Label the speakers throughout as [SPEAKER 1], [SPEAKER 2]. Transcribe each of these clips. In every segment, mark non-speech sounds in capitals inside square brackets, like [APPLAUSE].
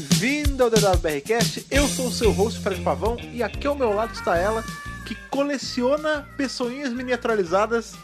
[SPEAKER 1] ao DWBRCast, eu sou o seu host, Fred Pavão, e aqui ao meu lado está ela, que coleciona pessoinhas miniaturalizadas,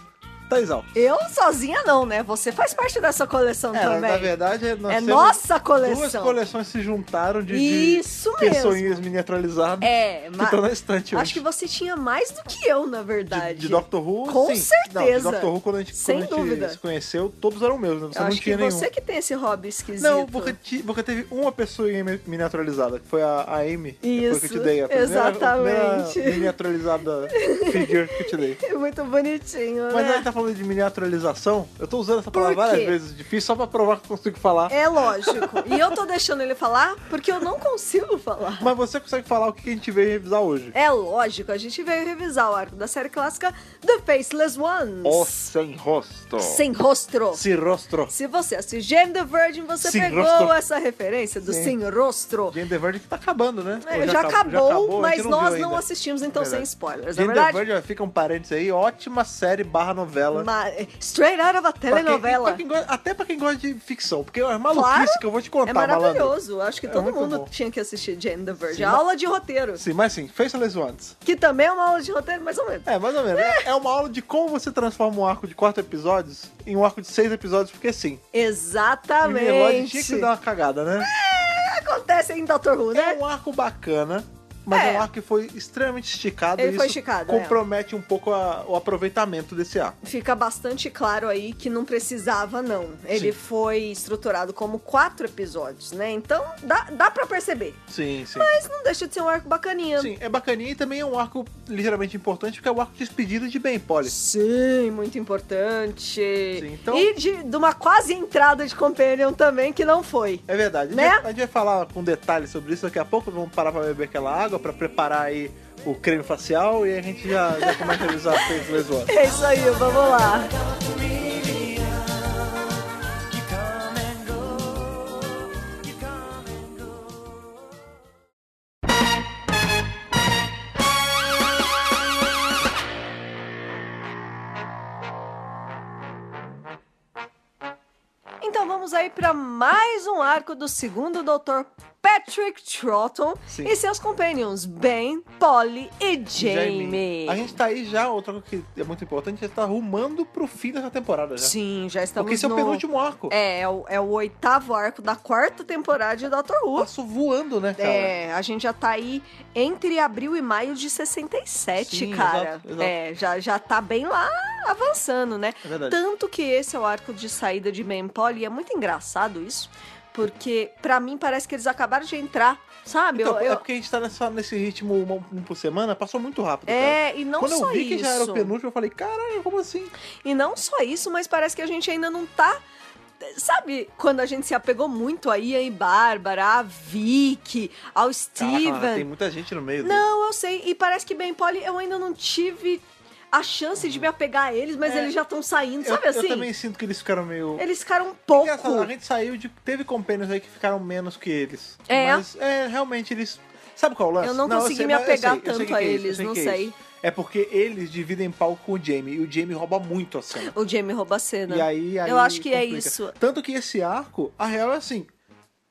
[SPEAKER 1] Thais Al.
[SPEAKER 2] Eu sozinha não, né? Você faz parte dessa coleção
[SPEAKER 1] Ela,
[SPEAKER 2] também.
[SPEAKER 1] É, na verdade, tá nós
[SPEAKER 2] é
[SPEAKER 1] temos
[SPEAKER 2] nossa
[SPEAKER 1] duas
[SPEAKER 2] coleção.
[SPEAKER 1] coleções se juntaram de, de
[SPEAKER 2] Isso mesmo.
[SPEAKER 1] pessoinhas miniaturalizadas
[SPEAKER 2] É,
[SPEAKER 1] que
[SPEAKER 2] mas
[SPEAKER 1] estão na estante hoje.
[SPEAKER 2] acho que você tinha mais do que eu, na
[SPEAKER 1] de,
[SPEAKER 2] verdade.
[SPEAKER 1] de Doctor Who,
[SPEAKER 2] Com
[SPEAKER 1] sim. Não, de
[SPEAKER 2] certeza.
[SPEAKER 1] Doctor Who, quando a gente,
[SPEAKER 2] Sem
[SPEAKER 1] quando a gente
[SPEAKER 2] dúvida.
[SPEAKER 1] se conheceu, todos eram meus, né? Você
[SPEAKER 2] eu
[SPEAKER 1] não
[SPEAKER 2] acho
[SPEAKER 1] tinha
[SPEAKER 2] que
[SPEAKER 1] nenhum.
[SPEAKER 2] você que tem esse hobby esquisito.
[SPEAKER 1] Não, porque, ti- porque teve uma pessoinha mi- miniaturalizada, que foi a, a Amy. depois que eu te
[SPEAKER 2] Isso,
[SPEAKER 1] dei. A primeira, A
[SPEAKER 2] exatamente.
[SPEAKER 1] primeira miniaturalizada figure que eu te
[SPEAKER 2] [LAUGHS]
[SPEAKER 1] dei.
[SPEAKER 2] [LAUGHS] É muito bonitinho,
[SPEAKER 1] Mas
[SPEAKER 2] né?
[SPEAKER 1] aí tá falando de miniaturalização, eu tô usando essa
[SPEAKER 2] Por
[SPEAKER 1] palavra várias
[SPEAKER 2] quê?
[SPEAKER 1] vezes, difícil, só pra provar que eu consigo falar.
[SPEAKER 2] É lógico. E eu tô deixando ele falar porque eu não consigo falar.
[SPEAKER 1] Mas você consegue falar o que a gente veio revisar hoje.
[SPEAKER 2] É lógico, a gente veio revisar o arco da série clássica The Faceless Ones.
[SPEAKER 1] O sem rosto.
[SPEAKER 2] Sem rostro.
[SPEAKER 1] Sem rostro.
[SPEAKER 2] Se você assistiu Jane the Virgin, você
[SPEAKER 1] Sem
[SPEAKER 2] pegou
[SPEAKER 1] rostro.
[SPEAKER 2] essa referência do
[SPEAKER 1] Sim.
[SPEAKER 2] sem rostro.
[SPEAKER 1] Jane the Virgin que tá acabando, né?
[SPEAKER 2] É,
[SPEAKER 1] Ou
[SPEAKER 2] já,
[SPEAKER 1] acab-
[SPEAKER 2] acabou,
[SPEAKER 1] a
[SPEAKER 2] mas
[SPEAKER 1] gente
[SPEAKER 2] nós
[SPEAKER 1] viu
[SPEAKER 2] não
[SPEAKER 1] ainda.
[SPEAKER 2] assistimos, então
[SPEAKER 1] É
[SPEAKER 2] sem
[SPEAKER 1] verdade.
[SPEAKER 2] spoilers,
[SPEAKER 1] Jane
[SPEAKER 2] na
[SPEAKER 1] the
[SPEAKER 2] verdade?
[SPEAKER 1] Virgin, ó, fica um parênteses aí, ótima série barra novela.
[SPEAKER 2] Ma- Straight out of
[SPEAKER 1] Pra
[SPEAKER 2] a
[SPEAKER 1] quem-
[SPEAKER 2] telenovela.
[SPEAKER 1] pra quem gosta- até pra quem gosta de ficção, porque é maluquice
[SPEAKER 2] Claro,
[SPEAKER 1] que eu vou te
[SPEAKER 2] é
[SPEAKER 1] contar, malandro.
[SPEAKER 2] maravilhoso. Acho que
[SPEAKER 1] É
[SPEAKER 2] todo
[SPEAKER 1] muito
[SPEAKER 2] mundo
[SPEAKER 1] bom.
[SPEAKER 2] tinha que assistir Jane the Virgin.
[SPEAKER 1] Sim, mas-
[SPEAKER 2] aula de roteiro.
[SPEAKER 1] Sim, mas sim, Faceless Ones.
[SPEAKER 2] Que também é uma aula de roteiro, mais ou menos.
[SPEAKER 1] É, mais ou menos. É. é uma aula de como você transforma um arco de quatro episódios em um arco de seis episódios, porque sim. E
[SPEAKER 2] Exatamente. É,
[SPEAKER 1] Melody tinha que dar uma cagada, né?
[SPEAKER 2] Acontece em Doctor Who,
[SPEAKER 1] É
[SPEAKER 2] né?
[SPEAKER 1] um arco bacana, mas é,
[SPEAKER 2] É.
[SPEAKER 1] um arco que foi extremamente esticado.
[SPEAKER 2] Ele
[SPEAKER 1] e
[SPEAKER 2] foi
[SPEAKER 1] isso
[SPEAKER 2] esticado, é.
[SPEAKER 1] compromete um pouco a- o aproveitamento desse arco.
[SPEAKER 2] Fica bastante claro aí que não precisava, não. Ele
[SPEAKER 1] Sim.
[SPEAKER 2] foi estruturado como quatro episódios, né? Então dá, dá pra perceber.
[SPEAKER 1] Sim, sim.
[SPEAKER 2] Mas não deixa de ser um arco bacaninha.
[SPEAKER 1] Sim, é bacaninha e também é um arco ligeiramente importante, porque é o arco de despedida de Ben Polly.
[SPEAKER 2] Sim, muito importante.
[SPEAKER 1] Sim, então-
[SPEAKER 2] E de, de uma quase entrada de Companion também, que não foi.
[SPEAKER 1] É verdade.
[SPEAKER 2] Né?
[SPEAKER 1] A, gente vai, a gente vai falar com detalhes sobre isso daqui a pouco. Vamos parar pra beber aquela água, pra preparar aí o creme facial e a gente já, já começa a revisar as coisas mais
[SPEAKER 2] [LAUGHS]
[SPEAKER 1] zoadas.
[SPEAKER 2] É isso aí, vamos lá. Então vamos aí para mais um arco do segundo doutor Patrick Troughton
[SPEAKER 1] Sim.
[SPEAKER 2] e seus companions Ben, Polly e Jamie.
[SPEAKER 1] A gente tá aí já, outra coisa que é muito importante, a gente tá arrumando pro fim dessa temporada já.
[SPEAKER 2] Sim, já estamos
[SPEAKER 1] Porque esse é o
[SPEAKER 2] no-
[SPEAKER 1] penúltimo arco.
[SPEAKER 2] É, é o, é o oitavo arco da quarta temporada de Doctor Who.
[SPEAKER 1] Passou voando, né, cara?
[SPEAKER 2] É, a gente já tá aí entre abril e maio de 67,
[SPEAKER 1] Sim,
[SPEAKER 2] cara.
[SPEAKER 1] exato, exato.
[SPEAKER 2] É, já, já tá bem lá avançando, né?
[SPEAKER 1] É verdade.
[SPEAKER 2] Tanto que esse é o arco de saída de Man Polly, e é muito engraçado isso, porque pra mim parece que eles acabaram de entrar, sabe?
[SPEAKER 1] Então,
[SPEAKER 2] Eu- eu-
[SPEAKER 1] É porque a gente tá nessa- nesse ritmo uma- um por semana, passou muito rápido, cara.
[SPEAKER 2] é, e não
[SPEAKER 1] Quando
[SPEAKER 2] só
[SPEAKER 1] eu vi
[SPEAKER 2] isso.
[SPEAKER 1] que já era o penúltimo, eu falei, caralho, como assim?
[SPEAKER 2] E não só isso, mas parece que a gente ainda não tá. Sabe quando a gente se apegou muito a Ian e Bárbara, a Vicky,
[SPEAKER 1] Ah,
[SPEAKER 2] ao Steven?
[SPEAKER 1] Caraca, tem muita gente no meio. dele.
[SPEAKER 2] Não, eu sei. E parece que Ben Polly eu ainda não tive a chance de me apegar a eles, mas
[SPEAKER 1] É.
[SPEAKER 2] eles já estão saindo,
[SPEAKER 1] Eu,
[SPEAKER 2] sabe assim?
[SPEAKER 1] eu também sinto que eles ficaram meio...
[SPEAKER 2] Eles ficaram um pouco.
[SPEAKER 1] Engraçado, a gente saiu de. Teve companions aí que ficaram menos que eles.
[SPEAKER 2] É.
[SPEAKER 1] Mas é, realmente eles. Sabe qual é o lance?
[SPEAKER 2] Eu não consegui
[SPEAKER 1] sei,
[SPEAKER 2] me
[SPEAKER 1] mas eu
[SPEAKER 2] apegar
[SPEAKER 1] sei, eu sei
[SPEAKER 2] tanto
[SPEAKER 1] que
[SPEAKER 2] a
[SPEAKER 1] que é isso,
[SPEAKER 2] eles,
[SPEAKER 1] eu
[SPEAKER 2] não
[SPEAKER 1] que é
[SPEAKER 2] sei.
[SPEAKER 1] isso. É porque eles dividem palco com o Jamie e o Jamie rouba muito a cena.
[SPEAKER 2] O Jamie rouba a cena.
[SPEAKER 1] E aí, aí
[SPEAKER 2] né? eu acho que é
[SPEAKER 1] complica.
[SPEAKER 2] isso.
[SPEAKER 1] Tanto que esse arco, a real é assim.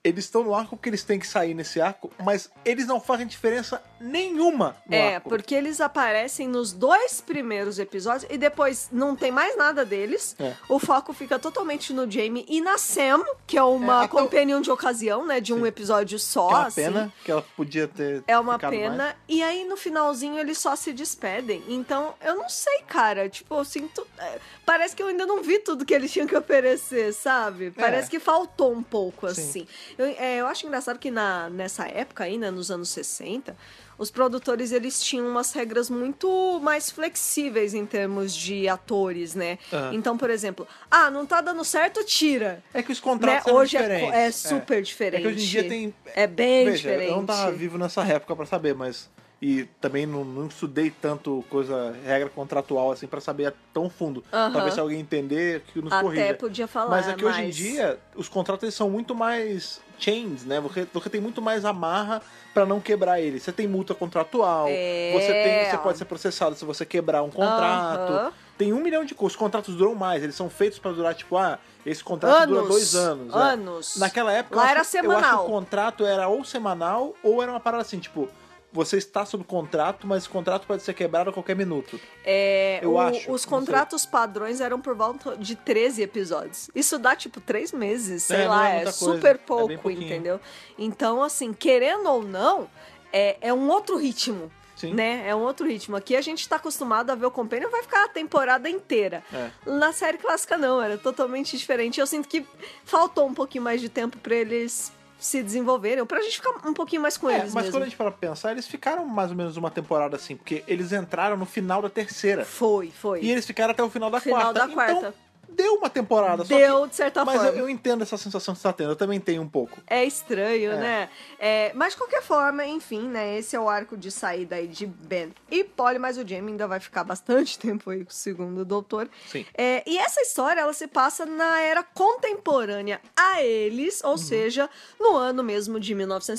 [SPEAKER 1] Eles estão no arco porque eles têm que sair nesse arco, mas eles não fazem diferença nenhuma no
[SPEAKER 2] É,
[SPEAKER 1] arco.
[SPEAKER 2] porque eles aparecem nos dois primeiros episódios e depois não tem mais nada deles.
[SPEAKER 1] É.
[SPEAKER 2] O foco fica totalmente no Jamie e na Sam, que é uma
[SPEAKER 1] É, até o-
[SPEAKER 2] companion de ocasião, né? De um
[SPEAKER 1] Sim.
[SPEAKER 2] episódio
[SPEAKER 1] É
[SPEAKER 2] só.
[SPEAKER 1] uma
[SPEAKER 2] assim.
[SPEAKER 1] pena que ela podia ter.
[SPEAKER 2] É uma
[SPEAKER 1] ficado
[SPEAKER 2] pena.
[SPEAKER 1] mais.
[SPEAKER 2] E aí, no finalzinho, eles só se despedem. Então, eu não sei, cara. Tipo, eu sinto. é, Parece que eu ainda não vi tudo que eles tinham que oferecer, sabe? Parece que faltou um pouco,
[SPEAKER 1] É. Sim.
[SPEAKER 2] assim. Eu, é, eu acho engraçado que na, nessa época aí, né, nos anos 60, os produtores eles tinham umas regras muito mais flexíveis em termos de atores, né?
[SPEAKER 1] Aham.
[SPEAKER 2] Então, por exemplo, ah, não tá dando certo, tira.
[SPEAKER 1] É que os
[SPEAKER 2] Né?
[SPEAKER 1] contratos eram
[SPEAKER 2] Hoje é,
[SPEAKER 1] diferentes.
[SPEAKER 2] co- é super diferente.
[SPEAKER 1] É que hoje em dia tem
[SPEAKER 2] É bem
[SPEAKER 1] Veja, um
[SPEAKER 2] diferente.
[SPEAKER 1] eu não tava vivo nessa época pra saber, mas. E também não, não estudei tanto coisa, regra contratual, assim, pra saber tão fundo.
[SPEAKER 2] Aham.
[SPEAKER 1] Talvez se alguém entender, que nos
[SPEAKER 2] Até
[SPEAKER 1] corrija.
[SPEAKER 2] podia falar,
[SPEAKER 1] mas é que hoje em dia, os contratos eles são muito mais chains, né? Você, você tem muito mais amarra pra não quebrar ele. Você tem multa contratual,
[SPEAKER 2] É.
[SPEAKER 1] você, tem, você pode ser processado se você quebrar um contrato.
[SPEAKER 2] Aham.
[SPEAKER 1] Tem um milhão de coisas. Os contratos duram mais. Eles são feitos pra durar, tipo, ah, esse contrato dura dois anos. é.
[SPEAKER 2] Anos.
[SPEAKER 1] Naquela época,
[SPEAKER 2] Lá
[SPEAKER 1] eu acho-
[SPEAKER 2] era
[SPEAKER 1] eu acho que
[SPEAKER 2] semanal.
[SPEAKER 1] o contrato era ou semanal ou era uma parada assim, tipo, você está sob contrato, mas esse contrato pode ser quebrado a qualquer minuto.
[SPEAKER 2] É,
[SPEAKER 1] Eu
[SPEAKER 2] o-
[SPEAKER 1] acho,
[SPEAKER 2] Os
[SPEAKER 1] não sei.
[SPEAKER 2] contratos padrões eram por volta de 13 episódios. Isso dá tipo 3 meses, sei
[SPEAKER 1] É, não
[SPEAKER 2] lá,
[SPEAKER 1] é
[SPEAKER 2] é,
[SPEAKER 1] muita coisa, é
[SPEAKER 2] super
[SPEAKER 1] bem
[SPEAKER 2] pouco,
[SPEAKER 1] pouquinho.
[SPEAKER 2] entendeu? Então, assim, querendo ou não, é, é um outro ritmo.
[SPEAKER 1] Sim.
[SPEAKER 2] Né? É um outro ritmo. Aqui a gente tá acostumado a ver o Companion, vai ficar a temporada inteira.
[SPEAKER 1] É.
[SPEAKER 2] Na série clássica, não, era totalmente diferente. Eu sinto que faltou um pouquinho mais de tempo pra eles se desenvolverem, ou pra gente ficar um pouquinho mais com
[SPEAKER 1] É,
[SPEAKER 2] eles
[SPEAKER 1] mas
[SPEAKER 2] mesmo.
[SPEAKER 1] quando a gente para pra pensar, eles ficaram mais ou menos uma temporada assim, porque eles entraram no final da terceira.
[SPEAKER 2] Foi, foi.
[SPEAKER 1] E eles ficaram até o final da
[SPEAKER 2] Final
[SPEAKER 1] quarta.
[SPEAKER 2] da quarta.
[SPEAKER 1] Então, deu uma temporada. só
[SPEAKER 2] Deu, tá de certa
[SPEAKER 1] que- mas
[SPEAKER 2] forma.
[SPEAKER 1] eu, eu entendo essa sensação que você tá tendo. Eu também tenho um pouco.
[SPEAKER 2] É estranho,
[SPEAKER 1] É.
[SPEAKER 2] né? É, mas de qualquer forma, enfim, né? Esse é o arco de saída aí de Ben e Polly, mas o Jamie ainda vai ficar bastante [LAUGHS] tempo aí com o segundo doutor.
[SPEAKER 1] Sim.
[SPEAKER 2] É, e essa história, ela se passa na era contemporânea a eles, ou seja, no ano mesmo de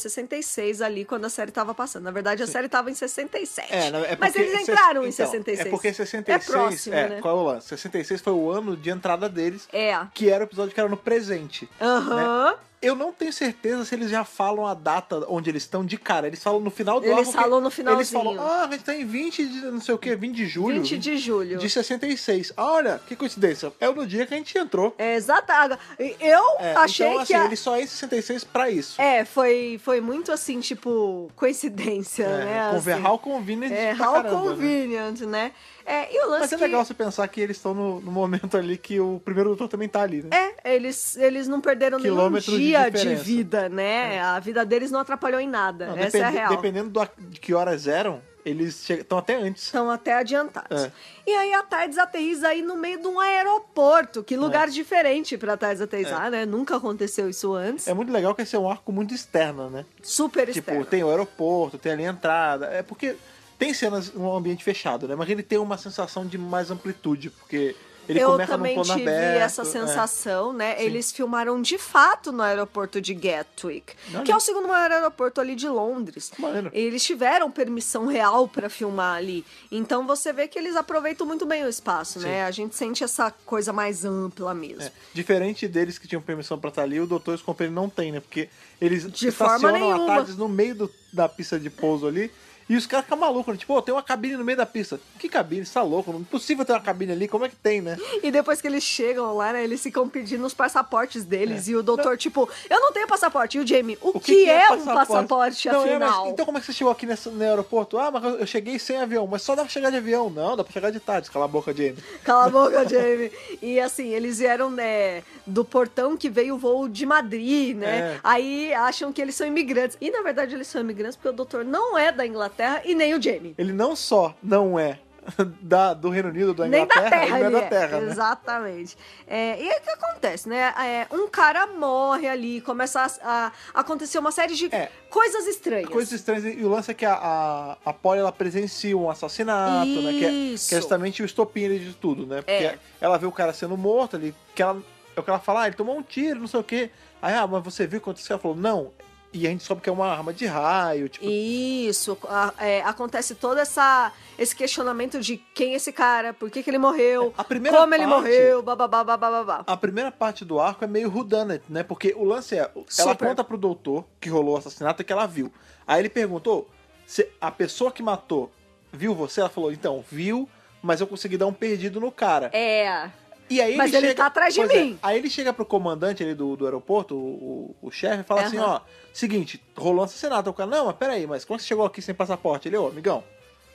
[SPEAKER 2] 1966, ali quando a série tava passando. Na verdade, a série tava em 67.
[SPEAKER 1] É, não, é
[SPEAKER 2] mas
[SPEAKER 1] porque
[SPEAKER 2] eles
[SPEAKER 1] se-
[SPEAKER 2] entraram em
[SPEAKER 1] então,
[SPEAKER 2] 66.
[SPEAKER 1] É porque 66.
[SPEAKER 2] É próximo,
[SPEAKER 1] é,
[SPEAKER 2] né?
[SPEAKER 1] qual é o lance? 66 foi o ano de entrada deles,
[SPEAKER 2] É.
[SPEAKER 1] que era o episódio que era no presente.
[SPEAKER 2] Aham.
[SPEAKER 1] Eu não tenho certeza se eles já falam a data onde eles estão de cara. Eles falam no final do
[SPEAKER 2] Eles
[SPEAKER 1] álbum, porque
[SPEAKER 2] falam no
[SPEAKER 1] Eles falam,
[SPEAKER 2] finalzinho.
[SPEAKER 1] ah, a gente tá em 20 de não sei o que, 20 de julho.
[SPEAKER 2] 20 de julho.
[SPEAKER 1] De 66. Ah, Olha, que coincidência. É no dia que a gente entrou.
[SPEAKER 2] É, exata. Eu
[SPEAKER 1] É,
[SPEAKER 2] achei
[SPEAKER 1] então, assim,
[SPEAKER 2] que a-
[SPEAKER 1] ele só é em 66 pra isso.
[SPEAKER 2] É, foi, foi muito assim, tipo, coincidência, né?
[SPEAKER 1] com
[SPEAKER 2] assim.
[SPEAKER 1] how convenient
[SPEAKER 2] É,
[SPEAKER 1] É, pra
[SPEAKER 2] how
[SPEAKER 1] caramba, né?
[SPEAKER 2] convenient, né? É, e o lance
[SPEAKER 1] Mas é
[SPEAKER 2] que-
[SPEAKER 1] legal você pensar que eles estão no, no momento ali que o primeiro doutor também tá ali, né?
[SPEAKER 2] É, eles, eles não perderam nenhum
[SPEAKER 1] Quilômetros de
[SPEAKER 2] dia de,
[SPEAKER 1] diferença. É.
[SPEAKER 2] vida, né? A vida deles não atrapalhou em nada.
[SPEAKER 1] Não,
[SPEAKER 2] Essa é a
[SPEAKER 1] depende-
[SPEAKER 2] real.
[SPEAKER 1] Dependendo do a- de que horas eram, eles estão até antes.
[SPEAKER 2] Estão até adiantados.
[SPEAKER 1] É.
[SPEAKER 2] E aí a Tardes aterriza aí no meio de um aeroporto.
[SPEAKER 1] É.
[SPEAKER 2] Que lugar diferente pra Tardes aterrizar, né? Nunca aconteceu isso antes.
[SPEAKER 1] É muito legal que esse é um arco muito externo, né?
[SPEAKER 2] Super
[SPEAKER 1] tipo,
[SPEAKER 2] externo.
[SPEAKER 1] tem o aeroporto, tem ali a entrada. É porque tem cenas num ambiente fechado, né? Mas ele tem uma sensação de mais amplitude, porque ele
[SPEAKER 2] eu
[SPEAKER 1] começa num
[SPEAKER 2] também
[SPEAKER 1] plano
[SPEAKER 2] tive
[SPEAKER 1] aberto.
[SPEAKER 2] essa
[SPEAKER 1] é.
[SPEAKER 2] sensação, né?
[SPEAKER 1] Sim.
[SPEAKER 2] Eles filmaram de fato no aeroporto de Gatwick,
[SPEAKER 1] Olha.
[SPEAKER 2] que é o segundo maior aeroporto ali de Londres.
[SPEAKER 1] Maneiro.
[SPEAKER 2] Eles tiveram permissão real pra filmar ali. Então você vê que eles aproveitam muito bem o espaço, né? A gente sente essa coisa mais ampla mesmo.
[SPEAKER 1] É. Diferente deles que tinham permissão pra estar ali, o doutor e os companheiros não tem, né? Porque eles
[SPEAKER 2] De forma
[SPEAKER 1] estacionam a
[SPEAKER 2] nenhuma.
[SPEAKER 1] tardes no meio do- da pista de pouso ali. E os caras ficam malucos, né? Tipo, "Ô, tem uma cabine no meio da pista. Que cabine? Você tá louco? Não é possível ter uma cabine ali. Como é que tem, né?
[SPEAKER 2] E depois que eles chegam lá, né? Eles ficam pedindo os passaportes deles.
[SPEAKER 1] É.
[SPEAKER 2] E o doutor, tipo, eu não tenho passaporte. E o Jamie,
[SPEAKER 1] [LAUGHS]
[SPEAKER 2] o, que, é, um passaporte,
[SPEAKER 1] Não, é, mas
[SPEAKER 2] afinal?
[SPEAKER 1] então como é que você chegou aqui nesse, no aeroporto? Ah, mas eu- eu cheguei sem avião. Mas só dá pra chegar de avião. Não, dá pra chegar de tarde. Cala a boca, Jamie.
[SPEAKER 2] Cala a boca, Jamie. E assim, eles vieram né, do portão que veio o voo de Madrid, né?
[SPEAKER 1] É.
[SPEAKER 2] Aí acham que eles são imigrantes. E na verdade eles são imigrantes porque o doutor não é da Inglaterra e nem o Jamie.
[SPEAKER 1] Ele não só não é [LAUGHS] da, do Reino Unido, da
[SPEAKER 2] Nem
[SPEAKER 1] Inglaterra,
[SPEAKER 2] da terra,
[SPEAKER 1] ele não é
[SPEAKER 2] ele
[SPEAKER 1] da Terra, né?
[SPEAKER 2] Exatamente. É, e aí o que acontece, né? É, um cara morre ali, começa a, a acontecer uma série de
[SPEAKER 1] É.
[SPEAKER 2] coisas estranhas.
[SPEAKER 1] Coisas estranhas. E o lance é que a, a, a Polly, ela presencia um assassinato, né? Que é,
[SPEAKER 2] Isso.
[SPEAKER 1] que é justamente o estopim ali de tudo, né? Porque
[SPEAKER 2] É.
[SPEAKER 1] ela vê o cara sendo morto ali, que ela, é o que ela fala, ah, ele tomou um tiro, não sei o quê. Aí, ah, mas você viu o que aconteceu? Ela falou, não. E a gente soube que é uma arma de raio, tipo...
[SPEAKER 2] Isso, a- é, acontece todo essa, esse questionamento de quem é esse cara, por que, que ele morreu,
[SPEAKER 1] A primeira
[SPEAKER 2] como ele
[SPEAKER 1] parte-
[SPEAKER 2] morreu, bababá, bababá.
[SPEAKER 1] A primeira parte do arco é meio whodunit, né? Porque o lance é, ela
[SPEAKER 2] Super.
[SPEAKER 1] conta pro doutor que rolou o assassinato que ela viu. Aí ele perguntou se a pessoa que matou viu você, ela falou, então, viu, mas eu consegui dar um perdido no cara.
[SPEAKER 2] É,
[SPEAKER 1] E aí
[SPEAKER 2] Mas ele
[SPEAKER 1] chega,
[SPEAKER 2] tá atrás de
[SPEAKER 1] Pois é,
[SPEAKER 2] mim.
[SPEAKER 1] aí ele chega pro comandante ali do, do aeroporto, o, o, o chefe, e fala assim,
[SPEAKER 2] Aham.
[SPEAKER 1] ó, seguinte, rolou um assassinato. O cara, não, mas peraí, mas como é que você chegou aqui sem passaporte? Ele, ô, amigão,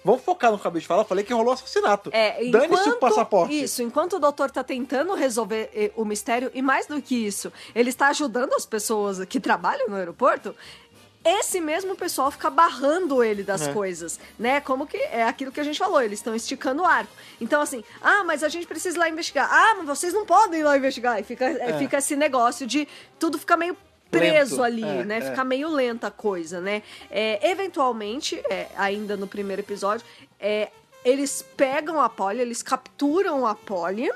[SPEAKER 1] vamos focar no que eu acabei de falar, eu falei que rolou um assassinato.
[SPEAKER 2] é
[SPEAKER 1] Dane-se o
[SPEAKER 2] enquanto-
[SPEAKER 1] passaporte.
[SPEAKER 2] Isso, enquanto o doutor tá tentando resolver eh, o mistério, e mais do que isso, ele está ajudando as pessoas que trabalham no aeroporto. Esse mesmo pessoal fica barrando ele das
[SPEAKER 1] É.
[SPEAKER 2] coisas, né? Como que é aquilo que a gente falou, eles estão esticando o arco. Então, assim, ah, mas a gente precisa ir lá investigar. Ah, mas vocês não podem ir lá investigar. E fica, eh,
[SPEAKER 1] É.
[SPEAKER 2] fica esse negócio de tudo fica meio preso
[SPEAKER 1] Lento.
[SPEAKER 2] ali,
[SPEAKER 1] É,
[SPEAKER 2] né?
[SPEAKER 1] é.
[SPEAKER 2] Fica meio lenta a coisa, né? É, eventualmente, é, ainda no primeiro episódio, é, eles pegam a Polly, eles capturam a Polly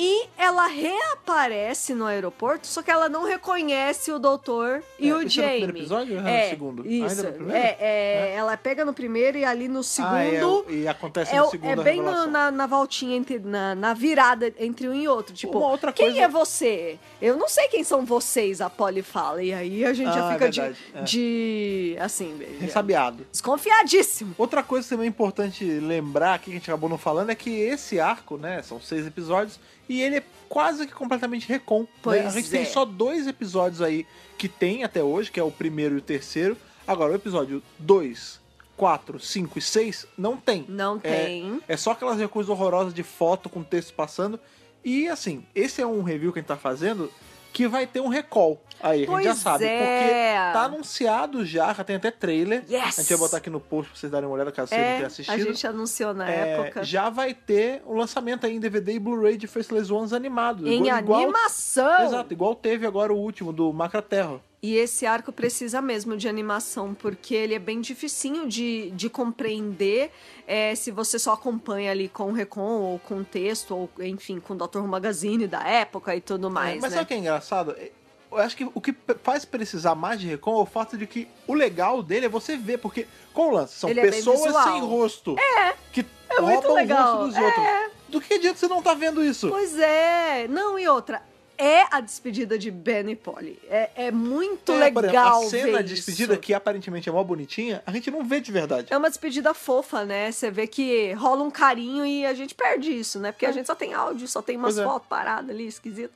[SPEAKER 2] E ela reaparece no aeroporto, só que ela não reconhece o doutor e
[SPEAKER 1] É,
[SPEAKER 2] o
[SPEAKER 1] isso é no
[SPEAKER 2] Jamie.
[SPEAKER 1] primeiro episódio ou é no segundo? Ainda
[SPEAKER 2] Isso.
[SPEAKER 1] no primeiro?
[SPEAKER 2] é, é, Ela pega no primeiro e ali no segundo.
[SPEAKER 1] Ah, é, o- e acontece
[SPEAKER 2] É,
[SPEAKER 1] no
[SPEAKER 2] o-
[SPEAKER 1] segundo
[SPEAKER 2] é
[SPEAKER 1] a
[SPEAKER 2] bem no-
[SPEAKER 1] revelação.
[SPEAKER 2] na, na voltinha, entre, na, na virada entre um e outro. Tipo,
[SPEAKER 1] Uma outra
[SPEAKER 2] quem
[SPEAKER 1] coisa-
[SPEAKER 2] é você? Eu não sei quem são vocês, a Polly fala. E aí a gente já
[SPEAKER 1] Ah, é
[SPEAKER 2] fica de,
[SPEAKER 1] verdade, é.
[SPEAKER 2] de- Assim,
[SPEAKER 1] Ressabiado.
[SPEAKER 2] desconfiadíssimo.
[SPEAKER 1] Outra coisa também importante lembrar aqui, que a gente acabou não falando, é que esse arco, né, são seis episódios, e ele é quase que completamente recon. né?
[SPEAKER 2] Pois
[SPEAKER 1] A gente
[SPEAKER 2] é.
[SPEAKER 1] tem só dois episódios aí que tem até hoje, que é o primeiro e o terceiro. Agora, o episódio 2, 4, 5 e 6 não tem.
[SPEAKER 2] Não
[SPEAKER 1] É,
[SPEAKER 2] tem.
[SPEAKER 1] É só aquelas recursos horrorosas de foto com texto passando. E assim, esse é um review que a gente tá fazendo que vai ter um recall. Aí, a
[SPEAKER 2] Pois
[SPEAKER 1] gente já sabe.
[SPEAKER 2] é.
[SPEAKER 1] Porque tá anunciado já, já tem até trailer.
[SPEAKER 2] Yes!
[SPEAKER 1] A gente vai botar aqui no post pra vocês darem uma olhada caso vocês não
[SPEAKER 2] É,
[SPEAKER 1] tenham
[SPEAKER 2] a
[SPEAKER 1] assistido.
[SPEAKER 2] gente anunciou na
[SPEAKER 1] É,
[SPEAKER 2] época.
[SPEAKER 1] Já vai ter o lançamento aí em DVD e Blu-ray de Faceless Ones animado.
[SPEAKER 2] Em
[SPEAKER 1] igual, igual-
[SPEAKER 2] animação!
[SPEAKER 1] Exato, igual teve agora o último, do Macra Terror.
[SPEAKER 2] E esse arco precisa mesmo de animação, porque ele é bem dificinho de, de compreender é, se você só acompanha ali com o Recon ou com o texto, ou enfim, com o Dr. Magazine da época e tudo mais,
[SPEAKER 1] É, mas
[SPEAKER 2] né?
[SPEAKER 1] sabe o que é engraçado? Eu acho que o que pe- faz precisar mais de Recon é o fato de que o legal dele é você ver, porque qual o lance? São
[SPEAKER 2] Ele é bem
[SPEAKER 1] pessoas
[SPEAKER 2] visual. É,
[SPEAKER 1] sem rosto. Que
[SPEAKER 2] muito
[SPEAKER 1] roubam
[SPEAKER 2] legal. É.
[SPEAKER 1] o rosto dos outros. Do que adianta você não tá vendo isso?
[SPEAKER 2] Pois é, não, e outra. É a despedida de Ben e Polly. É, é muito
[SPEAKER 1] É, por
[SPEAKER 2] legal.
[SPEAKER 1] exemplo, a cena
[SPEAKER 2] ver
[SPEAKER 1] de despedida,
[SPEAKER 2] isso.
[SPEAKER 1] que aparentemente é mó bonitinha, a gente não vê de verdade.
[SPEAKER 2] É uma despedida fofa, né? Você vê que rola um carinho e a gente perde isso, né? Porque a gente só tem áudio, só tem umas
[SPEAKER 1] É. Pois é.
[SPEAKER 2] fotos paradas ali, esquisito.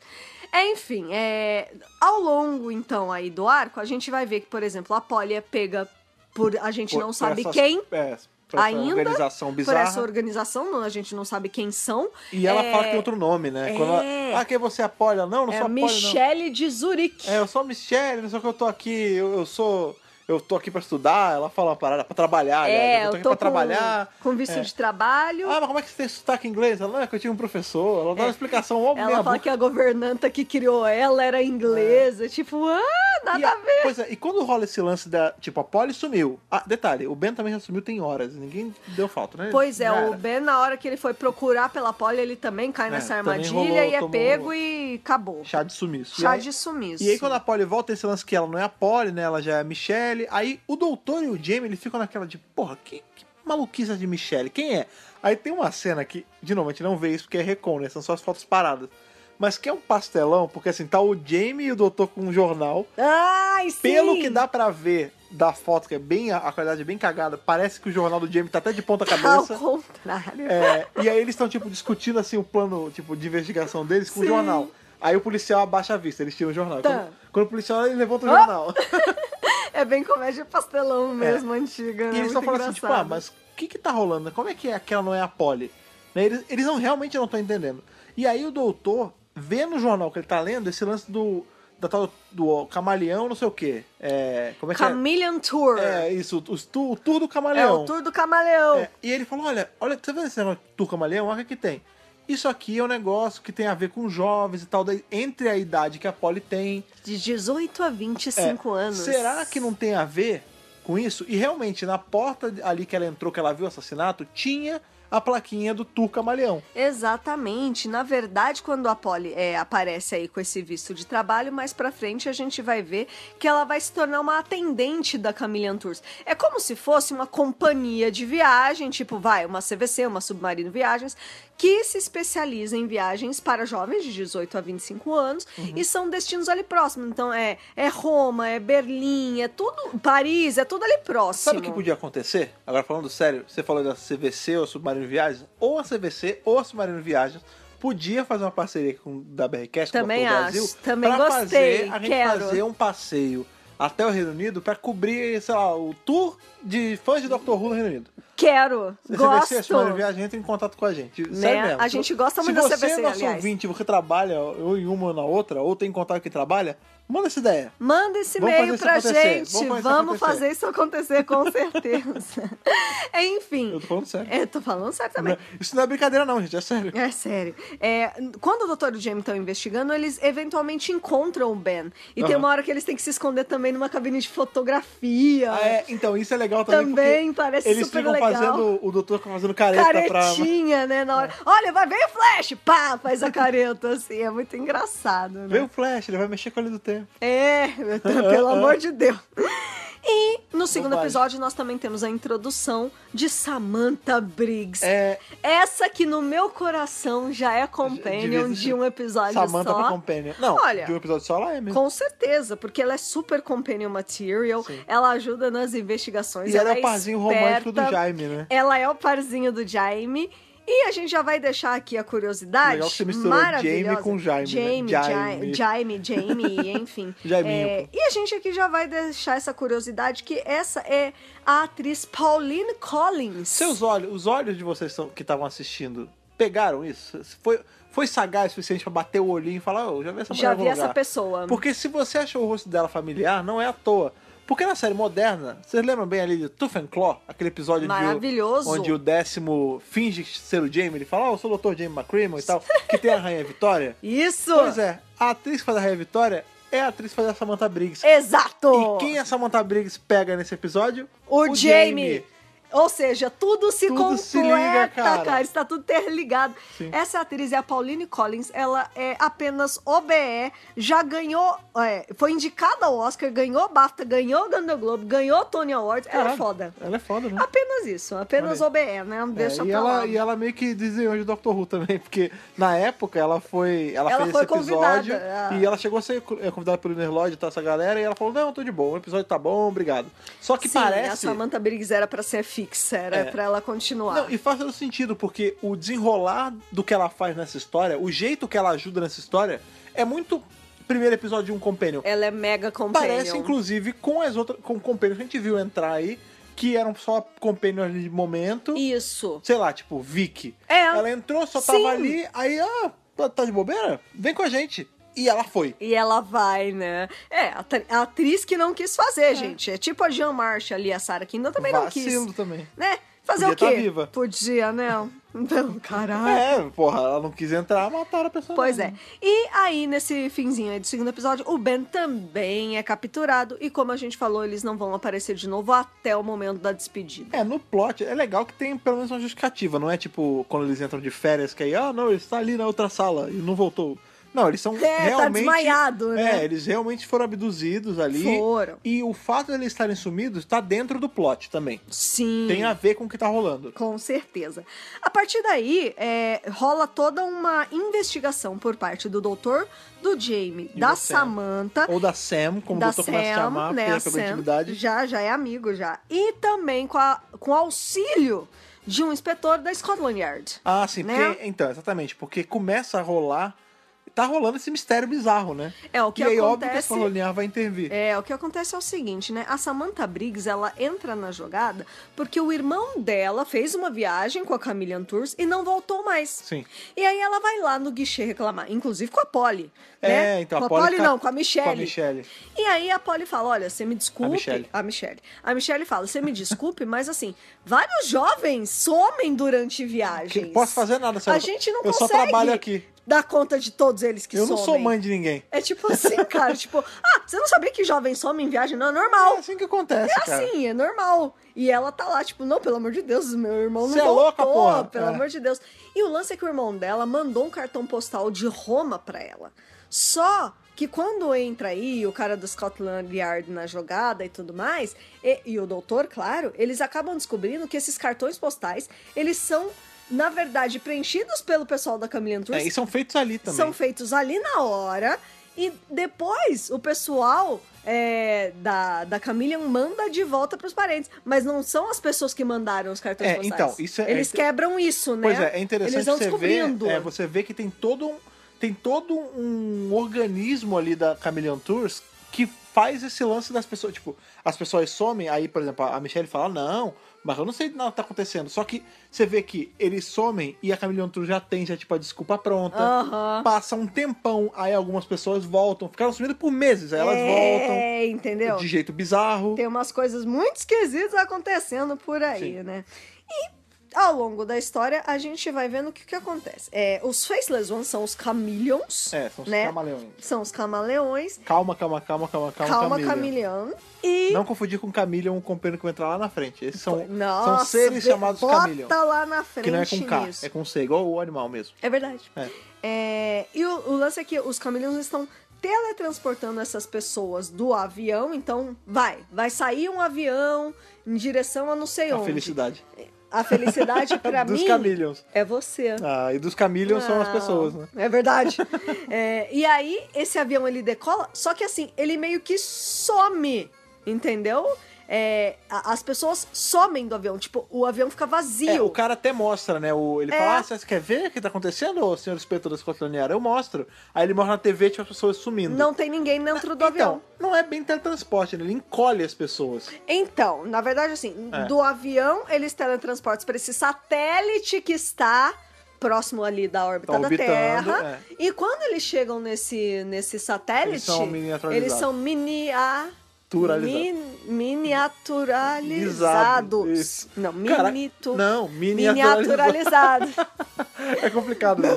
[SPEAKER 2] É, enfim, é, ao longo, então, aí do arco, a gente vai ver que, por exemplo, a Polly é pega por... A gente
[SPEAKER 1] Por-
[SPEAKER 2] não
[SPEAKER 1] por
[SPEAKER 2] sabe
[SPEAKER 1] essas-
[SPEAKER 2] quem,
[SPEAKER 1] É, por essa
[SPEAKER 2] ainda,
[SPEAKER 1] organização
[SPEAKER 2] por essa
[SPEAKER 1] bizarra.
[SPEAKER 2] organização, não- a gente não sabe quem são.
[SPEAKER 1] E ela
[SPEAKER 2] É,
[SPEAKER 1] fala que tem outro nome, né?
[SPEAKER 2] é.
[SPEAKER 1] Quando ela, ah, quem você apoia? Não, não
[SPEAKER 2] É
[SPEAKER 1] sou apoia,
[SPEAKER 2] a
[SPEAKER 1] não.
[SPEAKER 2] Michelle de Zurique.
[SPEAKER 1] É, eu sou a Michelle, não sei o que eu tô aqui, eu, eu sou. Eu tô aqui pra estudar, ela fala uma parada pra trabalhar, aliás, eu tô aqui pra
[SPEAKER 2] com,
[SPEAKER 1] trabalhar.
[SPEAKER 2] É, com visto
[SPEAKER 1] É.
[SPEAKER 2] de trabalho.
[SPEAKER 1] Ah, mas como é que você tem sotaque em inglês? Ela, não, é que eu tinha um professor, ela dá uma explicação, ó,
[SPEAKER 2] É. Ela
[SPEAKER 1] minha
[SPEAKER 2] fala
[SPEAKER 1] boca.
[SPEAKER 2] que a governanta que criou ela era inglesa. Tipo, ah, nada
[SPEAKER 1] E a- Pois é, e quando rola esse lance da. Tipo, a Polly sumiu. Ah, detalhe, o Ben também já sumiu tem horas, ninguém deu falta, né?
[SPEAKER 2] Pois é,
[SPEAKER 1] Já
[SPEAKER 2] o
[SPEAKER 1] era.
[SPEAKER 2] Ben, na hora que ele foi procurar pela Polly, ele também cai
[SPEAKER 1] É,
[SPEAKER 2] nessa
[SPEAKER 1] também
[SPEAKER 2] armadilha
[SPEAKER 1] rolou,
[SPEAKER 2] e é
[SPEAKER 1] tomou-
[SPEAKER 2] pego e acabou.
[SPEAKER 1] Chá de sumiço. E
[SPEAKER 2] Chá
[SPEAKER 1] aí-
[SPEAKER 2] de sumiço.
[SPEAKER 1] E aí quando a Polly volta, tem esse lance que ela não é a Polly, né? Ela já é a Michelle. Aí o doutor e o Jamie, eles ficam naquela de, porra, que, que maluquice essa de Michelle, quem é? Aí tem uma cena que, de novo, a gente não vê isso porque é recon, né? São só as fotos paradas. Mas que é um pastelão, porque assim, tá o Jamie e o doutor com um jornal.
[SPEAKER 2] Ai, sim!
[SPEAKER 1] Pelo que dá pra ver da foto, que é bem. A qualidade é bem cagada, parece que o jornal do Jamie tá até de ponta
[SPEAKER 2] [LAUGHS] Ao
[SPEAKER 1] cabeça.
[SPEAKER 2] contrário.
[SPEAKER 1] É, e aí eles estão, tipo, discutindo, assim, o plano, tipo, de investigação deles com
[SPEAKER 2] Sim.
[SPEAKER 1] o jornal. Aí o policial abaixa a vista, eles tiram o jornal.
[SPEAKER 2] Tá.
[SPEAKER 1] Quando, quando o policial ele levanta o
[SPEAKER 2] Ah!
[SPEAKER 1] jornal.
[SPEAKER 2] É bem comédia pastelão mesmo, antiga.
[SPEAKER 1] É. e
[SPEAKER 2] né?
[SPEAKER 1] eles
[SPEAKER 2] Muito
[SPEAKER 1] estão falando assim, tipo, ah,
[SPEAKER 2] engraçado.
[SPEAKER 1] mas o que que tá rolando? Como é que é que ela não é a Polly? Né, Eles, eles não, realmente não estão entendendo. E aí o doutor vê no jornal que ele tá lendo esse lance do, da tal do camaleão, não sei o quê. É, como é que
[SPEAKER 2] Chameleon Tour.
[SPEAKER 1] é? É isso, o, tu- o tour do
[SPEAKER 2] É
[SPEAKER 1] camaleão.
[SPEAKER 2] o tour do camaleão.
[SPEAKER 1] É, e ele falou: olha, olha, você vê esse negócio de turca maleão? Olha o que que tem. Isso aqui é um negócio que tem a ver com jovens e tal, daí, entre a idade que a Polly tem. é,
[SPEAKER 2] De 18 a 25 anos.
[SPEAKER 1] Será que não tem a ver com isso? E realmente, na porta ali que ela entrou, que ela viu o assassinato, tinha a plaquinha do turca maleão.
[SPEAKER 2] Exatamente. Na verdade, quando a Polly é, aparece aí com esse visto de trabalho, mais pra frente a gente vai ver que ela vai se tornar uma atendente da Camillion Tours. É como se fosse uma companhia de viagem, tipo, vai, uma CVC, uma Submarino Viagens, que se especializa em viagens para jovens de 18 a 25 anos
[SPEAKER 1] Uhum.
[SPEAKER 2] e são destinos ali próximos. Então é, é Roma, é Berlim, é tudo, Paris, é tudo ali próximo.
[SPEAKER 1] Sabe o que podia acontecer? Agora falando sério, você falou da CVC ou Submarino Viagens, ou a CVC ou a Submarino Viagens podia fazer uma parceria com da BRCast
[SPEAKER 2] Também
[SPEAKER 1] com a Tour
[SPEAKER 2] acho,
[SPEAKER 1] Brasil,
[SPEAKER 2] também
[SPEAKER 1] pra
[SPEAKER 2] gostei,
[SPEAKER 1] fazer a gente
[SPEAKER 2] quero.
[SPEAKER 1] fazer um passeio até o Reino Unido pra cobrir, sei lá, o tour de fãs de Doctor Who no Reino Unido.
[SPEAKER 2] Quero,
[SPEAKER 1] Se
[SPEAKER 2] gosto.
[SPEAKER 1] CVC, a Submarino Viagens, entra em contato com a gente.
[SPEAKER 2] Né?
[SPEAKER 1] Sério mesmo.
[SPEAKER 2] A gente gosta
[SPEAKER 1] Se
[SPEAKER 2] muito da
[SPEAKER 1] você
[SPEAKER 2] CVC,
[SPEAKER 1] é nosso
[SPEAKER 2] aliás.
[SPEAKER 1] ouvinte, você trabalha ou em uma ou na outra, ou tem contato que trabalha, manda essa ideia.
[SPEAKER 2] Manda esse
[SPEAKER 1] Vamos
[SPEAKER 2] e-mail
[SPEAKER 1] fazer
[SPEAKER 2] pra
[SPEAKER 1] isso acontecer,
[SPEAKER 2] gente.
[SPEAKER 1] vamos fazer
[SPEAKER 2] Vamos,
[SPEAKER 1] isso acontecer.
[SPEAKER 2] fazer isso acontecer,
[SPEAKER 1] [LAUGHS]
[SPEAKER 2] com certeza. Enfim.
[SPEAKER 1] Eu tô falando sério.
[SPEAKER 2] É, tô falando sério também.
[SPEAKER 1] Isso não é brincadeira não, gente, é sério.
[SPEAKER 2] É sério. É, quando o doutor e o Jamie estão investigando, eles eventualmente encontram o Ben. E tem
[SPEAKER 1] Aham.
[SPEAKER 2] uma hora que eles têm que se esconder também numa cabine de fotografia.
[SPEAKER 1] Ah, é. Então, isso é legal também.
[SPEAKER 2] Também
[SPEAKER 1] porque
[SPEAKER 2] parece
[SPEAKER 1] eles
[SPEAKER 2] super
[SPEAKER 1] ficam
[SPEAKER 2] legal.
[SPEAKER 1] fazendo. O doutor fica fazendo careta pra.
[SPEAKER 2] Caretinha, né? Na
[SPEAKER 1] É.
[SPEAKER 2] hora. Olha, vai ver o flash! Pá! Faz a careta assim. É muito engraçado, né?
[SPEAKER 1] Vê o Flash, ele vai mexer com a linha do tempo.
[SPEAKER 2] É,
[SPEAKER 1] [LAUGHS]
[SPEAKER 2] pelo amor de Deus. E no segundo
[SPEAKER 1] Bobagem.
[SPEAKER 2] episódio nós também temos a introdução de Samantha Briggs.
[SPEAKER 1] É,
[SPEAKER 2] Essa que no meu coração já é companion
[SPEAKER 1] Devia ser-
[SPEAKER 2] de um episódio
[SPEAKER 1] Samantha
[SPEAKER 2] só.
[SPEAKER 1] pra Companion. Não,
[SPEAKER 2] Olha.
[SPEAKER 1] de um episódio só ela é mesmo.
[SPEAKER 2] Com certeza, porque ela é super companion material,
[SPEAKER 1] Sim.
[SPEAKER 2] ela ajuda nas investigações.
[SPEAKER 1] E ela é o parzinho
[SPEAKER 2] parzinho
[SPEAKER 1] romântico do Jaime, né?
[SPEAKER 2] Ela é o parzinho do Jaime. E a gente já vai deixar aqui a curiosidade.
[SPEAKER 1] Legal que você misturou
[SPEAKER 2] maravilhosa.
[SPEAKER 1] Jamie com Jaime, né?
[SPEAKER 2] Jamie,
[SPEAKER 1] Jaime.
[SPEAKER 2] Jaime, Jaime, Jamie, enfim.
[SPEAKER 1] [LAUGHS] Jaiminho,
[SPEAKER 2] É, e a gente aqui já vai deixar essa curiosidade que essa é a atriz Pauline Collins.
[SPEAKER 1] Seus olhos, os olhos de vocês são- que estavam assistindo, pegaram isso? Foi, foi sagaz o suficiente pra bater o olhinho e falar, ô, já vi essa mulher
[SPEAKER 2] já
[SPEAKER 1] em algum
[SPEAKER 2] vi essa
[SPEAKER 1] lugar."
[SPEAKER 2] pessoa.
[SPEAKER 1] Porque se você achou o rosto dela familiar, não é à toa. Porque na série moderna, vocês lembram bem ali de Tooth and Claw? Aquele episódio onde o-
[SPEAKER 2] Maravilhoso.
[SPEAKER 1] onde o décimo finge ser o Jamie, ele fala, ó, eu sou o Dr. Jamie McCrimmon e tal, que tem a Rainha
[SPEAKER 2] [LAUGHS]
[SPEAKER 1] Vitória.
[SPEAKER 2] Isso!
[SPEAKER 1] Pois é, a atriz que faz a Rainha Vitória é a atriz que faz a Samantha Briggs.
[SPEAKER 2] Exato!
[SPEAKER 1] E quem a Samantha Briggs pega nesse episódio?
[SPEAKER 2] O, Jamie. Ou seja, tudo se
[SPEAKER 1] Tudo
[SPEAKER 2] completa,
[SPEAKER 1] se liga, cara.
[SPEAKER 2] cara. Está tudo interligado.
[SPEAKER 1] Sim.
[SPEAKER 2] Essa atriz é a Pauline Collins. Ela é apenas OBE. Já ganhou... é, foi indicada ao Oscar. Ganhou BAFTA. Ganhou Golden Globe. Ganhou Tony Awards. Ela é
[SPEAKER 1] Caralho,
[SPEAKER 2] foda.
[SPEAKER 1] Ela é foda, né?
[SPEAKER 2] Apenas isso. Apenas
[SPEAKER 1] Olha
[SPEAKER 2] OBE, né? Deixa
[SPEAKER 1] É, e,
[SPEAKER 2] pra
[SPEAKER 1] ela,
[SPEAKER 2] lá.
[SPEAKER 1] e ela meio que desenhou de Doctor Who também, [LAUGHS] porque na época ela foi. Ela,
[SPEAKER 2] Ela
[SPEAKER 1] fez
[SPEAKER 2] foi
[SPEAKER 1] esse episódio
[SPEAKER 2] convidada, é.
[SPEAKER 1] e ela chegou a ser co- é, convidada pelo Nerlod e tal, essa galera, e ela falou: não, tô de boa, o episódio tá bom, obrigado. Só que
[SPEAKER 2] Sim, a
[SPEAKER 1] parece.
[SPEAKER 2] Samantha Briggs era pra ser fixa. Era
[SPEAKER 1] É.
[SPEAKER 2] pra ela continuar.
[SPEAKER 1] Não, e faz todo sentido, porque o desenrolar do que ela faz nessa história, o jeito que ela ajuda nessa história, é muito primeiro episódio de um companion.
[SPEAKER 2] Ela é mega companion.
[SPEAKER 1] Parece, inclusive, com as outras. Com o companion que a gente viu entrar aí, que eram só companions ali de momento.
[SPEAKER 2] Isso.
[SPEAKER 1] Sei lá, tipo, Vicky.
[SPEAKER 2] É.
[SPEAKER 1] Ela entrou, só
[SPEAKER 2] Sim.
[SPEAKER 1] tava ali, aí, ah, tá- tá de bobeira? Vem com a gente. E ela foi.
[SPEAKER 2] E ela vai, né? É, a atri- a atriz que não quis fazer, gente. É tipo a Jean Marsh ali, a Sarah Kindle também
[SPEAKER 1] Vacilo
[SPEAKER 2] não quis.
[SPEAKER 1] também.
[SPEAKER 2] Né? Fazer
[SPEAKER 1] Podia
[SPEAKER 2] o quê?
[SPEAKER 1] tá viva.
[SPEAKER 2] Podia, né? Não, caralho.
[SPEAKER 1] É, porra, ela não quis entrar, mataram a pessoa.
[SPEAKER 2] Pois é. E aí, nesse finzinho aí do segundo episódio, o Ben também é capturado. E como a gente falou, eles não vão aparecer de novo até o momento da despedida.
[SPEAKER 1] É, no plot, é legal que tem pelo menos uma justificativa, não é tipo quando eles entram de férias que aí, ah, não, ele está ali na outra sala e não voltou. Não, eles são
[SPEAKER 2] É, tá
[SPEAKER 1] realmente...
[SPEAKER 2] desmaiado, né?
[SPEAKER 1] É, eles realmente foram abduzidos ali.
[SPEAKER 2] Foram.
[SPEAKER 1] E o fato de eles estarem sumidos tá dentro do plot também.
[SPEAKER 2] Sim.
[SPEAKER 1] Tem a ver com o que tá rolando.
[SPEAKER 2] Com certeza. A partir daí, é, rola toda uma investigação por parte do doutor, do Jamie,
[SPEAKER 1] E
[SPEAKER 2] da
[SPEAKER 1] da Sam.
[SPEAKER 2] Samantha.
[SPEAKER 1] Ou da Sam, como
[SPEAKER 2] da
[SPEAKER 1] o doutor começa a
[SPEAKER 2] Sam,
[SPEAKER 1] chamar,
[SPEAKER 2] né,
[SPEAKER 1] porque
[SPEAKER 2] a
[SPEAKER 1] já pegou
[SPEAKER 2] Sam,
[SPEAKER 1] intimidade.
[SPEAKER 2] Já, já é amigo já. E também com, a, com o auxílio de um inspetor da Scotland Yard.
[SPEAKER 1] Ah, sim,
[SPEAKER 2] né?
[SPEAKER 1] porque, então, exatamente, porque começa a rolar, tá rolando esse mistério bizarro, né?
[SPEAKER 2] É, o que
[SPEAKER 1] e aí, óbvio que a
[SPEAKER 2] acontece-
[SPEAKER 1] escola linear vai intervir.
[SPEAKER 2] É, o que acontece é o seguinte, né? A Samantha Briggs, ela entra na jogada porque o irmão dela fez uma viagem com a Camillian Tours e não voltou mais.
[SPEAKER 1] Sim.
[SPEAKER 2] E aí ela vai lá no guichê reclamar, inclusive com a Polly,
[SPEAKER 1] É,
[SPEAKER 2] né?
[SPEAKER 1] então
[SPEAKER 2] com
[SPEAKER 1] a Polly fica-
[SPEAKER 2] não, com a Michelle.
[SPEAKER 1] Com a Michelle.
[SPEAKER 2] E aí a Polly fala, olha, você me desculpe...
[SPEAKER 1] A Michelle.
[SPEAKER 2] A Michelle. A Michelle fala, você me desculpe, mas assim, vários jovens somem durante viagens.
[SPEAKER 1] Que não posso fazer nada,
[SPEAKER 2] A
[SPEAKER 1] senhora.
[SPEAKER 2] gente não
[SPEAKER 1] Eu só
[SPEAKER 2] consegue
[SPEAKER 1] trabalho aqui.
[SPEAKER 2] dar conta de todos eles que
[SPEAKER 1] Eu
[SPEAKER 2] somem.
[SPEAKER 1] não sou mãe de ninguém.
[SPEAKER 2] É tipo assim, [LAUGHS] cara, tipo, ah, você não sabia que jovens somem em viagem? Não, é normal.
[SPEAKER 1] É assim que acontece,
[SPEAKER 2] É
[SPEAKER 1] cara.
[SPEAKER 2] assim, é normal. E ela tá lá, tipo, não, pelo amor de Deus, meu irmão não
[SPEAKER 1] Cê é
[SPEAKER 2] voltou,
[SPEAKER 1] louca, porra.
[SPEAKER 2] pelo
[SPEAKER 1] É.
[SPEAKER 2] amor de Deus. E o lance é que o irmão dela mandou um cartão postal de Roma pra ela. Só que quando entra aí o cara do Scotland Yard na jogada e tudo mais, e, e o doutor, claro, eles acabam descobrindo que esses cartões postais, eles são, na verdade, preenchidos pelo pessoal da Camille Tours
[SPEAKER 1] É, e são feitos ali também.
[SPEAKER 2] são feitos ali na hora e depois o pessoal é, da, da Camillion manda de volta pros parentes. Mas não são as pessoas que mandaram os cartões
[SPEAKER 1] É,
[SPEAKER 2] postais.
[SPEAKER 1] então, isso é-
[SPEAKER 2] Eles
[SPEAKER 1] é-
[SPEAKER 2] quebram isso, né?
[SPEAKER 1] Pois é, é interessante
[SPEAKER 2] Eles vão
[SPEAKER 1] você
[SPEAKER 2] descobrindo.
[SPEAKER 1] ver. é, você vê que tem todo um, tem todo um organismo ali da Chameleon Tours que faz esse lance das pessoas. Tipo, as pessoas somem, aí, por exemplo, a Michelle fala, não, mas eu não sei nada que tá acontecendo. Só que você vê que eles somem e a Chameleon Tours já tem, já, tipo, a desculpa pronta.
[SPEAKER 2] Aham.
[SPEAKER 1] Passa um tempão, aí algumas pessoas voltam. Ficaram sumidas por meses, aí elas voltam.
[SPEAKER 2] É, entendeu?
[SPEAKER 1] De jeito bizarro.
[SPEAKER 2] Tem umas coisas muito esquisitas acontecendo por aí,
[SPEAKER 1] Sim.
[SPEAKER 2] né? E ao longo da história, a gente vai vendo que o que acontece. É, os Faceless Ones são os Chameleons.
[SPEAKER 1] É, são os
[SPEAKER 2] né?
[SPEAKER 1] camaleões.
[SPEAKER 2] São os camaleões.
[SPEAKER 1] Calma, calma, calma, calma, calma.
[SPEAKER 2] Calma,
[SPEAKER 1] Camila.
[SPEAKER 2] Camaleão. E.
[SPEAKER 1] Não confundir com Camillion, o companheiro que vai entrar lá na frente. Esses são,
[SPEAKER 2] Nossa,
[SPEAKER 1] são seres
[SPEAKER 2] be-
[SPEAKER 1] chamados
[SPEAKER 2] bota
[SPEAKER 1] Camillion.
[SPEAKER 2] lá na frente
[SPEAKER 1] Que não é com K,
[SPEAKER 2] nisso.
[SPEAKER 1] é com C, igual o animal mesmo.
[SPEAKER 2] É verdade.
[SPEAKER 1] É.
[SPEAKER 2] É, e o, o lance é que os camaleões estão teletransportando essas pessoas do avião, então vai, vai sair um avião em direção a não sei
[SPEAKER 1] A
[SPEAKER 2] onde.
[SPEAKER 1] felicidade.
[SPEAKER 2] A felicidade
[SPEAKER 1] [LAUGHS]
[SPEAKER 2] para
[SPEAKER 1] dos
[SPEAKER 2] mim
[SPEAKER 1] Camillions.
[SPEAKER 2] é você.
[SPEAKER 1] Ah, e dos Camillions são as
[SPEAKER 2] Não,
[SPEAKER 1] pessoas, né?
[SPEAKER 2] É verdade. [LAUGHS] É, e aí, esse avião ele decola, só que assim, ele meio que some, entendeu? É, a- as pessoas somem do avião, tipo, o avião fica vazio.
[SPEAKER 1] É, o cara até mostra, né? O, ele
[SPEAKER 2] É.
[SPEAKER 1] fala, ah, você quer ver o que tá acontecendo, ô senhor inspetor da Scotland Yard? Eu mostro. Aí ele mostra na TV, tipo, as pessoas sumindo.
[SPEAKER 2] Não tem ninguém dentro do avião.
[SPEAKER 1] Então, não é bem teletransporte, né? Ele encolhe as pessoas. [LAUGHS]
[SPEAKER 2] Então, na verdade, assim,
[SPEAKER 1] É.
[SPEAKER 2] do avião eles teletransportam para esse satélite que está próximo ali da órbita
[SPEAKER 1] Tá
[SPEAKER 2] da
[SPEAKER 1] orbitando, é.
[SPEAKER 2] Terra. E quando eles chegam nesse, nesse satélite,
[SPEAKER 1] Eles são miniaturizados.
[SPEAKER 2] eles são minia-
[SPEAKER 1] Turalizados.
[SPEAKER 2] min- miniaturalizados.
[SPEAKER 1] Isso.
[SPEAKER 2] Não,
[SPEAKER 1] Cara,
[SPEAKER 2] minitu-
[SPEAKER 1] Não, miniaturalizado.
[SPEAKER 2] miniaturalizados.
[SPEAKER 1] é complicado, né?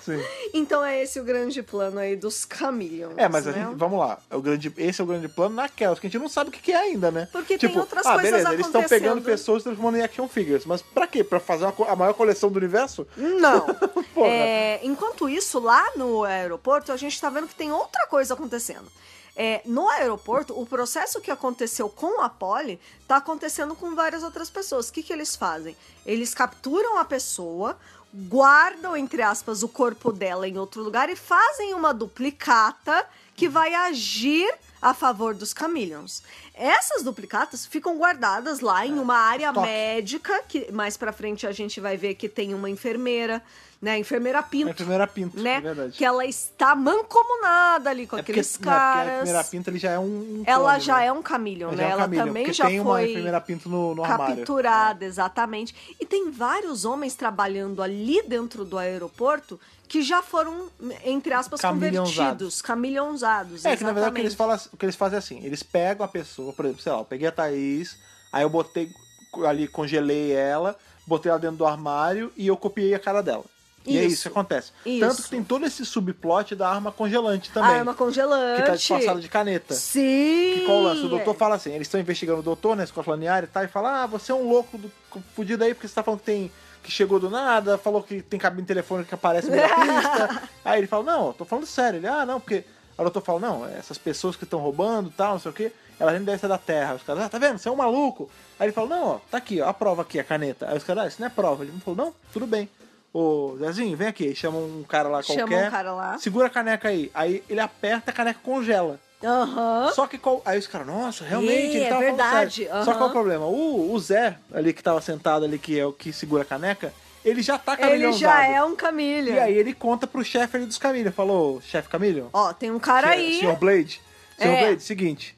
[SPEAKER 1] Sim.
[SPEAKER 2] [LAUGHS] então é esse o grande plano aí dos caminhões.
[SPEAKER 1] É, mas a
[SPEAKER 2] né?
[SPEAKER 1] gente- vamos lá. É o grande, esse é o grande plano naquelas, que a gente não sabe o que que é ainda, né?
[SPEAKER 2] Porque tem
[SPEAKER 1] tipo,
[SPEAKER 2] outras
[SPEAKER 1] ah,
[SPEAKER 2] coisas
[SPEAKER 1] beleza, eles estão pegando
[SPEAKER 2] acontecendo.
[SPEAKER 1] pessoas e transformando em action figures. Mas pra quê? Pra fazer uma co- a maior coleção do universo?
[SPEAKER 2] Não.
[SPEAKER 1] Porra.
[SPEAKER 2] É, enquanto isso, lá no aeroporto, a gente tá vendo que tem outra coisa acontecendo. É, no aeroporto, o processo que aconteceu com a Polly tá acontecendo com várias outras pessoas. O que, que eles fazem? Eles capturam a pessoa, guardam, entre aspas, o corpo dela em outro lugar e fazem uma duplicata que vai agir a favor dos Chameleons. Essas duplicatas ficam guardadas lá em uma área
[SPEAKER 1] estoque.
[SPEAKER 2] médica, que mais pra frente a gente vai ver que tem uma enfermeira, né? a Enfermeira
[SPEAKER 1] É a
[SPEAKER 2] Pinto,
[SPEAKER 1] primeira pinta,
[SPEAKER 2] né?
[SPEAKER 1] é verdade.
[SPEAKER 2] que ela está mancomunada ali com
[SPEAKER 1] É porque-
[SPEAKER 2] aqueles
[SPEAKER 1] né, porque
[SPEAKER 2] caras.
[SPEAKER 1] a primeira pinta ele já é um. um
[SPEAKER 2] ela
[SPEAKER 1] clone,
[SPEAKER 2] já
[SPEAKER 1] né?
[SPEAKER 2] é um Chameleon,
[SPEAKER 1] Ele
[SPEAKER 2] né?
[SPEAKER 1] é um
[SPEAKER 2] ela
[SPEAKER 1] Chameleon,
[SPEAKER 2] também
[SPEAKER 1] porque
[SPEAKER 2] já
[SPEAKER 1] tem uma
[SPEAKER 2] foi
[SPEAKER 1] primeira pinto no, no armário. né?
[SPEAKER 2] capturada, exatamente. E tem vários homens trabalhando ali dentro do aeroporto que já foram, entre aspas,
[SPEAKER 1] Chameleonzados.
[SPEAKER 2] convertidos, camilhãozados.
[SPEAKER 1] É que na verdade o que, eles falam, o que eles fazem é assim: eles pegam a pessoa, por exemplo, sei lá, eu peguei a Thaís, aí eu botei ali, congelei ela, botei ela dentro do armário e eu copiei a cara dela. E é
[SPEAKER 2] Isso.
[SPEAKER 1] isso que acontece.
[SPEAKER 2] Isso.
[SPEAKER 1] Tanto que tem todo esse subplot da arma congelante também.
[SPEAKER 2] Arma Ah, é congelante.
[SPEAKER 1] Que tá disfarçada de caneta.
[SPEAKER 2] Sim. é.
[SPEAKER 1] Que qual o lance? O doutor fala assim, eles estão investigando o doutor, né? Scotland Yard e tal, e fala, ah, você é um louco do, fudido aí, porque você tá falando que tem. que chegou do nada, falou que tem cabine telefônica que aparece na
[SPEAKER 2] [LAUGHS]
[SPEAKER 1] pista. aí ele fala, não, eu tô falando sério. Ele, ah, não, porque. Aí o doutor fala, não, essas pessoas que estão roubando e tal, não sei o quê, elas nem devem ser da terra. Os caras, ah, tá vendo? Você é um maluco. Aí ele fala, não, ó, tá aqui, ó, a prova aqui, a caneta. Aí os caras, ah, isso não é prova. Ele falou, não, tudo bem. Ô, Zezinho, vem aqui. Aí Chama um cara lá
[SPEAKER 2] Chama um
[SPEAKER 1] qualquer.
[SPEAKER 2] cara lá.
[SPEAKER 1] Segura a caneca aí. Aí ele aperta, a caneca congela.
[SPEAKER 2] Aham.
[SPEAKER 1] Só que qual. Aí os caras, nossa, realmente,
[SPEAKER 2] Ih,
[SPEAKER 1] ele
[SPEAKER 2] é
[SPEAKER 1] tava falando
[SPEAKER 2] verdade,
[SPEAKER 1] sério.
[SPEAKER 2] aham.
[SPEAKER 1] Só que qual é o problema? O, o Zé, ali que tava sentado ali, que é o que segura a caneca, ele já tá
[SPEAKER 2] Ele já
[SPEAKER 1] camilhãozado.
[SPEAKER 2] é um Chameleon.
[SPEAKER 1] E aí ele conta pro chefe ali dos Camilho. Falou, chefe Camilho?
[SPEAKER 2] Ó, tem um cara aí.
[SPEAKER 1] Senhor Blade? Senhor
[SPEAKER 2] É.
[SPEAKER 1] Blade, seguinte.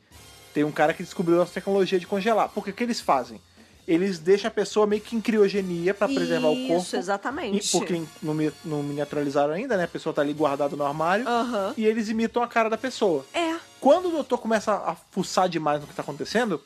[SPEAKER 1] Tem um cara que descobriu nossa tecnologia de congelar. Porque o que eles fazem? Eles deixam a pessoa meio que em criogenia pra preservar o corpo.
[SPEAKER 2] Isso, exatamente.
[SPEAKER 1] E um porque não, mi- não miniaturizaram ainda, né? A pessoa tá ali guardada no armário.
[SPEAKER 2] Aham.
[SPEAKER 1] E eles imitam a cara da pessoa.
[SPEAKER 2] É.
[SPEAKER 1] Quando o doutor começa a fuçar demais no que tá acontecendo,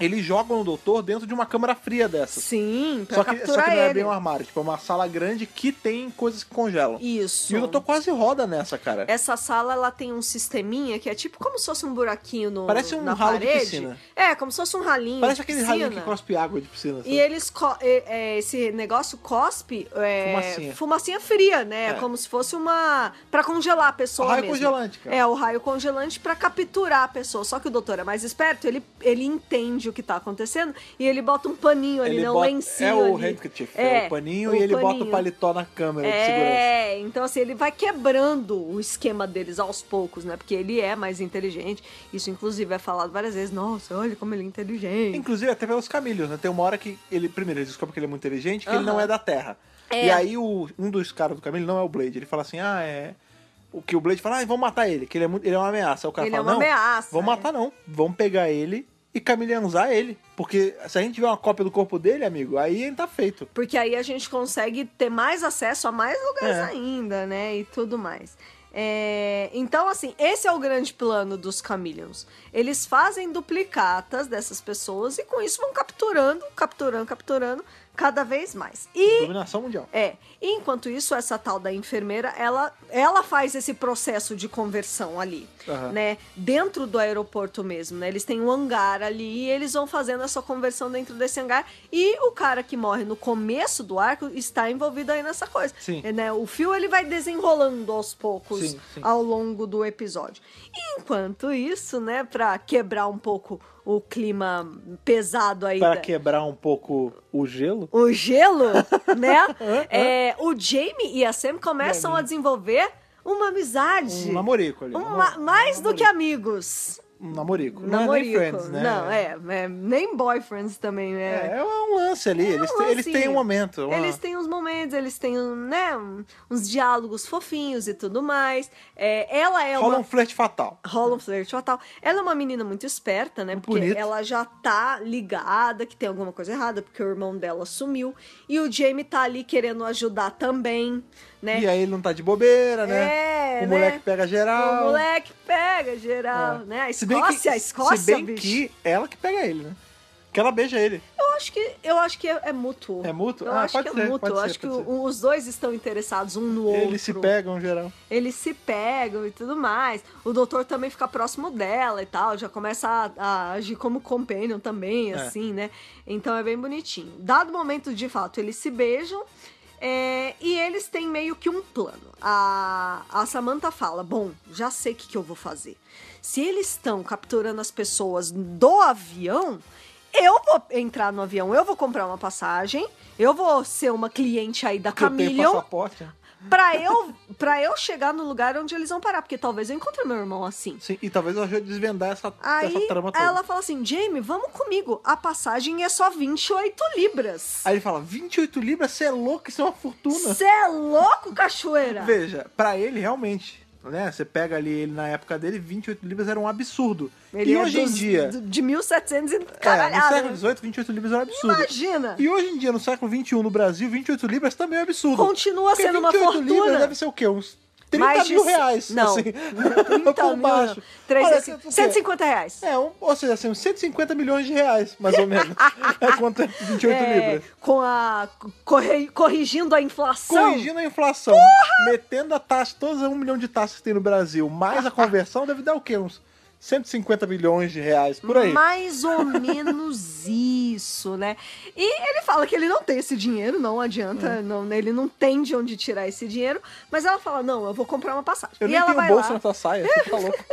[SPEAKER 1] eles jogam o doutor dentro de uma câmara fria dessas.
[SPEAKER 2] Sim, pra
[SPEAKER 1] Só que, só
[SPEAKER 2] capturar
[SPEAKER 1] que não é
[SPEAKER 2] ele.
[SPEAKER 1] bem um armário, tipo, é uma sala grande que tem coisas que congelam.
[SPEAKER 2] Isso. É
[SPEAKER 1] E o doutor quase roda nessa, cara.
[SPEAKER 2] Essa sala ela tem um sisteminha que é tipo como se fosse um buraquinho no
[SPEAKER 1] Parece um
[SPEAKER 2] na
[SPEAKER 1] ralo de
[SPEAKER 2] parede.
[SPEAKER 1] piscina.
[SPEAKER 2] É, como se fosse um ralinho.
[SPEAKER 1] Parece
[SPEAKER 2] de
[SPEAKER 1] aquele
[SPEAKER 2] piscina.
[SPEAKER 1] ralinho que cospe água de piscina. sabe?
[SPEAKER 2] E eles co- e- é, esse negócio cospe é,
[SPEAKER 1] Fumacinha.
[SPEAKER 2] fumacinha fria, né?
[SPEAKER 1] É.
[SPEAKER 2] Como se fosse uma Pra congelar a pessoa
[SPEAKER 1] Raio
[SPEAKER 2] mesmo.
[SPEAKER 1] congelante, cara.
[SPEAKER 2] É, o raio congelante pra capturar a pessoa. Só que o doutor é mais esperto, ele, ele entende o que tá acontecendo e ele bota um paninho ali, né? Um
[SPEAKER 1] bota-
[SPEAKER 2] lencinho
[SPEAKER 1] é o
[SPEAKER 2] ali.
[SPEAKER 1] handkerchief, é, o paninho, e ele bota o
[SPEAKER 2] paninho.
[SPEAKER 1] paletó na câmera de segurança.
[SPEAKER 2] É, então assim, ele vai quebrando o esquema deles aos poucos, né? Porque ele é mais inteligente. Isso, inclusive, é falado várias vezes. Nossa, olha como ele é inteligente.
[SPEAKER 1] Inclusive até pelos camelhos, né? Tem uma hora que ele, primeiro, ele descobre que ele é muito inteligente, que ele
[SPEAKER 2] Aham.
[SPEAKER 1] não é da Terra.
[SPEAKER 2] É.
[SPEAKER 1] E aí o, um dos caras do camelho não é o Blade, ele fala assim, ah, é... O que o Blade fala, ah, vamos matar ele, que ele é, muito, ele é uma ameaça. Aí o cara
[SPEAKER 2] Ele é
[SPEAKER 1] fala,
[SPEAKER 2] uma
[SPEAKER 1] não,
[SPEAKER 2] ameaça,
[SPEAKER 1] vamos
[SPEAKER 2] é."
[SPEAKER 1] matar não, vamos pegar ele e camilhanzar ele. Porque se a gente tiver uma cópia do corpo dele, amigo, aí ele tá feito.
[SPEAKER 2] Porque aí a gente consegue ter mais acesso a mais lugares
[SPEAKER 1] É.
[SPEAKER 2] ainda, né? E tudo mais. É, então, assim, esse é o grande plano dos Chameleons. Eles fazem duplicatas dessas pessoas e com isso vão capturando, capturando, capturando, cada vez mais. E
[SPEAKER 1] Dominação mundial.
[SPEAKER 2] é. Enquanto isso, essa tal da enfermeira, ela, ela faz esse processo de conversão ali,
[SPEAKER 1] Aham.
[SPEAKER 2] né? Dentro do aeroporto mesmo, né? Eles têm um hangar ali e eles vão fazendo essa conversão dentro desse hangar. E o cara que morre no começo do arco está envolvido aí nessa coisa.
[SPEAKER 1] Sim.
[SPEAKER 2] É, né? O fio ele vai desenrolando aos poucos
[SPEAKER 1] Sim, sim.
[SPEAKER 2] ao longo do episódio. E enquanto isso, né, pra quebrar um pouco o clima pesado aí
[SPEAKER 1] Para
[SPEAKER 2] da-
[SPEAKER 1] quebrar um pouco o gelo. [LAUGHS]
[SPEAKER 2] o gelo, né?
[SPEAKER 1] Hã?
[SPEAKER 2] É, o Jamie e a Sam começam a desenvolver uma amizade.
[SPEAKER 1] Um namorico ali. um
[SPEAKER 2] Uma-
[SPEAKER 1] namo-
[SPEAKER 2] mais
[SPEAKER 1] um
[SPEAKER 2] do que amigos.
[SPEAKER 1] Um namorico. Não
[SPEAKER 2] Namorico.
[SPEAKER 1] é nem friends, né?
[SPEAKER 2] Não, é, é, Nem boyfriends também, né?
[SPEAKER 1] É, é um lance ali.
[SPEAKER 2] É um
[SPEAKER 1] eles, têm- eles
[SPEAKER 2] lance.
[SPEAKER 1] têm um momento. uma-
[SPEAKER 2] Eles têm uns momentos, eles têm né, um- uns diálogos fofinhos e tudo mais. É, ela é
[SPEAKER 1] Rola
[SPEAKER 2] uma
[SPEAKER 1] um flerte fatal.
[SPEAKER 2] rola um flerte fatal. Ela é uma menina muito esperta, né? Porque
[SPEAKER 1] Bonito.
[SPEAKER 2] ela já tá ligada que tem alguma coisa errada, porque o irmão dela sumiu. E o Jamie tá ali querendo ajudar também, né?
[SPEAKER 1] E aí ele não tá de bobeira, né?
[SPEAKER 2] É,
[SPEAKER 1] o
[SPEAKER 2] né?
[SPEAKER 1] moleque pega geral.
[SPEAKER 2] O moleque pega geral,
[SPEAKER 1] É.
[SPEAKER 2] né? A
[SPEAKER 1] Se bem
[SPEAKER 2] Escócia,
[SPEAKER 1] que-
[SPEAKER 2] a Escócia,
[SPEAKER 1] Se bem
[SPEAKER 2] bicho.
[SPEAKER 1] que ela que pega ele, né? Que ela beija ele.
[SPEAKER 2] Eu acho que, eu acho que é, é mútuo.
[SPEAKER 1] É mútuo?
[SPEAKER 2] Eu
[SPEAKER 1] Ah,
[SPEAKER 2] acho
[SPEAKER 1] pode
[SPEAKER 2] que é
[SPEAKER 1] ser,
[SPEAKER 2] mútuo.
[SPEAKER 1] pode
[SPEAKER 2] Eu
[SPEAKER 1] ser,
[SPEAKER 2] acho que
[SPEAKER 1] pode ser.
[SPEAKER 2] o- os dois estão interessados um no outro.
[SPEAKER 1] Eles se pegam geral.
[SPEAKER 2] eles se pegam e tudo mais. O doutor também fica próximo dela e tal, já começa a, a agir como companion também,
[SPEAKER 1] É.
[SPEAKER 2] assim, né? Então é bem bonitinho. Dado o momento, de fato, eles se beijam é, e eles têm meio que um plano. A, a Samantha fala: Bom, já sei o que, que eu vou fazer. Se eles estão capturando as pessoas do avião. Eu vou entrar no avião, eu vou comprar uma passagem, eu vou ser uma cliente aí da
[SPEAKER 1] Que eu tenho
[SPEAKER 2] Camillion.
[SPEAKER 1] passaporte. né?
[SPEAKER 2] Pra eu, pra eu chegar no lugar onde eles vão parar, porque talvez eu encontre meu irmão assim.
[SPEAKER 1] Sim, e talvez eu ajude a desvendar essa,
[SPEAKER 2] Aí
[SPEAKER 1] essa trama toda.
[SPEAKER 2] ela fala assim: Jamie, vamos comigo. A passagem é só 28 libras.
[SPEAKER 1] Aí ele fala: 28 libras, você é louco, isso é uma fortuna.
[SPEAKER 2] Você é louco, cachoeira?
[SPEAKER 1] Veja, pra ele realmente, né? Você pega ali ele na época dele, 28 libras era um absurdo.
[SPEAKER 2] Ele
[SPEAKER 1] e
[SPEAKER 2] é
[SPEAKER 1] hoje
[SPEAKER 2] dos- né?
[SPEAKER 1] em dia.
[SPEAKER 2] do- De 1700 e
[SPEAKER 1] É, no
[SPEAKER 2] caralhada.
[SPEAKER 1] século XVIII, 28 libras era um absurdo.
[SPEAKER 2] Imagina!
[SPEAKER 1] E hoje em dia, no século XXI, no Brasil, 28 libras também é um absurdo.
[SPEAKER 2] Continua
[SPEAKER 1] Porque
[SPEAKER 2] sendo uma
[SPEAKER 1] 28
[SPEAKER 2] fortuna.
[SPEAKER 1] libras deve ser o quê? Uns 30
[SPEAKER 2] Mais de
[SPEAKER 1] mil
[SPEAKER 2] c-
[SPEAKER 1] reais.
[SPEAKER 2] Não.
[SPEAKER 1] Assim,
[SPEAKER 2] 30
[SPEAKER 1] [LAUGHS] por
[SPEAKER 2] mil,
[SPEAKER 1] baixo. Olha, o quê?
[SPEAKER 2] 350, 150 reais.
[SPEAKER 1] É, um- ou seja, assim, uns 150 milhões de reais, mais ou
[SPEAKER 2] [LAUGHS]
[SPEAKER 1] menos. é quanto é 28
[SPEAKER 2] É,
[SPEAKER 1] libras.
[SPEAKER 2] Com a. corre- corrigindo a inflação.
[SPEAKER 1] Corrigindo a inflação, metendo a taxa, todas as um milhão de taxas que tem no Brasil, mais a conversão, deve dar o quê? Uns 150 bilhões de reais, por aí. [LAUGHS]
[SPEAKER 2] Mais ou menos isso, né? E ele fala que ele não tem esse dinheiro, não
[SPEAKER 1] É.
[SPEAKER 2] adianta, não, né? ele não tem de onde tirar esse dinheiro, mas ela fala: não, eu vou comprar uma passagem.
[SPEAKER 1] Eu
[SPEAKER 2] e
[SPEAKER 1] nem
[SPEAKER 2] ela
[SPEAKER 1] tenho
[SPEAKER 2] vai
[SPEAKER 1] bolsa na
[SPEAKER 2] lá,
[SPEAKER 1] sua saia, você tá louco,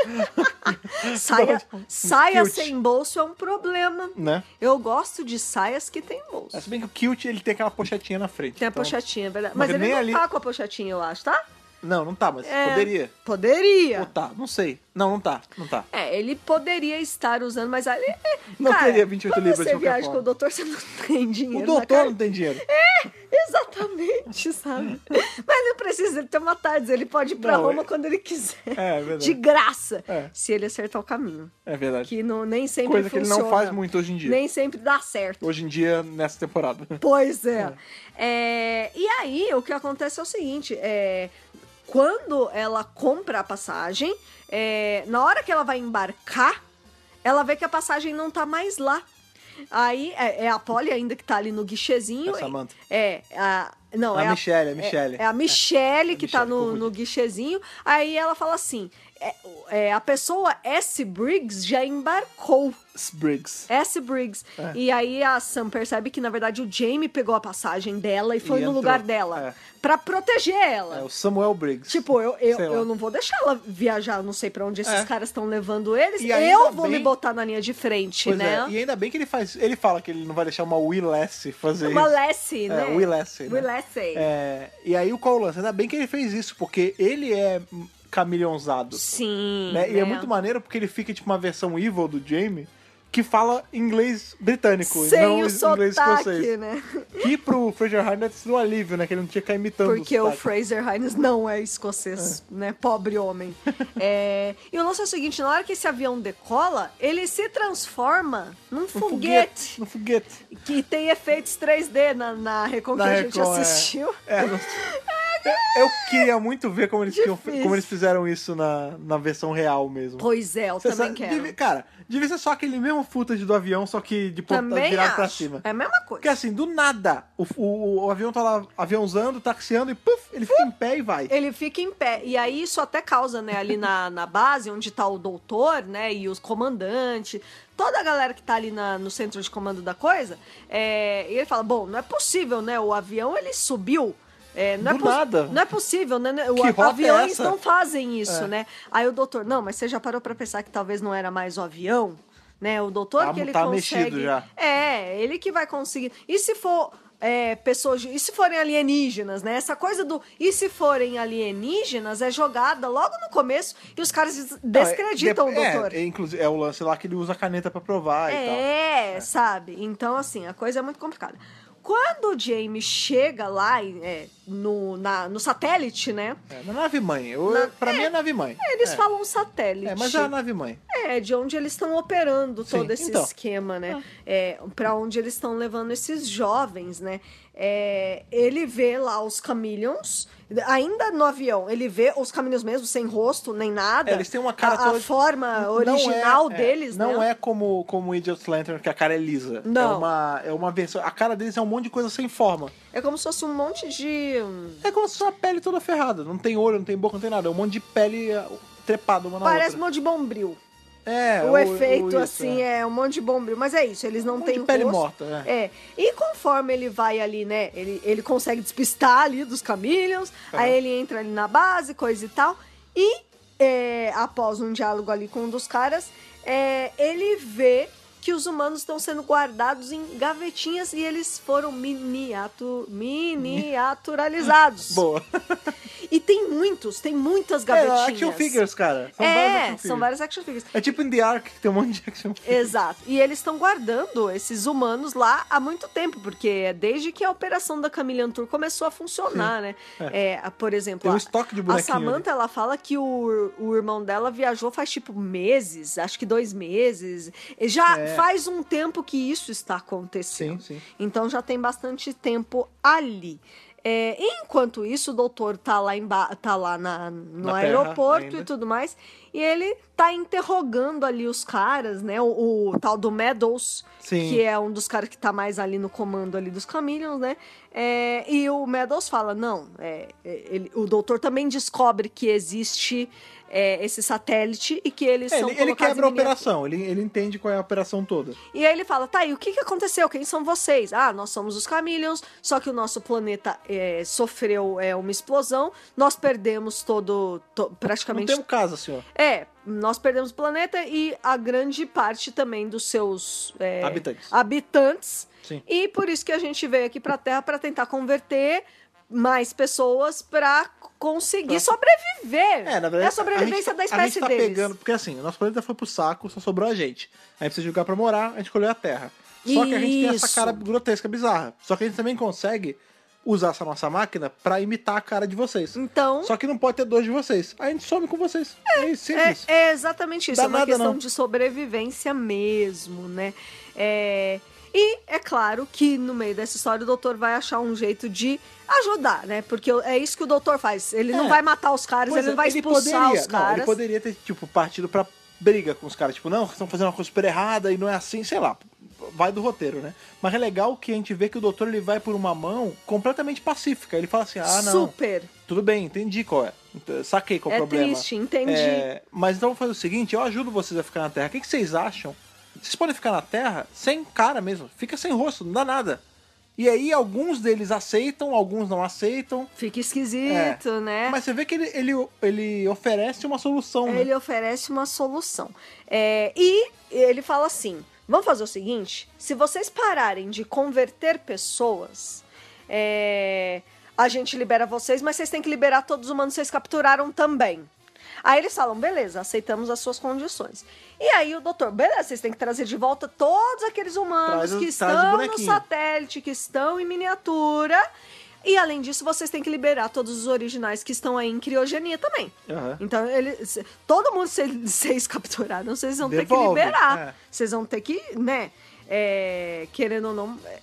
[SPEAKER 1] [LAUGHS]
[SPEAKER 2] saia,
[SPEAKER 1] Não, um
[SPEAKER 2] saia
[SPEAKER 1] cute.
[SPEAKER 2] sem bolso é um problema. [LAUGHS]
[SPEAKER 1] né?
[SPEAKER 2] Eu gosto de saias que tem bolso.
[SPEAKER 1] É, Se bem que o Kilt, ele tem aquela pochetinha na frente.
[SPEAKER 2] Tem a
[SPEAKER 1] então-
[SPEAKER 2] pochetinha, é verdade.
[SPEAKER 1] Mas
[SPEAKER 2] Mas, ele
[SPEAKER 1] nem
[SPEAKER 2] não
[SPEAKER 1] ali-
[SPEAKER 2] tá com a pochetinha, eu acho, tá?
[SPEAKER 1] Não, não tá, mas
[SPEAKER 2] É.
[SPEAKER 1] poderia. Ou
[SPEAKER 2] Poderia.
[SPEAKER 1] tá, não sei. Não, não tá, não tá.
[SPEAKER 2] É, ele poderia estar usando, mas ali.
[SPEAKER 1] Não
[SPEAKER 2] cara,
[SPEAKER 1] teria 28
[SPEAKER 2] quando
[SPEAKER 1] libras de
[SPEAKER 2] Você
[SPEAKER 1] qualquer
[SPEAKER 2] viaja com
[SPEAKER 1] forma.
[SPEAKER 2] o doutor, você não tem dinheiro.
[SPEAKER 1] O
[SPEAKER 2] na É.
[SPEAKER 1] doutor não tem dinheiro.
[SPEAKER 2] Exatamente, sabe? Mas não precisa, ele tem uma tarde, ele pode ir pra
[SPEAKER 1] Não,
[SPEAKER 2] Roma
[SPEAKER 1] é-
[SPEAKER 2] quando ele quiser.
[SPEAKER 1] [LAUGHS] É, é verdade.
[SPEAKER 2] De graça.
[SPEAKER 1] É.
[SPEAKER 2] Se ele acertar o caminho.
[SPEAKER 1] É verdade.
[SPEAKER 2] Que não, nem sempre
[SPEAKER 1] Coisa que ele não
[SPEAKER 2] funciona,
[SPEAKER 1] faz muito hoje em dia.
[SPEAKER 2] Nem sempre dá certo.
[SPEAKER 1] Hoje em dia, nessa temporada.
[SPEAKER 2] Pois é. É, E aí, o que acontece é o seguinte: é, quando ela compra a passagem, é, na hora que ela vai embarcar, ela vê que a passagem não tá mais lá. Aí é, é a Polly ainda que tá ali no guichezinho.
[SPEAKER 1] É a Samantha.
[SPEAKER 2] É, a, não,
[SPEAKER 1] A
[SPEAKER 2] é
[SPEAKER 1] Michelle, a Michelle.
[SPEAKER 2] É, é a Michelle
[SPEAKER 1] É,
[SPEAKER 2] que
[SPEAKER 1] a
[SPEAKER 2] tá
[SPEAKER 1] Michelle,
[SPEAKER 2] no,
[SPEAKER 1] confundi.
[SPEAKER 2] no guichezinho. Aí ela fala assim: é, é, a pessoa S. Briggs já embarcou.
[SPEAKER 1] Briggs.
[SPEAKER 2] S. Briggs.
[SPEAKER 1] É.
[SPEAKER 2] E aí a Sam percebe que, na verdade, o Jamie pegou a passagem dela e foi
[SPEAKER 1] E
[SPEAKER 2] no
[SPEAKER 1] entrou.
[SPEAKER 2] lugar dela.
[SPEAKER 1] É.
[SPEAKER 2] Pra proteger ela.
[SPEAKER 1] É o Samuel Briggs.
[SPEAKER 2] Tipo, eu, eu,
[SPEAKER 1] Sei lá.
[SPEAKER 2] eu não vou deixar ela viajar, não sei pra onde esses
[SPEAKER 1] É.
[SPEAKER 2] caras estão levando eles.
[SPEAKER 1] E ainda
[SPEAKER 2] Eu vou me
[SPEAKER 1] bem-
[SPEAKER 2] botar na linha de frente,
[SPEAKER 1] Pois
[SPEAKER 2] né?
[SPEAKER 1] é, e ainda bem que ele faz. Ele fala que ele não vai deixar uma Willesse fazer
[SPEAKER 2] Uma
[SPEAKER 1] é isso.
[SPEAKER 2] Lassie, né?
[SPEAKER 1] É, Willesse. Né?
[SPEAKER 2] Willessie.
[SPEAKER 1] É, e aí o qual o lance? Ainda bem que ele fez isso, porque ele é camilhãozado.
[SPEAKER 2] Sim.
[SPEAKER 1] Né? E é
[SPEAKER 2] né?
[SPEAKER 1] muito maneiro porque ele fica tipo uma versão evil do Jamie que fala inglês britânico, e
[SPEAKER 2] Sem
[SPEAKER 1] não
[SPEAKER 2] o
[SPEAKER 1] inglês
[SPEAKER 2] sotaque,
[SPEAKER 1] escocês.
[SPEAKER 2] né?
[SPEAKER 1] Que pro Fraser Hart deve ter sido um alívio, né? Que ele não tinha que ficar imitando
[SPEAKER 2] Porque o
[SPEAKER 1] sotaque.
[SPEAKER 2] Fraser Hines não é escocês, né? Pobre homem. É, E o lance é o seguinte: na hora que esse avião decola, ele se transforma num
[SPEAKER 1] No
[SPEAKER 2] foguete,
[SPEAKER 1] No Um foguete.
[SPEAKER 2] que tem efeitos 3D na, na Record que
[SPEAKER 1] Da
[SPEAKER 2] a gente
[SPEAKER 1] Record, é.
[SPEAKER 2] assistiu. [LAUGHS]
[SPEAKER 1] É, não- Eu- Eu queria muito ver como eles, tinham-
[SPEAKER 2] Difícil.
[SPEAKER 1] como eles fizeram isso na, na versão real mesmo.
[SPEAKER 2] Pois é, eu
[SPEAKER 1] Você
[SPEAKER 2] também
[SPEAKER 1] sabe-
[SPEAKER 2] quero.
[SPEAKER 1] devia- cara, devia ser só aquele mesmo footage do avião, só que de ponta
[SPEAKER 2] também
[SPEAKER 1] virado
[SPEAKER 2] acho.
[SPEAKER 1] pra cima.
[SPEAKER 2] É a mesma coisa.
[SPEAKER 1] Porque assim, do nada, o, o- o avião tá lá aviãozando, taxiando e puf, ele fica em pé e vai.
[SPEAKER 2] Ele fica em pé. E aí isso até causa, né, ali na, na base, onde tá o doutor, né, e os comandantes, toda a galera que tá ali na- no centro de comando da coisa, é, e ele fala, bom, não é possível, né, o avião, ele subiu. É, não é
[SPEAKER 1] Do
[SPEAKER 2] pos-
[SPEAKER 1] nada.
[SPEAKER 2] Não é possível, né? né, O,
[SPEAKER 1] Que rota é
[SPEAKER 2] aviões
[SPEAKER 1] essa?
[SPEAKER 2] não fazem isso,
[SPEAKER 1] É.
[SPEAKER 2] né? Aí o doutor, não, mas você já parou pra pensar que talvez não era mais o avião? Né? O doutor
[SPEAKER 1] Tá-
[SPEAKER 2] que ele
[SPEAKER 1] tá
[SPEAKER 2] consegue...
[SPEAKER 1] mexido já.
[SPEAKER 2] É, ele que vai conseguir. E se for é, pessoas. de- E se forem alienígenas, né? Essa coisa do. E se forem alienígenas é jogada logo no começo e os caras des- descreditam
[SPEAKER 1] Não, é- então,
[SPEAKER 2] o doutor.
[SPEAKER 1] É, é, inclusive, é o lance lá que ele usa a caneta pra provar e tal.
[SPEAKER 2] É, sabe? Então, assim, a coisa é muito complicada. Quando o Jamie chega lá é, no, na- no satélite, né?
[SPEAKER 1] É, na nave mãe. Eu,
[SPEAKER 2] Na-
[SPEAKER 1] pra mim é nave mãe.
[SPEAKER 2] Eles
[SPEAKER 1] é.
[SPEAKER 2] falam um satélite.
[SPEAKER 1] É, mas é a nave mãe.
[SPEAKER 2] É, de onde eles estão operando
[SPEAKER 1] Sim,
[SPEAKER 2] todo esse
[SPEAKER 1] então.
[SPEAKER 2] esquema, né? É, para onde eles estão levando esses jovens, né? É, ele vê lá os Chameleons, ainda no avião, ele vê os Chameleons mesmo, sem rosto, nem nada.
[SPEAKER 1] É, eles têm uma cara
[SPEAKER 2] A, a
[SPEAKER 1] toda-
[SPEAKER 2] forma
[SPEAKER 1] Não é-
[SPEAKER 2] original
[SPEAKER 1] é,
[SPEAKER 2] deles, né?
[SPEAKER 1] Não é como, como o Idiot's Lantern, que a cara é lisa.
[SPEAKER 2] Não.
[SPEAKER 1] É uma, é uma versão. A cara deles é um monte de coisa sem forma.
[SPEAKER 2] É como se fosse um monte de... hum,
[SPEAKER 1] É como se fosse uma pele toda ferrada. Não tem olho, não tem boca, não tem nada. É um monte de pele ah, trepada uma na
[SPEAKER 2] Parece um
[SPEAKER 1] outra.
[SPEAKER 2] monte de bombril.
[SPEAKER 1] É,
[SPEAKER 2] o, efeito,
[SPEAKER 1] isso,
[SPEAKER 2] assim,
[SPEAKER 1] é.
[SPEAKER 2] é. um monte de bombril. Mas é isso, eles não
[SPEAKER 1] Um monte
[SPEAKER 2] têm
[SPEAKER 1] de pele
[SPEAKER 2] rosto.
[SPEAKER 1] morta, é.
[SPEAKER 2] É. E conforme ele vai ali, né? Ele, ele consegue despistar ali dos Chameleons.
[SPEAKER 1] É.
[SPEAKER 2] Aí ele entra ali na base, coisa e tal. E é, após um diálogo ali com um dos caras, é, ele vê que os humanos estão sendo guardados em gavetinhas e eles foram miniatu, miniaturalizados.
[SPEAKER 1] Boa.
[SPEAKER 2] E tem muitos, tem
[SPEAKER 1] [LAUGHS]
[SPEAKER 2] muitas
[SPEAKER 1] É,
[SPEAKER 2] gavetinhas.
[SPEAKER 1] action figures, cara. São vários
[SPEAKER 2] é,
[SPEAKER 1] action
[SPEAKER 2] são
[SPEAKER 1] figures.
[SPEAKER 2] várias action figures.
[SPEAKER 1] É tipo em The Ark, que tem um monte de action figures.
[SPEAKER 2] Exato. E eles estão guardando esses humanos lá há muito tempo, porque é desde que a operação da Camillion Tour começou a funcionar, né? É, a- por exemplo,
[SPEAKER 1] Tem um
[SPEAKER 2] a-
[SPEAKER 1] estoque de
[SPEAKER 2] a,
[SPEAKER 1] bonequinho ali.
[SPEAKER 2] Samantha ela fala que o, o irmão dela viajou faz tipo meses, acho que dois meses. E Já
[SPEAKER 1] É.
[SPEAKER 2] faz um tempo que isso está acontecendo.
[SPEAKER 1] Sim, sim.
[SPEAKER 2] Então já tem bastante tempo ali. É, enquanto isso, o doutor tá lá, emba- tá lá na, no
[SPEAKER 1] Na terra
[SPEAKER 2] aeroporto
[SPEAKER 1] ainda.
[SPEAKER 2] e tudo mais. E ele tá interrogando ali os caras, né? O, o tal do Meadows,
[SPEAKER 1] Sim.
[SPEAKER 2] que é um dos caras que tá mais ali no comando ali dos Chameleons, né? É, e o Meadows fala, não, é, é, ele- o doutor também descobre que existe é, esse satélite e que eles
[SPEAKER 1] É,
[SPEAKER 2] são
[SPEAKER 1] ele, ele
[SPEAKER 2] colocados em
[SPEAKER 1] quebra a
[SPEAKER 2] miniatura.
[SPEAKER 1] operação, ele, ele entende qual é a operação toda.
[SPEAKER 2] E aí ele fala, tá, e o que, que aconteceu? Quem são vocês? Ah, nós somos os Chameleons, só que o nosso planeta é, sofreu é, uma explosão, nós perdemos todo, to-
[SPEAKER 1] Não
[SPEAKER 2] praticamente...
[SPEAKER 1] tem um caso, senhor.
[SPEAKER 2] É, nós perdemos o planeta e a grande parte também dos seus... é,
[SPEAKER 1] Habitantes.
[SPEAKER 2] habitantes.
[SPEAKER 1] Sim.
[SPEAKER 2] E por isso que a gente veio aqui pra Terra pra tentar converter mais pessoas pra conseguir
[SPEAKER 1] Pra-
[SPEAKER 2] sobreviver.
[SPEAKER 1] É, na verdade.
[SPEAKER 2] a sobrevivência
[SPEAKER 1] a gente, tá-
[SPEAKER 2] da espécie
[SPEAKER 1] a gente tá
[SPEAKER 2] deles.
[SPEAKER 1] pegando, porque assim, o nosso planeta foi pro saco, só sobrou a gente. A gente precisa jogar pra morar, a gente escolheu a Terra. Só que a gente tem essa
[SPEAKER 2] Isso.
[SPEAKER 1] cara grotesca, bizarra. Só que a gente também consegue usar essa nossa máquina pra imitar a cara de vocês.
[SPEAKER 2] Então,
[SPEAKER 1] Só que não pode ter dois de vocês. A gente some com vocês. É, isso,
[SPEAKER 2] É,
[SPEAKER 1] simples.
[SPEAKER 2] é exatamente isso.
[SPEAKER 1] Dá
[SPEAKER 2] é uma
[SPEAKER 1] nada,
[SPEAKER 2] questão
[SPEAKER 1] não.
[SPEAKER 2] de sobrevivência mesmo, né? É, E é claro que no meio dessa história o doutor vai achar um jeito de ajudar, né? Porque é isso que o doutor faz. Ele não
[SPEAKER 1] É.
[SPEAKER 2] vai matar os caras,
[SPEAKER 1] Pois
[SPEAKER 2] ele não
[SPEAKER 1] é,
[SPEAKER 2] vai expulsar
[SPEAKER 1] poderia,
[SPEAKER 2] os
[SPEAKER 1] não,
[SPEAKER 2] caras.
[SPEAKER 1] ele poderia ter, tipo, partido pra briga com os caras. Tipo, não, estão fazendo uma coisa super errada e não é assim, sei lá. Vai do roteiro, né? Mas é legal que a gente vê que o doutor ele vai por uma mão completamente pacífica. Ele fala assim: ah, não,
[SPEAKER 2] Super.
[SPEAKER 1] tudo bem, entendi qual é. Ent- Saquei qual é o
[SPEAKER 2] é
[SPEAKER 1] problema.
[SPEAKER 2] triste, entendi.
[SPEAKER 1] É, mas então vamos fazer o seguinte: eu ajudo vocês a ficar na Terra. O que, que vocês acham? Vocês podem ficar na Terra sem cara mesmo. Fica sem rosto, não dá nada. E aí alguns deles aceitam, alguns não aceitam.
[SPEAKER 2] Fica esquisito,
[SPEAKER 1] É.
[SPEAKER 2] né?
[SPEAKER 1] Mas você vê que ele, ele, ele oferece uma solução, né?
[SPEAKER 2] É, Ele oferece uma solução. É, e ele fala assim: vamos fazer o seguinte: se vocês pararem de converter pessoas, é, a gente libera vocês, mas vocês têm que liberar todos os humanos que vocês capturaram também. Aí eles falam, beleza, aceitamos as suas condições. E aí o doutor, beleza, vocês têm que trazer de volta todos aqueles humanos
[SPEAKER 1] Traz o- traz
[SPEAKER 2] que
[SPEAKER 1] o
[SPEAKER 2] estão no
[SPEAKER 1] bonequinho.
[SPEAKER 2] satélite, que estão em miniatura. E além disso, vocês têm que liberar todos os originais que estão aí em criogenia também.
[SPEAKER 1] Aham.
[SPEAKER 2] Então, ele, se- todo mundo [LAUGHS] se vocês capturaram, vocês vão ter que
[SPEAKER 1] Devolve,
[SPEAKER 2] liberar.
[SPEAKER 1] é.
[SPEAKER 2] Vocês vão ter que, né? é, querendo ou não. é,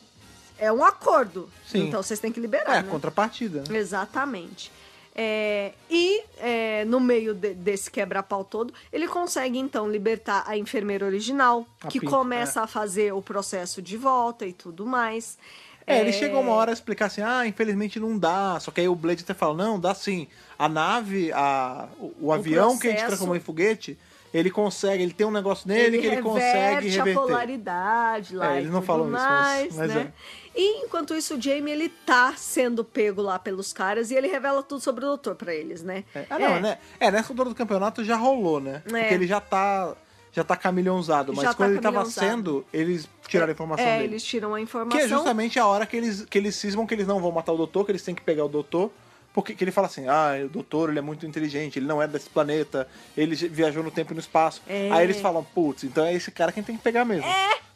[SPEAKER 2] é um acordo.
[SPEAKER 1] Sim.
[SPEAKER 2] Então vocês têm que liberar.
[SPEAKER 1] É, a
[SPEAKER 2] né?
[SPEAKER 1] contrapartida. né?
[SPEAKER 2] Exatamente. É, e é, no meio de- desse quebra-pau todo, ele consegue então libertar a enfermeira original,
[SPEAKER 1] A é.
[SPEAKER 2] que
[SPEAKER 1] Pink,
[SPEAKER 2] começa a fazer o processo de volta e tudo mais.
[SPEAKER 1] É, ele chegou uma hora a explicar assim, ah, infelizmente não dá. Só que aí o Blade até fala, não, dá sim. A nave, a, o, o avião que a gente
[SPEAKER 2] processo-
[SPEAKER 1] transformou em foguete, ele consegue, ele tem um negócio nele que ele consegue
[SPEAKER 2] É, reverte a
[SPEAKER 1] reverter.
[SPEAKER 2] polaridade lá.
[SPEAKER 1] É,
[SPEAKER 2] e
[SPEAKER 1] eles não
[SPEAKER 2] tudo
[SPEAKER 1] falam isso, mas-
[SPEAKER 2] mais,
[SPEAKER 1] mas é.
[SPEAKER 2] né? E enquanto isso, o Jamie ele tá sendo pego lá pelos caras e ele revela tudo sobre o doutor pra eles, né?
[SPEAKER 1] É. Ah, não,
[SPEAKER 2] É,
[SPEAKER 1] né? É, nessa altura do campeonato já rolou, né? Porque ele já tá. Já tá camilhãozado, mas
[SPEAKER 2] Já tá
[SPEAKER 1] quando ele tava
[SPEAKER 2] camilhãozado.
[SPEAKER 1] sendo, eles tiraram a informação
[SPEAKER 2] É,
[SPEAKER 1] dele.
[SPEAKER 2] eles tiram a
[SPEAKER 1] Que
[SPEAKER 2] informação.
[SPEAKER 1] é justamente a hora que eles, que eles cismam que eles não vão matar o doutor, que eles têm que pegar o doutor. Porque que ele fala assim, ah, o doutor ele é muito inteligente, ele não é desse planeta, ele já viajou no tempo e no espaço.
[SPEAKER 2] É.
[SPEAKER 1] Aí eles falam, putz, então é esse cara quem tem que pegar mesmo.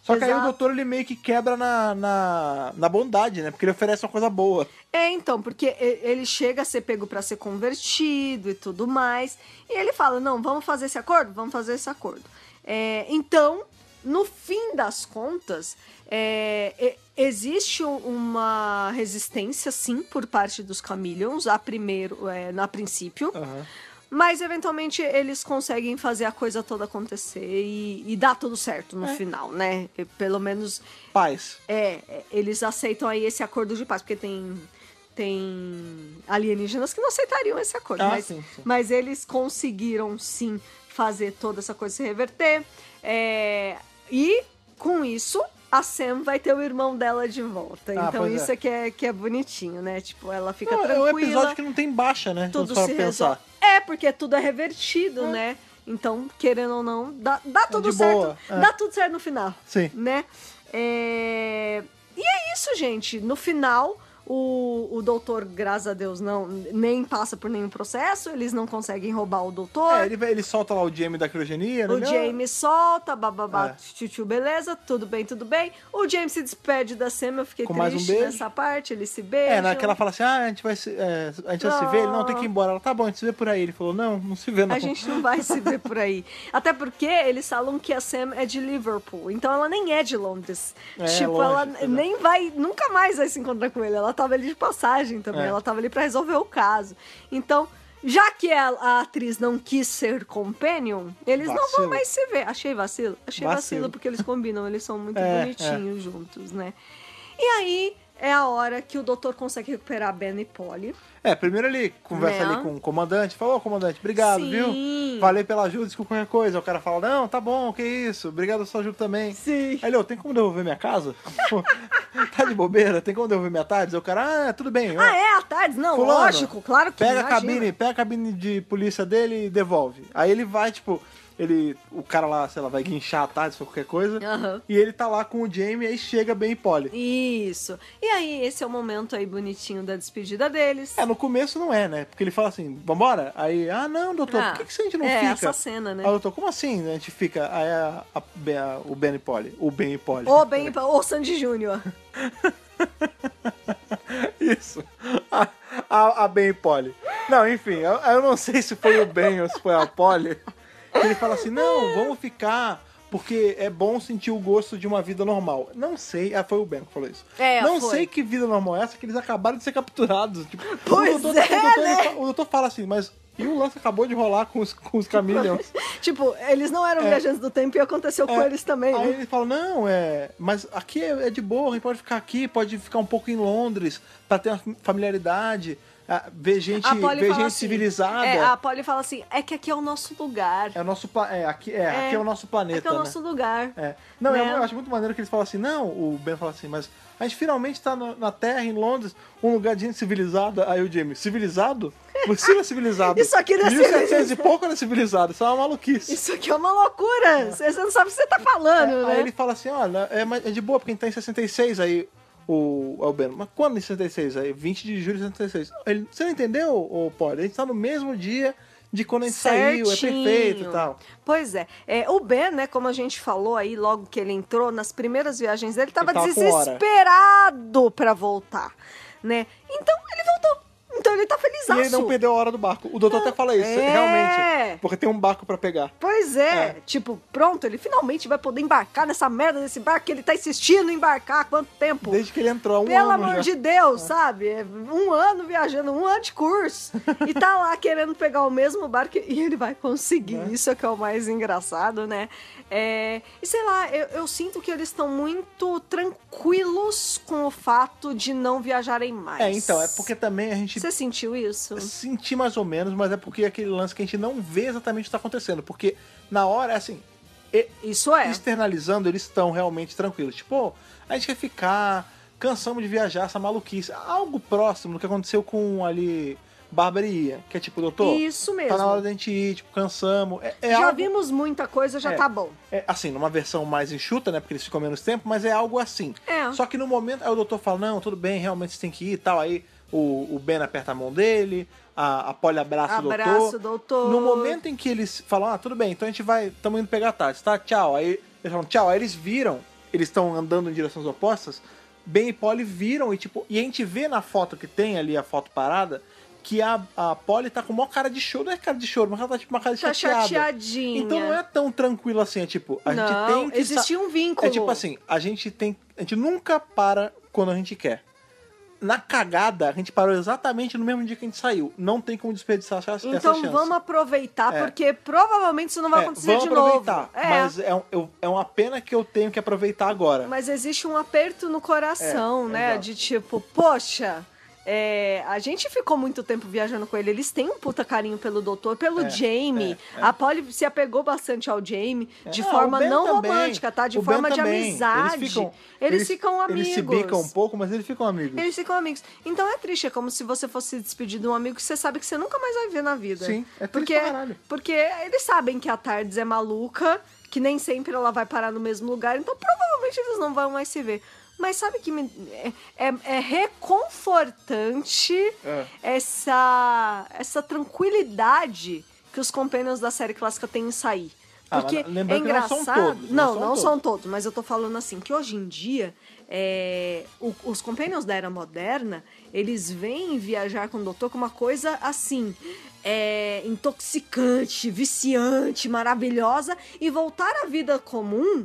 [SPEAKER 1] Só que aí o
[SPEAKER 2] exato.
[SPEAKER 1] doutor ele meio que quebra na, na, na bondade, né? Porque ele oferece uma coisa boa.
[SPEAKER 2] É, então, porque e- ele chega a ser pego pra ser convertido e tudo mais. E ele fala: não, vamos fazer esse acordo? Vamos fazer esse acordo. É, então, no fim das contas, é, e- existe u- uma resistência, sim, por parte dos Chameleons, a primeiro, é, na princípio. Mas eventualmente eles conseguem fazer a coisa toda acontecer e, e dá tudo certo no final, né? E Pelo menos
[SPEAKER 1] Paz.
[SPEAKER 2] é, é, eles aceitam aí esse acordo de paz, porque tem, tem alienígenas que não aceitariam esse acordo.
[SPEAKER 1] Ah,
[SPEAKER 2] mas,
[SPEAKER 1] sim, sim.
[SPEAKER 2] mas eles conseguiram sim fazer toda essa coisa se reverter. É, e com isso, a Sam vai ter o irmão dela de volta.
[SPEAKER 1] Ah,
[SPEAKER 2] então
[SPEAKER 1] pois é.
[SPEAKER 2] isso é. que é que é bonitinho, né? Tipo, ela fica
[SPEAKER 1] Não, é
[SPEAKER 2] tranquila.
[SPEAKER 1] um episódio que não tem baixa, né?
[SPEAKER 2] tudo
[SPEAKER 1] só
[SPEAKER 2] se
[SPEAKER 1] pensar.
[SPEAKER 2] resolve. É, porque tudo é revertido, né? Então, querendo ou não, dá, dá tudo
[SPEAKER 1] de
[SPEAKER 2] certo.
[SPEAKER 1] boa, é.
[SPEAKER 2] Dá tudo certo no final
[SPEAKER 1] Sim.
[SPEAKER 2] né? É, E é isso, gente. No final, o, o doutor, graças a Deus, não nem passa por nenhum processo, eles não conseguem roubar o doutor.
[SPEAKER 1] É, ele, ele solta lá o Jamie da criogenia, né?
[SPEAKER 2] O
[SPEAKER 1] Ele, "Ah,
[SPEAKER 2] James solta, bababá,
[SPEAKER 1] É.
[SPEAKER 2] tchutchu, beleza, tudo bem, tudo bem. O James se despede da Sam, eu fiquei
[SPEAKER 1] Com mais um
[SPEAKER 2] triste
[SPEAKER 1] beijo.
[SPEAKER 2] nessa parte, eles se beijam.
[SPEAKER 1] É, naquela fala assim, ah, a gente vai se, é, a gente vai se ver. Ele, não, tem que ir embora. Ela, tá bom, a gente se vê por aí. Ele falou, não, não se vê não.
[SPEAKER 2] A gente não vai se ver por aí. Até porque eles falam que a Sam é de Liverpool. Então ela nem é de Londres.
[SPEAKER 1] É,
[SPEAKER 2] tipo,
[SPEAKER 1] longe,
[SPEAKER 2] ela
[SPEAKER 1] pois é.
[SPEAKER 2] nem vai, nunca mais vai se encontrar com ele. Ela tava ali de passagem também.
[SPEAKER 1] É.
[SPEAKER 2] Ela tava ali pra resolver o caso. Então, já que a, a atriz não quis ser companion, eles não
[SPEAKER 1] Vacilo.
[SPEAKER 2] vão mais se ver. Achei vacilo. Achei vacilo,
[SPEAKER 1] Vacilo.
[SPEAKER 2] porque eles combinam. Eles são muito
[SPEAKER 1] [LAUGHS] É,
[SPEAKER 2] bonitinhos juntos, né? E aí é a hora que o doutor consegue recuperar Ben e Polly.
[SPEAKER 1] É, primeiro ele conversa
[SPEAKER 2] Né?
[SPEAKER 1] ali com o comandante, fala, ô comandante, obrigado,
[SPEAKER 2] Sim.
[SPEAKER 1] viu? Valeu pela ajuda, desculpa qualquer coisa. Aí O cara fala, não, tá bom, que isso, obrigado pela sua ajuda também.
[SPEAKER 2] Sim.
[SPEAKER 1] Aí ele, ô, tem como devolver minha casa? [LAUGHS] Pô, tá de bobeira, tem como devolver minha tarde? Aí o cara, ah, tudo bem. ó.
[SPEAKER 2] Ah, é? À tarde? Não,
[SPEAKER 1] Fulano,
[SPEAKER 2] lógico, claro que
[SPEAKER 1] pega a
[SPEAKER 2] imagina.
[SPEAKER 1] cabine, pega a cabine de polícia dele e devolve. Aí ele vai, tipo, ele. O cara lá, sei lá, vai guinchar a tarde, se for qualquer coisa.
[SPEAKER 2] Aham.
[SPEAKER 1] E ele tá lá com o Jamie, aí chega bem e Polly.
[SPEAKER 2] Isso. E aí, esse é o momento aí bonitinho da despedida deles.
[SPEAKER 1] É, no começo não é, né? Porque ele fala assim, vambora? Aí, ah, não, doutor,
[SPEAKER 2] Ah,
[SPEAKER 1] por que, que a gente não
[SPEAKER 2] é,
[SPEAKER 1] fica?
[SPEAKER 2] essa cena, né?
[SPEAKER 1] Aí, doutor, como assim a gente fica? Aí a- a- Ben- a- o Ben e Polly. O Ben e Polly.
[SPEAKER 2] Ou bem, ou Sandy Júnior.
[SPEAKER 1] [LAUGHS] Isso. A, a, a Ben e Polly. Não, enfim, eu, eu não sei se foi o Ben ou se foi a Polly. Ele fala assim: não, vamos ficar. Porque é bom sentir o gosto de uma vida normal. Não sei. Ah, foi o Ben que falou isso.
[SPEAKER 2] É,
[SPEAKER 1] não
[SPEAKER 2] foi.
[SPEAKER 1] sei que vida normal é essa, que eles acabaram de ser capturados. Tipo,
[SPEAKER 2] Pois
[SPEAKER 1] o doutor,
[SPEAKER 2] é,
[SPEAKER 1] o, doutor, ele
[SPEAKER 2] né?
[SPEAKER 1] fa- o doutor fala assim, mas. E o lance acabou de rolar com os, com os Chameleons.
[SPEAKER 2] [LAUGHS] tipo, eles não eram viajantes do tempo e aconteceu com
[SPEAKER 1] É,
[SPEAKER 2] eles também.
[SPEAKER 1] Aí
[SPEAKER 2] né?
[SPEAKER 1] ele fala, não, é. Mas aqui é, é de boa, a gente pode ficar aqui, pode ficar um pouco em Londres, pra ter uma familiaridade, ah, ver gente, ver gente civilizada.
[SPEAKER 2] É, a Polly fala assim, é que aqui é o nosso lugar.
[SPEAKER 1] É o nosso pla- é, aqui, é, aqui é o nosso planeta.
[SPEAKER 2] Aqui é o
[SPEAKER 1] né?
[SPEAKER 2] nosso lugar.
[SPEAKER 1] É. Não,
[SPEAKER 2] né?
[SPEAKER 1] eu, eu acho muito maneiro que eles falam assim, não, o Ben fala assim, mas a gente finalmente tá no- na Terra, em Londres, um lugar de gente civilizada. Aí o Jamie, civilizado? Você não é civilizado.
[SPEAKER 2] [LAUGHS] Isso aqui não é
[SPEAKER 1] 1700 e pouco não é civilizado, isso é uma maluquice.
[SPEAKER 2] Isso aqui é uma loucura. Você não sabe o que você tá falando, né?
[SPEAKER 1] Aí ele fala assim, olha, é, mas é de boa, porque a gente tá em 66 aí, o Albeno. Mas quando em 66? Aí, 20 de julho de 66. Ele, você não entendeu, ô Poli? A gente tá no mesmo dia de quando a gente saiu, é
[SPEAKER 2] Certinho.
[SPEAKER 1] perfeito e tal.
[SPEAKER 2] Pois é. É, O Ben, né, como a gente falou aí logo que ele entrou, nas primeiras viagens dele, tava,
[SPEAKER 1] Ele tava com hora.
[SPEAKER 2] desesperado pra voltar, né? Então ele voltou. Então ele tá feliz.
[SPEAKER 1] E ele não perdeu a hora do barco. O doutor até fala isso,
[SPEAKER 2] É.
[SPEAKER 1] realmente. Porque tem um barco pra pegar.
[SPEAKER 2] Pois é. tipo, pronto, ele finalmente vai poder embarcar nessa merda desse barco que ele tá insistindo em embarcar há quanto tempo?
[SPEAKER 1] Desde que ele entrou, há um
[SPEAKER 2] Pelo
[SPEAKER 1] ano
[SPEAKER 2] amor
[SPEAKER 1] já.
[SPEAKER 2] de Deus, sabe? É Um ano viajando, um ano de curso. e tá lá querendo pegar o mesmo barco e ele vai conseguir.
[SPEAKER 1] Né?
[SPEAKER 2] Isso é que é o mais engraçado, né? É, e sei lá, eu, eu sinto que eles estão muito tranquilos com o fato de não viajarem mais.
[SPEAKER 1] É, então, é porque também a gente
[SPEAKER 2] Você sentiu isso?
[SPEAKER 1] sentir mais ou menos, mas é porque é aquele lance que a gente não vê exatamente o que tá acontecendo. Porque na hora, assim, e-
[SPEAKER 2] Isso é.
[SPEAKER 1] externalizando, eles estão realmente tranquilos. Tipo, "Pô, a gente quer ficar, cansamos de viajar, essa maluquice. Algo próximo do que aconteceu com ali Bárbara e Ian, que é tipo, doutor,
[SPEAKER 2] Isso mesmo.
[SPEAKER 1] tá na hora da gente ir, tipo, cansamos. É, é
[SPEAKER 2] já um
[SPEAKER 1] algo-
[SPEAKER 2] vimos muita coisa, já
[SPEAKER 1] É.
[SPEAKER 2] tá bom.
[SPEAKER 1] é, assim, numa versão mais enxuta, né? Porque eles ficam menos tempo, mas é algo assim.
[SPEAKER 2] É.
[SPEAKER 1] Só que no momento, aí o doutor fala, não, tudo bem, realmente você tem que ir e tal. Aí o, o Ben aperta a mão dele, a, a Polly abraça o um doutor.
[SPEAKER 2] Abraço, doutor.
[SPEAKER 1] No momento em que eles falam, ah, tudo bem, então a gente vai, estamos indo pegar a Tati, tá? Tchau. Aí eles falam, tchau. Aí eles viram, eles estão andando em direções opostas, Ben e Polly viram e tipo, e a gente vê na foto que tem ali, a foto parada, que a, a Polly tá com uma cara de choro, não é cara de choro, mas ela tá tipo uma cara de
[SPEAKER 2] Tá
[SPEAKER 1] chateada.
[SPEAKER 2] chateadinha.
[SPEAKER 1] Então não é tão tranquilo assim, é tipo, a gente
[SPEAKER 2] Não,
[SPEAKER 1] tem que. sa-
[SPEAKER 2] existia um vínculo.
[SPEAKER 1] É tipo assim, a gente tem. A gente nunca para quando a gente quer. Na cagada, a gente parou exatamente no mesmo dia que a gente saiu. Não tem como desperdiçar essa, essa
[SPEAKER 2] Então
[SPEAKER 1] chance.
[SPEAKER 2] vamos aproveitar,
[SPEAKER 1] É.
[SPEAKER 2] porque provavelmente isso não vai
[SPEAKER 1] É,
[SPEAKER 2] acontecer
[SPEAKER 1] vamos
[SPEAKER 2] de
[SPEAKER 1] aproveitar,
[SPEAKER 2] novo. É,
[SPEAKER 1] Mas é, um- eu- é uma pena que eu tenho que aproveitar agora.
[SPEAKER 2] mas existe um aperto no coração,
[SPEAKER 1] É,
[SPEAKER 2] né?
[SPEAKER 1] exato.
[SPEAKER 2] De tipo, poxa. é, a gente ficou muito tempo viajando com ele. Eles têm um puta carinho pelo doutor, pelo
[SPEAKER 1] É,
[SPEAKER 2] Jamie.
[SPEAKER 1] é, é.
[SPEAKER 2] A Polly se apegou bastante ao Jamie, de
[SPEAKER 1] É,
[SPEAKER 2] forma
[SPEAKER 1] o Ben
[SPEAKER 2] não
[SPEAKER 1] também,
[SPEAKER 2] romântica, tá? De
[SPEAKER 1] o Ben
[SPEAKER 2] forma de
[SPEAKER 1] também.
[SPEAKER 2] amizade.
[SPEAKER 1] Eles ficam,
[SPEAKER 2] Eles ficam amigos.
[SPEAKER 1] Eles se bicam um pouco, mas eles ficam amigos.
[SPEAKER 2] Eles ficam amigos. Então é triste, é como se você fosse despedir de um amigo que você sabe que você nunca mais vai ver na vida.
[SPEAKER 1] Sim, é triste
[SPEAKER 2] porque,
[SPEAKER 1] pra caralho.
[SPEAKER 2] porque eles sabem que a Tardes é maluca, que nem sempre ela vai parar no mesmo lugar, então provavelmente eles não vão mais se ver. Mas sabe que me- é, é- é reconfortante
[SPEAKER 1] É.
[SPEAKER 2] essa, essa tranquilidade que os companheiros da série clássica têm em sair.
[SPEAKER 1] Ah,
[SPEAKER 2] Porque
[SPEAKER 1] mas lembrando
[SPEAKER 2] é
[SPEAKER 1] que não são
[SPEAKER 2] engraçado.
[SPEAKER 1] todos,
[SPEAKER 2] não,
[SPEAKER 1] não são
[SPEAKER 2] não
[SPEAKER 1] todos.
[SPEAKER 2] são todos, mas eu tô falando assim, que hoje em dia, é, o- os Companions da Era Moderna, eles vêm viajar com o doutor como uma coisa assim, é, intoxicante, viciante, maravilhosa, e voltar à vida comum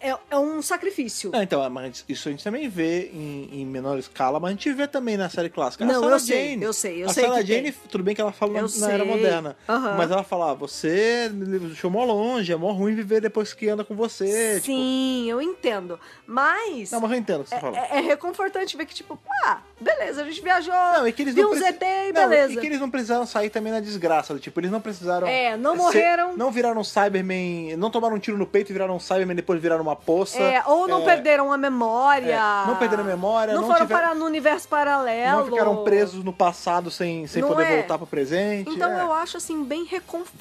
[SPEAKER 2] é, é um sacrifício.
[SPEAKER 1] Ah, então, mas isso a gente também vê em, em menor escala, mas a gente vê também na série clássica.
[SPEAKER 2] Não,
[SPEAKER 1] a Sarah
[SPEAKER 2] eu sei,
[SPEAKER 1] Jane,
[SPEAKER 2] eu sei, eu
[SPEAKER 1] a
[SPEAKER 2] sei
[SPEAKER 1] Sarah
[SPEAKER 2] que tem.
[SPEAKER 1] Jane, tudo bem que ela fala na,
[SPEAKER 2] Eu
[SPEAKER 1] na era
[SPEAKER 2] sei.
[SPEAKER 1] moderna,
[SPEAKER 2] Aham.
[SPEAKER 1] mas ela fala, ah, você me deixou mó longe, é mó ruim viver depois que anda com você. Tipo,
[SPEAKER 2] Sim, eu entendo. Mas
[SPEAKER 1] não, mas eu entendo o que você tá fala.
[SPEAKER 2] é, é reconfortante ver que, tipo, ah, beleza, a gente viajou,
[SPEAKER 1] Não, é que eles
[SPEAKER 2] viu
[SPEAKER 1] não
[SPEAKER 2] um
[SPEAKER 1] preci-
[SPEAKER 2] ZT e
[SPEAKER 1] Não,
[SPEAKER 2] beleza.
[SPEAKER 1] E que eles não precisaram sair também na desgraça. do Tipo, eles não precisaram.
[SPEAKER 2] É, não
[SPEAKER 1] ser-
[SPEAKER 2] morreram.
[SPEAKER 1] não viraram um Cyberman. Não tomaram um tiro no peito e viraram um Cyberman depois viraram uma poça.
[SPEAKER 2] É, ou não
[SPEAKER 1] É,
[SPEAKER 2] perderam a memória.
[SPEAKER 1] É, não perderam a memória,
[SPEAKER 2] Não,
[SPEAKER 1] não
[SPEAKER 2] foram
[SPEAKER 1] tiveram-
[SPEAKER 2] parar no universo paralelo.
[SPEAKER 1] Não ficaram presos no passado sem, sem
[SPEAKER 2] Não
[SPEAKER 1] poder
[SPEAKER 2] é?
[SPEAKER 1] voltar pro presente.
[SPEAKER 2] Então
[SPEAKER 1] é.
[SPEAKER 2] eu acho assim bem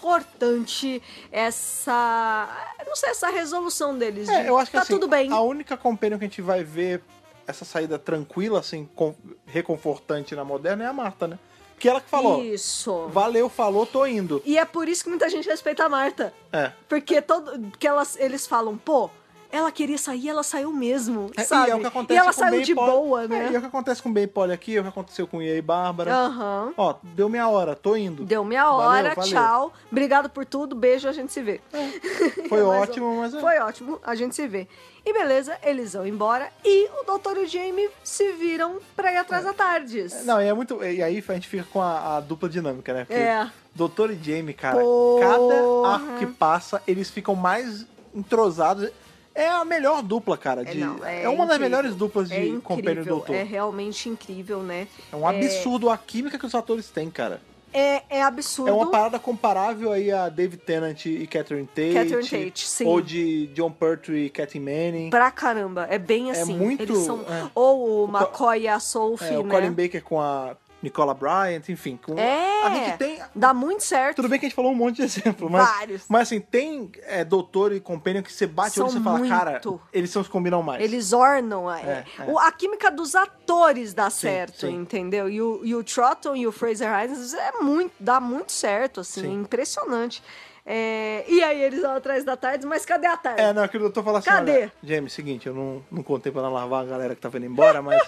[SPEAKER 2] reconfortante essa, não sei, essa resolução deles. de,
[SPEAKER 1] É, eu acho que
[SPEAKER 2] tá
[SPEAKER 1] assim,
[SPEAKER 2] tudo bem.
[SPEAKER 1] a única companion que a gente vai ver essa saída tranquila, assim, com- reconfortante na moderna é a Marta, né? Que ela que falou,
[SPEAKER 2] Isso.
[SPEAKER 1] valeu, falou, tô indo.
[SPEAKER 2] E é por isso que muita gente respeita a Marta.
[SPEAKER 1] É.
[SPEAKER 2] Porque todo que elas, eles falam, pô, ela queria sair, ela saiu mesmo,
[SPEAKER 1] É,
[SPEAKER 2] sabe?
[SPEAKER 1] E é o que acontece
[SPEAKER 2] ela
[SPEAKER 1] com
[SPEAKER 2] saiu
[SPEAKER 1] Ben e
[SPEAKER 2] de
[SPEAKER 1] Polly.
[SPEAKER 2] boa,
[SPEAKER 1] É, e é
[SPEAKER 2] né?
[SPEAKER 1] o que acontece com Ben e Polly aqui, é o que aconteceu com Ia e Bárbara.
[SPEAKER 2] Aham.
[SPEAKER 1] Ó, deu minha hora, tô indo.
[SPEAKER 2] Deu minha
[SPEAKER 1] Valeu,
[SPEAKER 2] hora,
[SPEAKER 1] valeu.
[SPEAKER 2] tchau. Obrigado por tudo, beijo, a gente se vê. [LAUGHS]
[SPEAKER 1] Foi
[SPEAKER 2] Mas-
[SPEAKER 1] ótimo, mas é.
[SPEAKER 2] Foi ótimo, a gente se vê. E beleza, eles vão embora e o doutor e o Jamie se viram pra ir atrás da Tardes.
[SPEAKER 1] Não, e é muito. E aí a gente fica com a, a dupla dinâmica, né? Porque
[SPEAKER 2] É.
[SPEAKER 1] Doutor e Jamie, cara,
[SPEAKER 2] Porra.
[SPEAKER 1] cada arco que passa, eles ficam mais entrosados. É a melhor dupla, cara.
[SPEAKER 2] É,
[SPEAKER 1] De,
[SPEAKER 2] não, é
[SPEAKER 1] uma das
[SPEAKER 2] incrível.
[SPEAKER 1] melhores duplas
[SPEAKER 2] é
[SPEAKER 1] de companheiro
[SPEAKER 2] incrível,
[SPEAKER 1] doutor.
[SPEAKER 2] é
[SPEAKER 1] É,
[SPEAKER 2] realmente incrível, né?
[SPEAKER 1] um absurdo a química que os atores têm, cara.
[SPEAKER 2] É, é absurdo.
[SPEAKER 1] É uma parada comparável aí a David Tennant e Catherine Tate.
[SPEAKER 2] Catherine Tate, sim.
[SPEAKER 1] Ou de John Pertwee e Cathy Manning.
[SPEAKER 2] Pra caramba, é bem
[SPEAKER 1] É
[SPEAKER 2] assim.
[SPEAKER 1] muito-
[SPEAKER 2] Eles são
[SPEAKER 1] é.
[SPEAKER 2] ou o
[SPEAKER 1] Co-
[SPEAKER 2] McCoy e a Sophie,
[SPEAKER 1] É, o
[SPEAKER 2] né?
[SPEAKER 1] Colin Baker com a Nicola Bryant, enfim. Com
[SPEAKER 2] É.
[SPEAKER 1] A gente tem
[SPEAKER 2] Dá muito certo.
[SPEAKER 1] Tudo bem que a gente falou um monte de exemplo, mas.
[SPEAKER 2] Vários.
[SPEAKER 1] Mas assim, tem é, doutor e companion que você bate o olho e
[SPEAKER 2] São
[SPEAKER 1] você fala,
[SPEAKER 2] muito.
[SPEAKER 1] cara, eles são os que combinam mais.
[SPEAKER 2] Eles ornam a,
[SPEAKER 1] É, é.
[SPEAKER 2] o- a química dos atores dá certo,
[SPEAKER 1] sim.
[SPEAKER 2] entendeu? E o, e o Trotton e o Fraser Hines é muito, dá muito certo, assim,
[SPEAKER 1] Sim.
[SPEAKER 2] é impressionante. É, e aí eles vão atrás da tarde, mas cadê a tarde?
[SPEAKER 1] É, não, aquele doutor fala assim,
[SPEAKER 2] Cadê? [LAUGHS]
[SPEAKER 1] olha, James, seguinte, eu não, não contei pra não larvar a galera que tá vendo embora, mas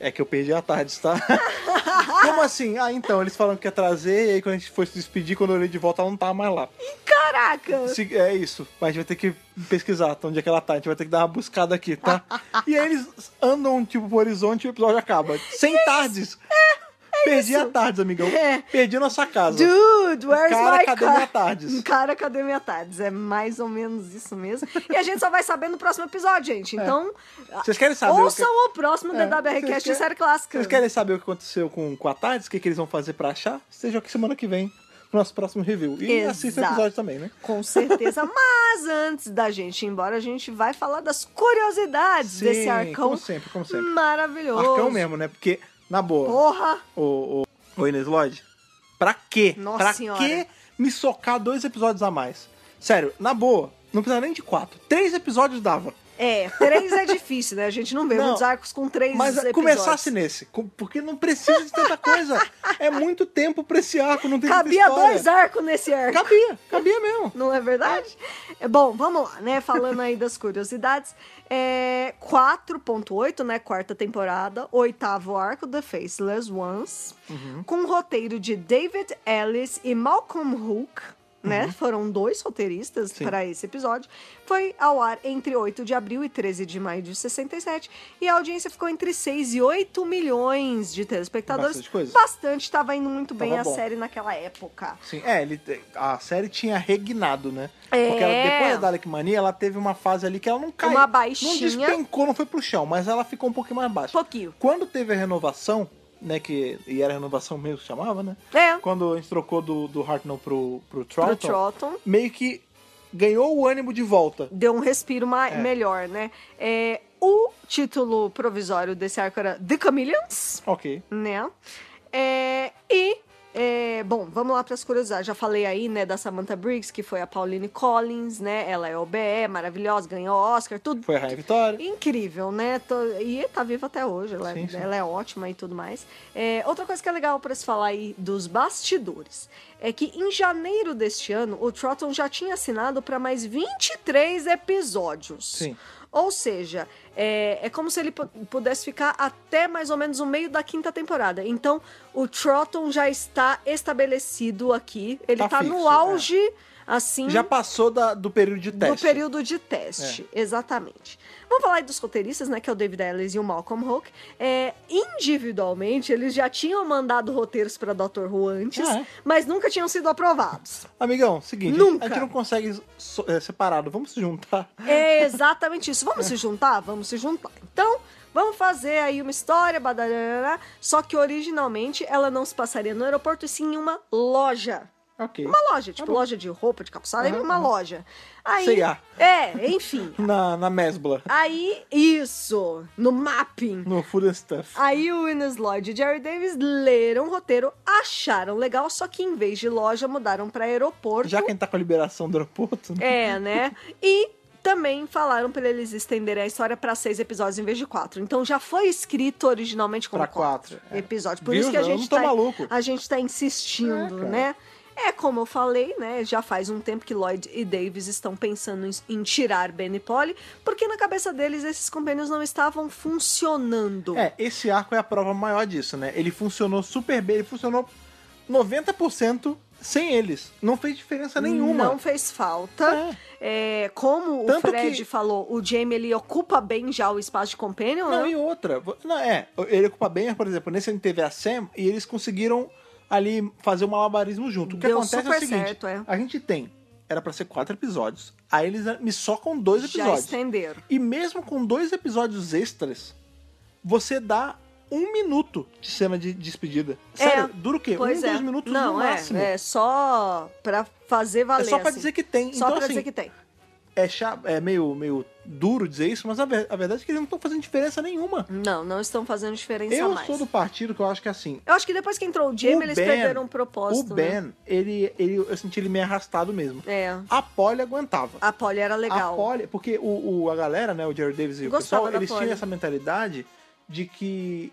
[SPEAKER 1] É que eu perdi a tarde, tá? [LAUGHS] Como assim? Ah, então, eles falaram que ia trazer, e aí quando a gente foi se despedir, quando eu olhei de volta, ela não tava mais lá.
[SPEAKER 2] Caraca!
[SPEAKER 1] Se- é isso. Mas a gente vai ter que pesquisar tá, onde é que ela tá. A gente vai ter que dar uma buscada aqui,
[SPEAKER 2] [LAUGHS]
[SPEAKER 1] tá? e aí eles andam, tipo, pro horizonte e o episódio acaba. Sem tardes! Perdi a tarde, amigão.
[SPEAKER 2] É.
[SPEAKER 1] Perdi a nossa casa.
[SPEAKER 2] Dude, where's
[SPEAKER 1] Cara,
[SPEAKER 2] my
[SPEAKER 1] cadê
[SPEAKER 2] car?
[SPEAKER 1] minha tardes?
[SPEAKER 2] Cara, cadê minha tardes? É mais ou menos isso mesmo. E a gente só vai saber no próximo episódio, gente. Então,
[SPEAKER 1] Vocês querem saber É. o que...
[SPEAKER 2] ouçam o próximo
[SPEAKER 1] É, vocês
[SPEAKER 2] DWRcast de
[SPEAKER 1] querem-
[SPEAKER 2] série clássica.
[SPEAKER 1] Vocês querem saber o que aconteceu com, com a tardes? O que, que eles vão fazer pra achar? Esteja aqui semana que vem, no nosso próximo review. E
[SPEAKER 2] Exato.
[SPEAKER 1] assista o episódio também, né? [LAUGHS]
[SPEAKER 2] Com certeza. Mas antes da gente ir embora, a gente vai falar das curiosidades
[SPEAKER 1] Sim,
[SPEAKER 2] desse arcão
[SPEAKER 1] como sempre, como sempre.
[SPEAKER 2] maravilhoso.
[SPEAKER 1] Arcão mesmo, né? Porque, na boa,
[SPEAKER 2] Porra!
[SPEAKER 1] o, o, o Inês Lodge, pra quê?
[SPEAKER 2] Nossa
[SPEAKER 1] pra
[SPEAKER 2] senhora.
[SPEAKER 1] quê me socar dois episódios a mais? Sério, na boa, não precisa nem de quatro. Três episódios dava.
[SPEAKER 2] É, três é difícil, né? A gente não vê
[SPEAKER 1] Não,
[SPEAKER 2] muitos arcos com três
[SPEAKER 1] Mas
[SPEAKER 2] episódios.
[SPEAKER 1] começasse nesse, com- porque não precisa de tanta
[SPEAKER 2] [LAUGHS]
[SPEAKER 1] coisa. É muito tempo pra esse arco, não tem
[SPEAKER 2] Cabia
[SPEAKER 1] muita história.
[SPEAKER 2] dois arcos nesse arco.
[SPEAKER 1] Cabia, cabia mesmo.
[SPEAKER 2] Não é verdade? É, bom, vamos lá, né? Falando aí das curiosidades. É, 4.8, né? Quarta temporada, oitavo arco, The Faceless Ones.
[SPEAKER 1] Uhum.
[SPEAKER 2] Com o roteiro de David Ellis e Malcolm Hook. Né? Foram dois roteiristas
[SPEAKER 1] Uhum. Sim.
[SPEAKER 2] para esse episódio. Foi ao ar entre 8 de abril e 13 de maio de 67. E a audiência ficou entre 6 e 8 milhões de telespectadores.
[SPEAKER 1] Bastante coisa.
[SPEAKER 2] Bastante, estava indo muito bem
[SPEAKER 1] Tava
[SPEAKER 2] a
[SPEAKER 1] bom.
[SPEAKER 2] série naquela época.
[SPEAKER 1] Sim, é, ele, a série tinha regnado, né?
[SPEAKER 2] É.
[SPEAKER 1] Porque ela, depois da Dalek Mania, ela teve uma fase ali que ela não caiu.
[SPEAKER 2] Uma baixinha.
[SPEAKER 1] Não despencou, não foi pro chão, mas ela ficou um pouquinho mais baixa.
[SPEAKER 2] Pouquinho.
[SPEAKER 1] Quando teve a renovação, né, que e era a renovação mesmo que chamava, né?
[SPEAKER 2] É.
[SPEAKER 1] Quando a gente trocou do, do Hartnell pro, pro Troughton,
[SPEAKER 2] Pro Trotton.
[SPEAKER 1] meio que ganhou o ânimo de volta.
[SPEAKER 2] deu um respiro ma-
[SPEAKER 1] É.
[SPEAKER 2] melhor, né? É, o título provisório desse arco era The Chameleons,
[SPEAKER 1] Ok.
[SPEAKER 2] né? É, e, é, bom, vamos lá para as curiosidades. Já falei aí, né, da Samantha Briggs, que foi a Pauline Collins, né? Ela é OBE, maravilhosa, ganhou Oscar, tudo.
[SPEAKER 1] Foi a Rainha Vitória.
[SPEAKER 2] Incrível, né? Tô- E tá viva até hoje, ela,
[SPEAKER 1] Sim, sim.
[SPEAKER 2] ela é ótima e tudo mais. É, outra coisa que é legal pra se falar aí dos bastidores é que em janeiro deste ano o Trotton já tinha assinado pra mais 23 episódios.
[SPEAKER 1] Sim.
[SPEAKER 2] Ou seja, é, é como se ele pu- pudesse ficar até mais ou menos o meio da quinta temporada. Então, o Trotton já está estabelecido aqui. Ele tá,
[SPEAKER 1] Tá fixo,
[SPEAKER 2] no auge, assim
[SPEAKER 1] Já passou da- do período de
[SPEAKER 2] do
[SPEAKER 1] teste. É.
[SPEAKER 2] período de teste, exatamente. Vamos falar aí dos roteiristas, né? Que é o David Ellis e o Malcolm Hook. É, individualmente, eles já tinham mandado roteiros para Dr. Who antes,
[SPEAKER 1] Ah, é?
[SPEAKER 2] mas nunca tinham sido aprovados.
[SPEAKER 1] Amigão, seguinte,
[SPEAKER 2] Nunca.
[SPEAKER 1] a gente não consegue so- é, separado, vamos juntar.
[SPEAKER 2] É exatamente isso. Vamos se juntar? Vamos se juntar. Então, vamos fazer aí uma história, badarará, só que originalmente ela não se passaria no aeroporto, e sim em uma loja.
[SPEAKER 1] Ok.
[SPEAKER 2] Uma loja, tipo loja de roupa, de calçado,
[SPEAKER 1] Tá
[SPEAKER 2] é
[SPEAKER 1] Aham,
[SPEAKER 2] uma loja. Aí,
[SPEAKER 1] C&A.
[SPEAKER 2] É, enfim.
[SPEAKER 1] Na, na mesbla,
[SPEAKER 2] Aí, isso, no mapping.
[SPEAKER 1] no Food and Stuff.
[SPEAKER 2] Aí o Ines Lloyd e Jerry Davis leram o roteiro, acharam legal, só que em vez de loja mudaram pra aeroporto.
[SPEAKER 1] Já que a gente tá com a liberação do aeroporto, né?
[SPEAKER 2] É, né? E também falaram pra eles estenderem a história pra seis episódios em vez de quatro. Então já foi escrito originalmente como
[SPEAKER 1] Pra quatro, é.
[SPEAKER 2] episódios. Por
[SPEAKER 1] Viu?
[SPEAKER 2] isso que a
[SPEAKER 1] Eu
[SPEAKER 2] gente
[SPEAKER 1] não tô
[SPEAKER 2] tá
[SPEAKER 1] maluco.
[SPEAKER 2] a gente tá insistindo,
[SPEAKER 1] É, cara.
[SPEAKER 2] né? É como eu falei, né? Já faz um tempo que Lloyd e Davis estão pensando em, em tirar Ben e Polly, porque na cabeça deles esses compênios não estavam funcionando.
[SPEAKER 1] É, esse arco é a prova maior disso, né? Ele funcionou super bem, ele funcionou 90% sem eles. Não fez diferença nenhuma.
[SPEAKER 2] Não fez falta. É, como
[SPEAKER 1] Tanto
[SPEAKER 2] o Fred
[SPEAKER 1] que-
[SPEAKER 2] falou, o Jamie ele ocupa bem já o espaço de companion,
[SPEAKER 1] Não,
[SPEAKER 2] né?
[SPEAKER 1] e outra. vo- Não, é, ele ocupa bem, por exemplo, nesse ele teve a Sam e eles conseguiram ali fazer um malabarismo junto. O que
[SPEAKER 2] Deu
[SPEAKER 1] acontece é
[SPEAKER 2] super
[SPEAKER 1] o seguinte:
[SPEAKER 2] certo, é.
[SPEAKER 1] a gente tem, era pra ser quatro episódios, aí eles me socam dois
[SPEAKER 2] já
[SPEAKER 1] episódios.
[SPEAKER 2] estenderam.
[SPEAKER 1] E mesmo com dois episódios extras, você dá um minuto de cena de despedida. Sério, dura o quê?
[SPEAKER 2] É. Pois
[SPEAKER 1] um,
[SPEAKER 2] é.
[SPEAKER 1] dois minutos
[SPEAKER 2] Não,
[SPEAKER 1] no
[SPEAKER 2] é,
[SPEAKER 1] máximo.
[SPEAKER 2] é só pra fazer valer.
[SPEAKER 1] É só pra
[SPEAKER 2] assim.
[SPEAKER 1] dizer que tem.
[SPEAKER 2] Só
[SPEAKER 1] então,
[SPEAKER 2] pra
[SPEAKER 1] assim,
[SPEAKER 2] dizer que tem.
[SPEAKER 1] é, chá- é meio, meio duro dizer isso, mas a, ver- a verdade é que eles não estão fazendo diferença nenhuma.
[SPEAKER 2] Não, não estão fazendo diferença
[SPEAKER 1] eu
[SPEAKER 2] mais.
[SPEAKER 1] sou do partido que eu acho que é assim.
[SPEAKER 2] Eu acho que depois que entrou o Jamie,
[SPEAKER 1] o
[SPEAKER 2] eles
[SPEAKER 1] Ben-
[SPEAKER 2] perderam um propósito.
[SPEAKER 1] O
[SPEAKER 2] né?
[SPEAKER 1] Ben, ele, ele, eu senti ele meio arrastado mesmo.
[SPEAKER 2] É.
[SPEAKER 1] A Polly aguentava.
[SPEAKER 2] A Polly era legal.
[SPEAKER 1] A Polly, porque o, o- a galera, né, o Jerry Davis e o
[SPEAKER 2] Gostava
[SPEAKER 1] pessoal,
[SPEAKER 2] da
[SPEAKER 1] eles
[SPEAKER 2] Polly.
[SPEAKER 1] tinham essa mentalidade de que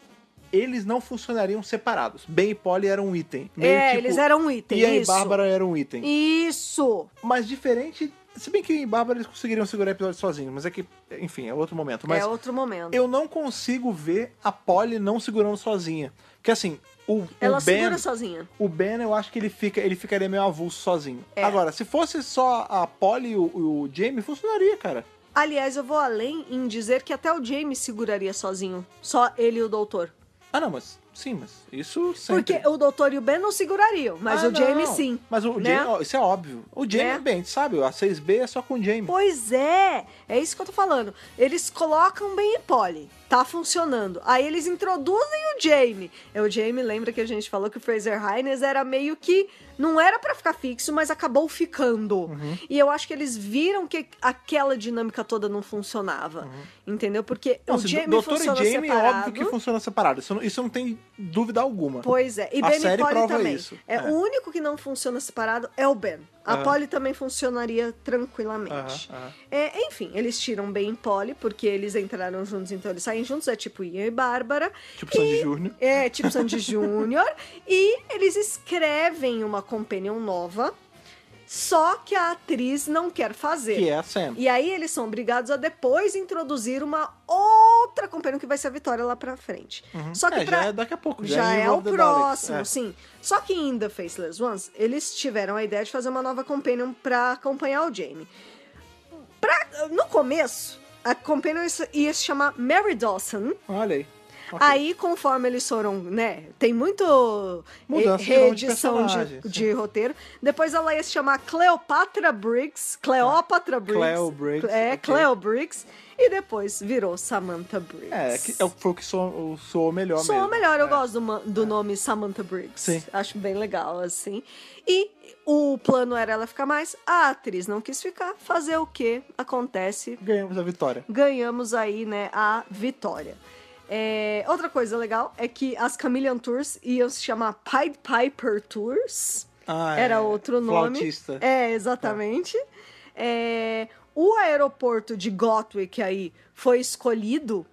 [SPEAKER 1] eles não funcionariam separados. Ben e Polly eram um item. Meio
[SPEAKER 2] é,
[SPEAKER 1] tipo,
[SPEAKER 2] eles eram um item.
[SPEAKER 1] Ian e
[SPEAKER 2] isso.
[SPEAKER 1] Bárbara eram um item.
[SPEAKER 2] Isso!
[SPEAKER 1] Mas diferente Se bem que em Bárbara eles conseguiriam segurar o episódio sozinhos, mas é que, enfim, é outro momento. Mas
[SPEAKER 2] é outro momento.
[SPEAKER 1] eu não consigo ver a Polly não segurando sozinha. Porque assim, o,
[SPEAKER 2] Ela
[SPEAKER 1] o Ben.
[SPEAKER 2] segura sozinha.
[SPEAKER 1] O Ben, eu acho que ele, fica, ele ficaria meio avulso sozinho.
[SPEAKER 2] É.
[SPEAKER 1] Agora, se fosse só a Polly e o, e o Jamie, funcionaria, cara.
[SPEAKER 2] Aliás, eu vou além em dizer que até o Jamie seguraria sozinho. Só ele e o doutor.
[SPEAKER 1] Ah, não, mas sim, mas isso sempre.
[SPEAKER 2] Porque o doutor e o Ben não segurariam, mas
[SPEAKER 1] Ah,
[SPEAKER 2] o Jamie
[SPEAKER 1] não.
[SPEAKER 2] sim.
[SPEAKER 1] Mas o
[SPEAKER 2] né?
[SPEAKER 1] Jamie, ó, isso é óbvio. O Jamie
[SPEAKER 2] Né?
[SPEAKER 1] é bem, sabe? A 6B é só com o Jamie.
[SPEAKER 2] Pois é, é isso que eu tô falando. Eles colocam bem e Polly, tá funcionando. Aí eles introduzem o Jamie. É o Jamie, lembra que a gente falou que o Fraser Hines era meio que não era pra ficar fixo, mas acabou ficando.
[SPEAKER 1] Uhum.
[SPEAKER 2] E eu acho que eles viram que aquela dinâmica toda não funcionava, entendeu? Porque
[SPEAKER 1] Não,
[SPEAKER 2] o
[SPEAKER 1] assim,
[SPEAKER 2] Jamie
[SPEAKER 1] Doutor e
[SPEAKER 2] funciona
[SPEAKER 1] Jamie
[SPEAKER 2] separado.
[SPEAKER 1] é óbvio que funciona separado. Isso não, isso não tem dúvida alguma.
[SPEAKER 2] Pois é, e
[SPEAKER 1] A
[SPEAKER 2] Ben e
[SPEAKER 1] série
[SPEAKER 2] Polly
[SPEAKER 1] prova
[SPEAKER 2] também.
[SPEAKER 1] isso.
[SPEAKER 2] É,
[SPEAKER 1] É.
[SPEAKER 2] O único que não funciona separado é o Ben. A
[SPEAKER 1] Aham.
[SPEAKER 2] Polly também funcionaria tranquilamente.
[SPEAKER 1] Aham, aham.
[SPEAKER 2] É, enfim, eles tiram Ben e Polly, porque eles entraram juntos, então eles saem juntos. É tipo Ian e Bárbara.
[SPEAKER 1] Tipo Sandy Júnior.
[SPEAKER 2] É, tipo
[SPEAKER 1] [LAUGHS]
[SPEAKER 2] Sandy Júnior. E eles escrevem uma companion nova, só que a atriz não quer fazer.
[SPEAKER 1] Que é a Sam.
[SPEAKER 2] E aí eles são obrigados a depois introduzir uma outra companhia que vai ser a Vitória lá pra frente. Só que
[SPEAKER 1] É,
[SPEAKER 2] pra...
[SPEAKER 1] já é daqui a pouco, já
[SPEAKER 2] Já
[SPEAKER 1] é
[SPEAKER 2] é,
[SPEAKER 1] Evil
[SPEAKER 2] o
[SPEAKER 1] of the Daleks,
[SPEAKER 2] próximo,
[SPEAKER 1] é.
[SPEAKER 2] sim. Só que em The Faceless Ones, eles tiveram a ideia de fazer uma nova companion pra acompanhar o Jamie. Pra... No começo, a companion ia se chamar Mary Dawson.
[SPEAKER 1] Olha aí. Ok.
[SPEAKER 2] Aí, conforme eles foram, né? Tem muito
[SPEAKER 1] Mudança
[SPEAKER 2] eh,
[SPEAKER 1] de nome de
[SPEAKER 2] reedição de,
[SPEAKER 1] personagem,
[SPEAKER 2] de roteiro. Depois ela ia se chamar Cleopatra Briggs. Cleópatra Briggs.
[SPEAKER 1] Cleo Briggs,
[SPEAKER 2] É,
[SPEAKER 1] ok.
[SPEAKER 2] Cleo Briggs. E depois virou Samantha Briggs.
[SPEAKER 1] É, que é, o- foi o que soou, soou melhor
[SPEAKER 2] Soa
[SPEAKER 1] mesmo.
[SPEAKER 2] melhor, eu
[SPEAKER 1] É.
[SPEAKER 2] gosto do, ma- do nome Samantha Briggs.
[SPEAKER 1] Sim.
[SPEAKER 2] Acho bem legal, assim. E o plano era ela ficar mais. A atriz não quis ficar. Fazer o que acontece
[SPEAKER 1] Ganhamos a vitória.
[SPEAKER 2] ganhamos aí, né, a vitória. É, outra coisa legal é que as Chameleon Tours iam se chamar Pied Piper Tours.
[SPEAKER 1] Ah,
[SPEAKER 2] Era
[SPEAKER 1] é,
[SPEAKER 2] outro nome.
[SPEAKER 1] flautista. Tá.
[SPEAKER 2] É, exatamente. É, o aeroporto de Gotwick aí foi escolhido,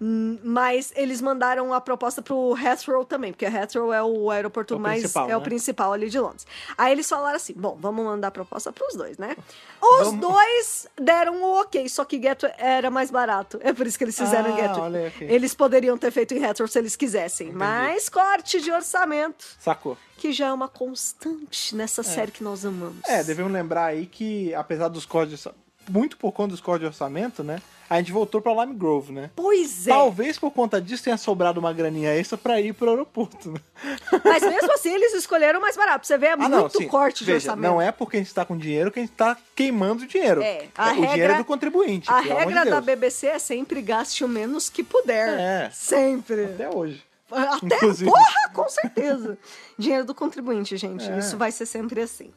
[SPEAKER 2] hum, mas eles mandaram a proposta pro Heathrow também, porque Heathrow é o aeroporto
[SPEAKER 1] É o
[SPEAKER 2] mais...
[SPEAKER 1] principal,
[SPEAKER 2] É o
[SPEAKER 1] né?
[SPEAKER 2] principal ali de Londres. Aí eles falaram assim, bom, vamos mandar a proposta pros dois, né? Os
[SPEAKER 1] Vamos-
[SPEAKER 2] dois deram o ok, só que Gatwick era mais barato. É por isso que eles fizeram
[SPEAKER 1] Ah,
[SPEAKER 2] em Gatwick.
[SPEAKER 1] olha aí, ok.
[SPEAKER 2] Eles poderiam ter feito em Heathrow se eles quisessem, mas corte de orçamento
[SPEAKER 1] Sacou?
[SPEAKER 2] que já é uma constante nessa série que nós amamos.
[SPEAKER 1] É, devemos lembrar aí que, apesar dos códigos... Muito por conta dos códigos de orçamento, né? A gente voltou pra Lime Grove, né?
[SPEAKER 2] Pois é.
[SPEAKER 1] Talvez por conta disso tenha sobrado uma graninha extra pra ir pro aeroporto. né?
[SPEAKER 2] [LAUGHS] Mas mesmo assim, eles escolheram o mais barato. Você vê, é
[SPEAKER 1] Ah,
[SPEAKER 2] muito
[SPEAKER 1] não, sim.
[SPEAKER 2] corte de
[SPEAKER 1] Veja,
[SPEAKER 2] orçamento.
[SPEAKER 1] Não é porque a gente tá com dinheiro que a gente tá queimando dinheiro.
[SPEAKER 2] É, a
[SPEAKER 1] o dinheiro
[SPEAKER 2] regra-
[SPEAKER 1] é do contribuinte.
[SPEAKER 2] A
[SPEAKER 1] pelo amor de
[SPEAKER 2] regra da
[SPEAKER 1] Deus.
[SPEAKER 2] BBC é sempre gaste o menos que puder.
[SPEAKER 1] É.
[SPEAKER 2] Sempre.
[SPEAKER 1] Até hoje.
[SPEAKER 2] Até,
[SPEAKER 1] Inclusive.
[SPEAKER 2] porra, com certeza. Dinheiro do contribuinte, gente.
[SPEAKER 1] É.
[SPEAKER 2] Isso vai ser sempre assim.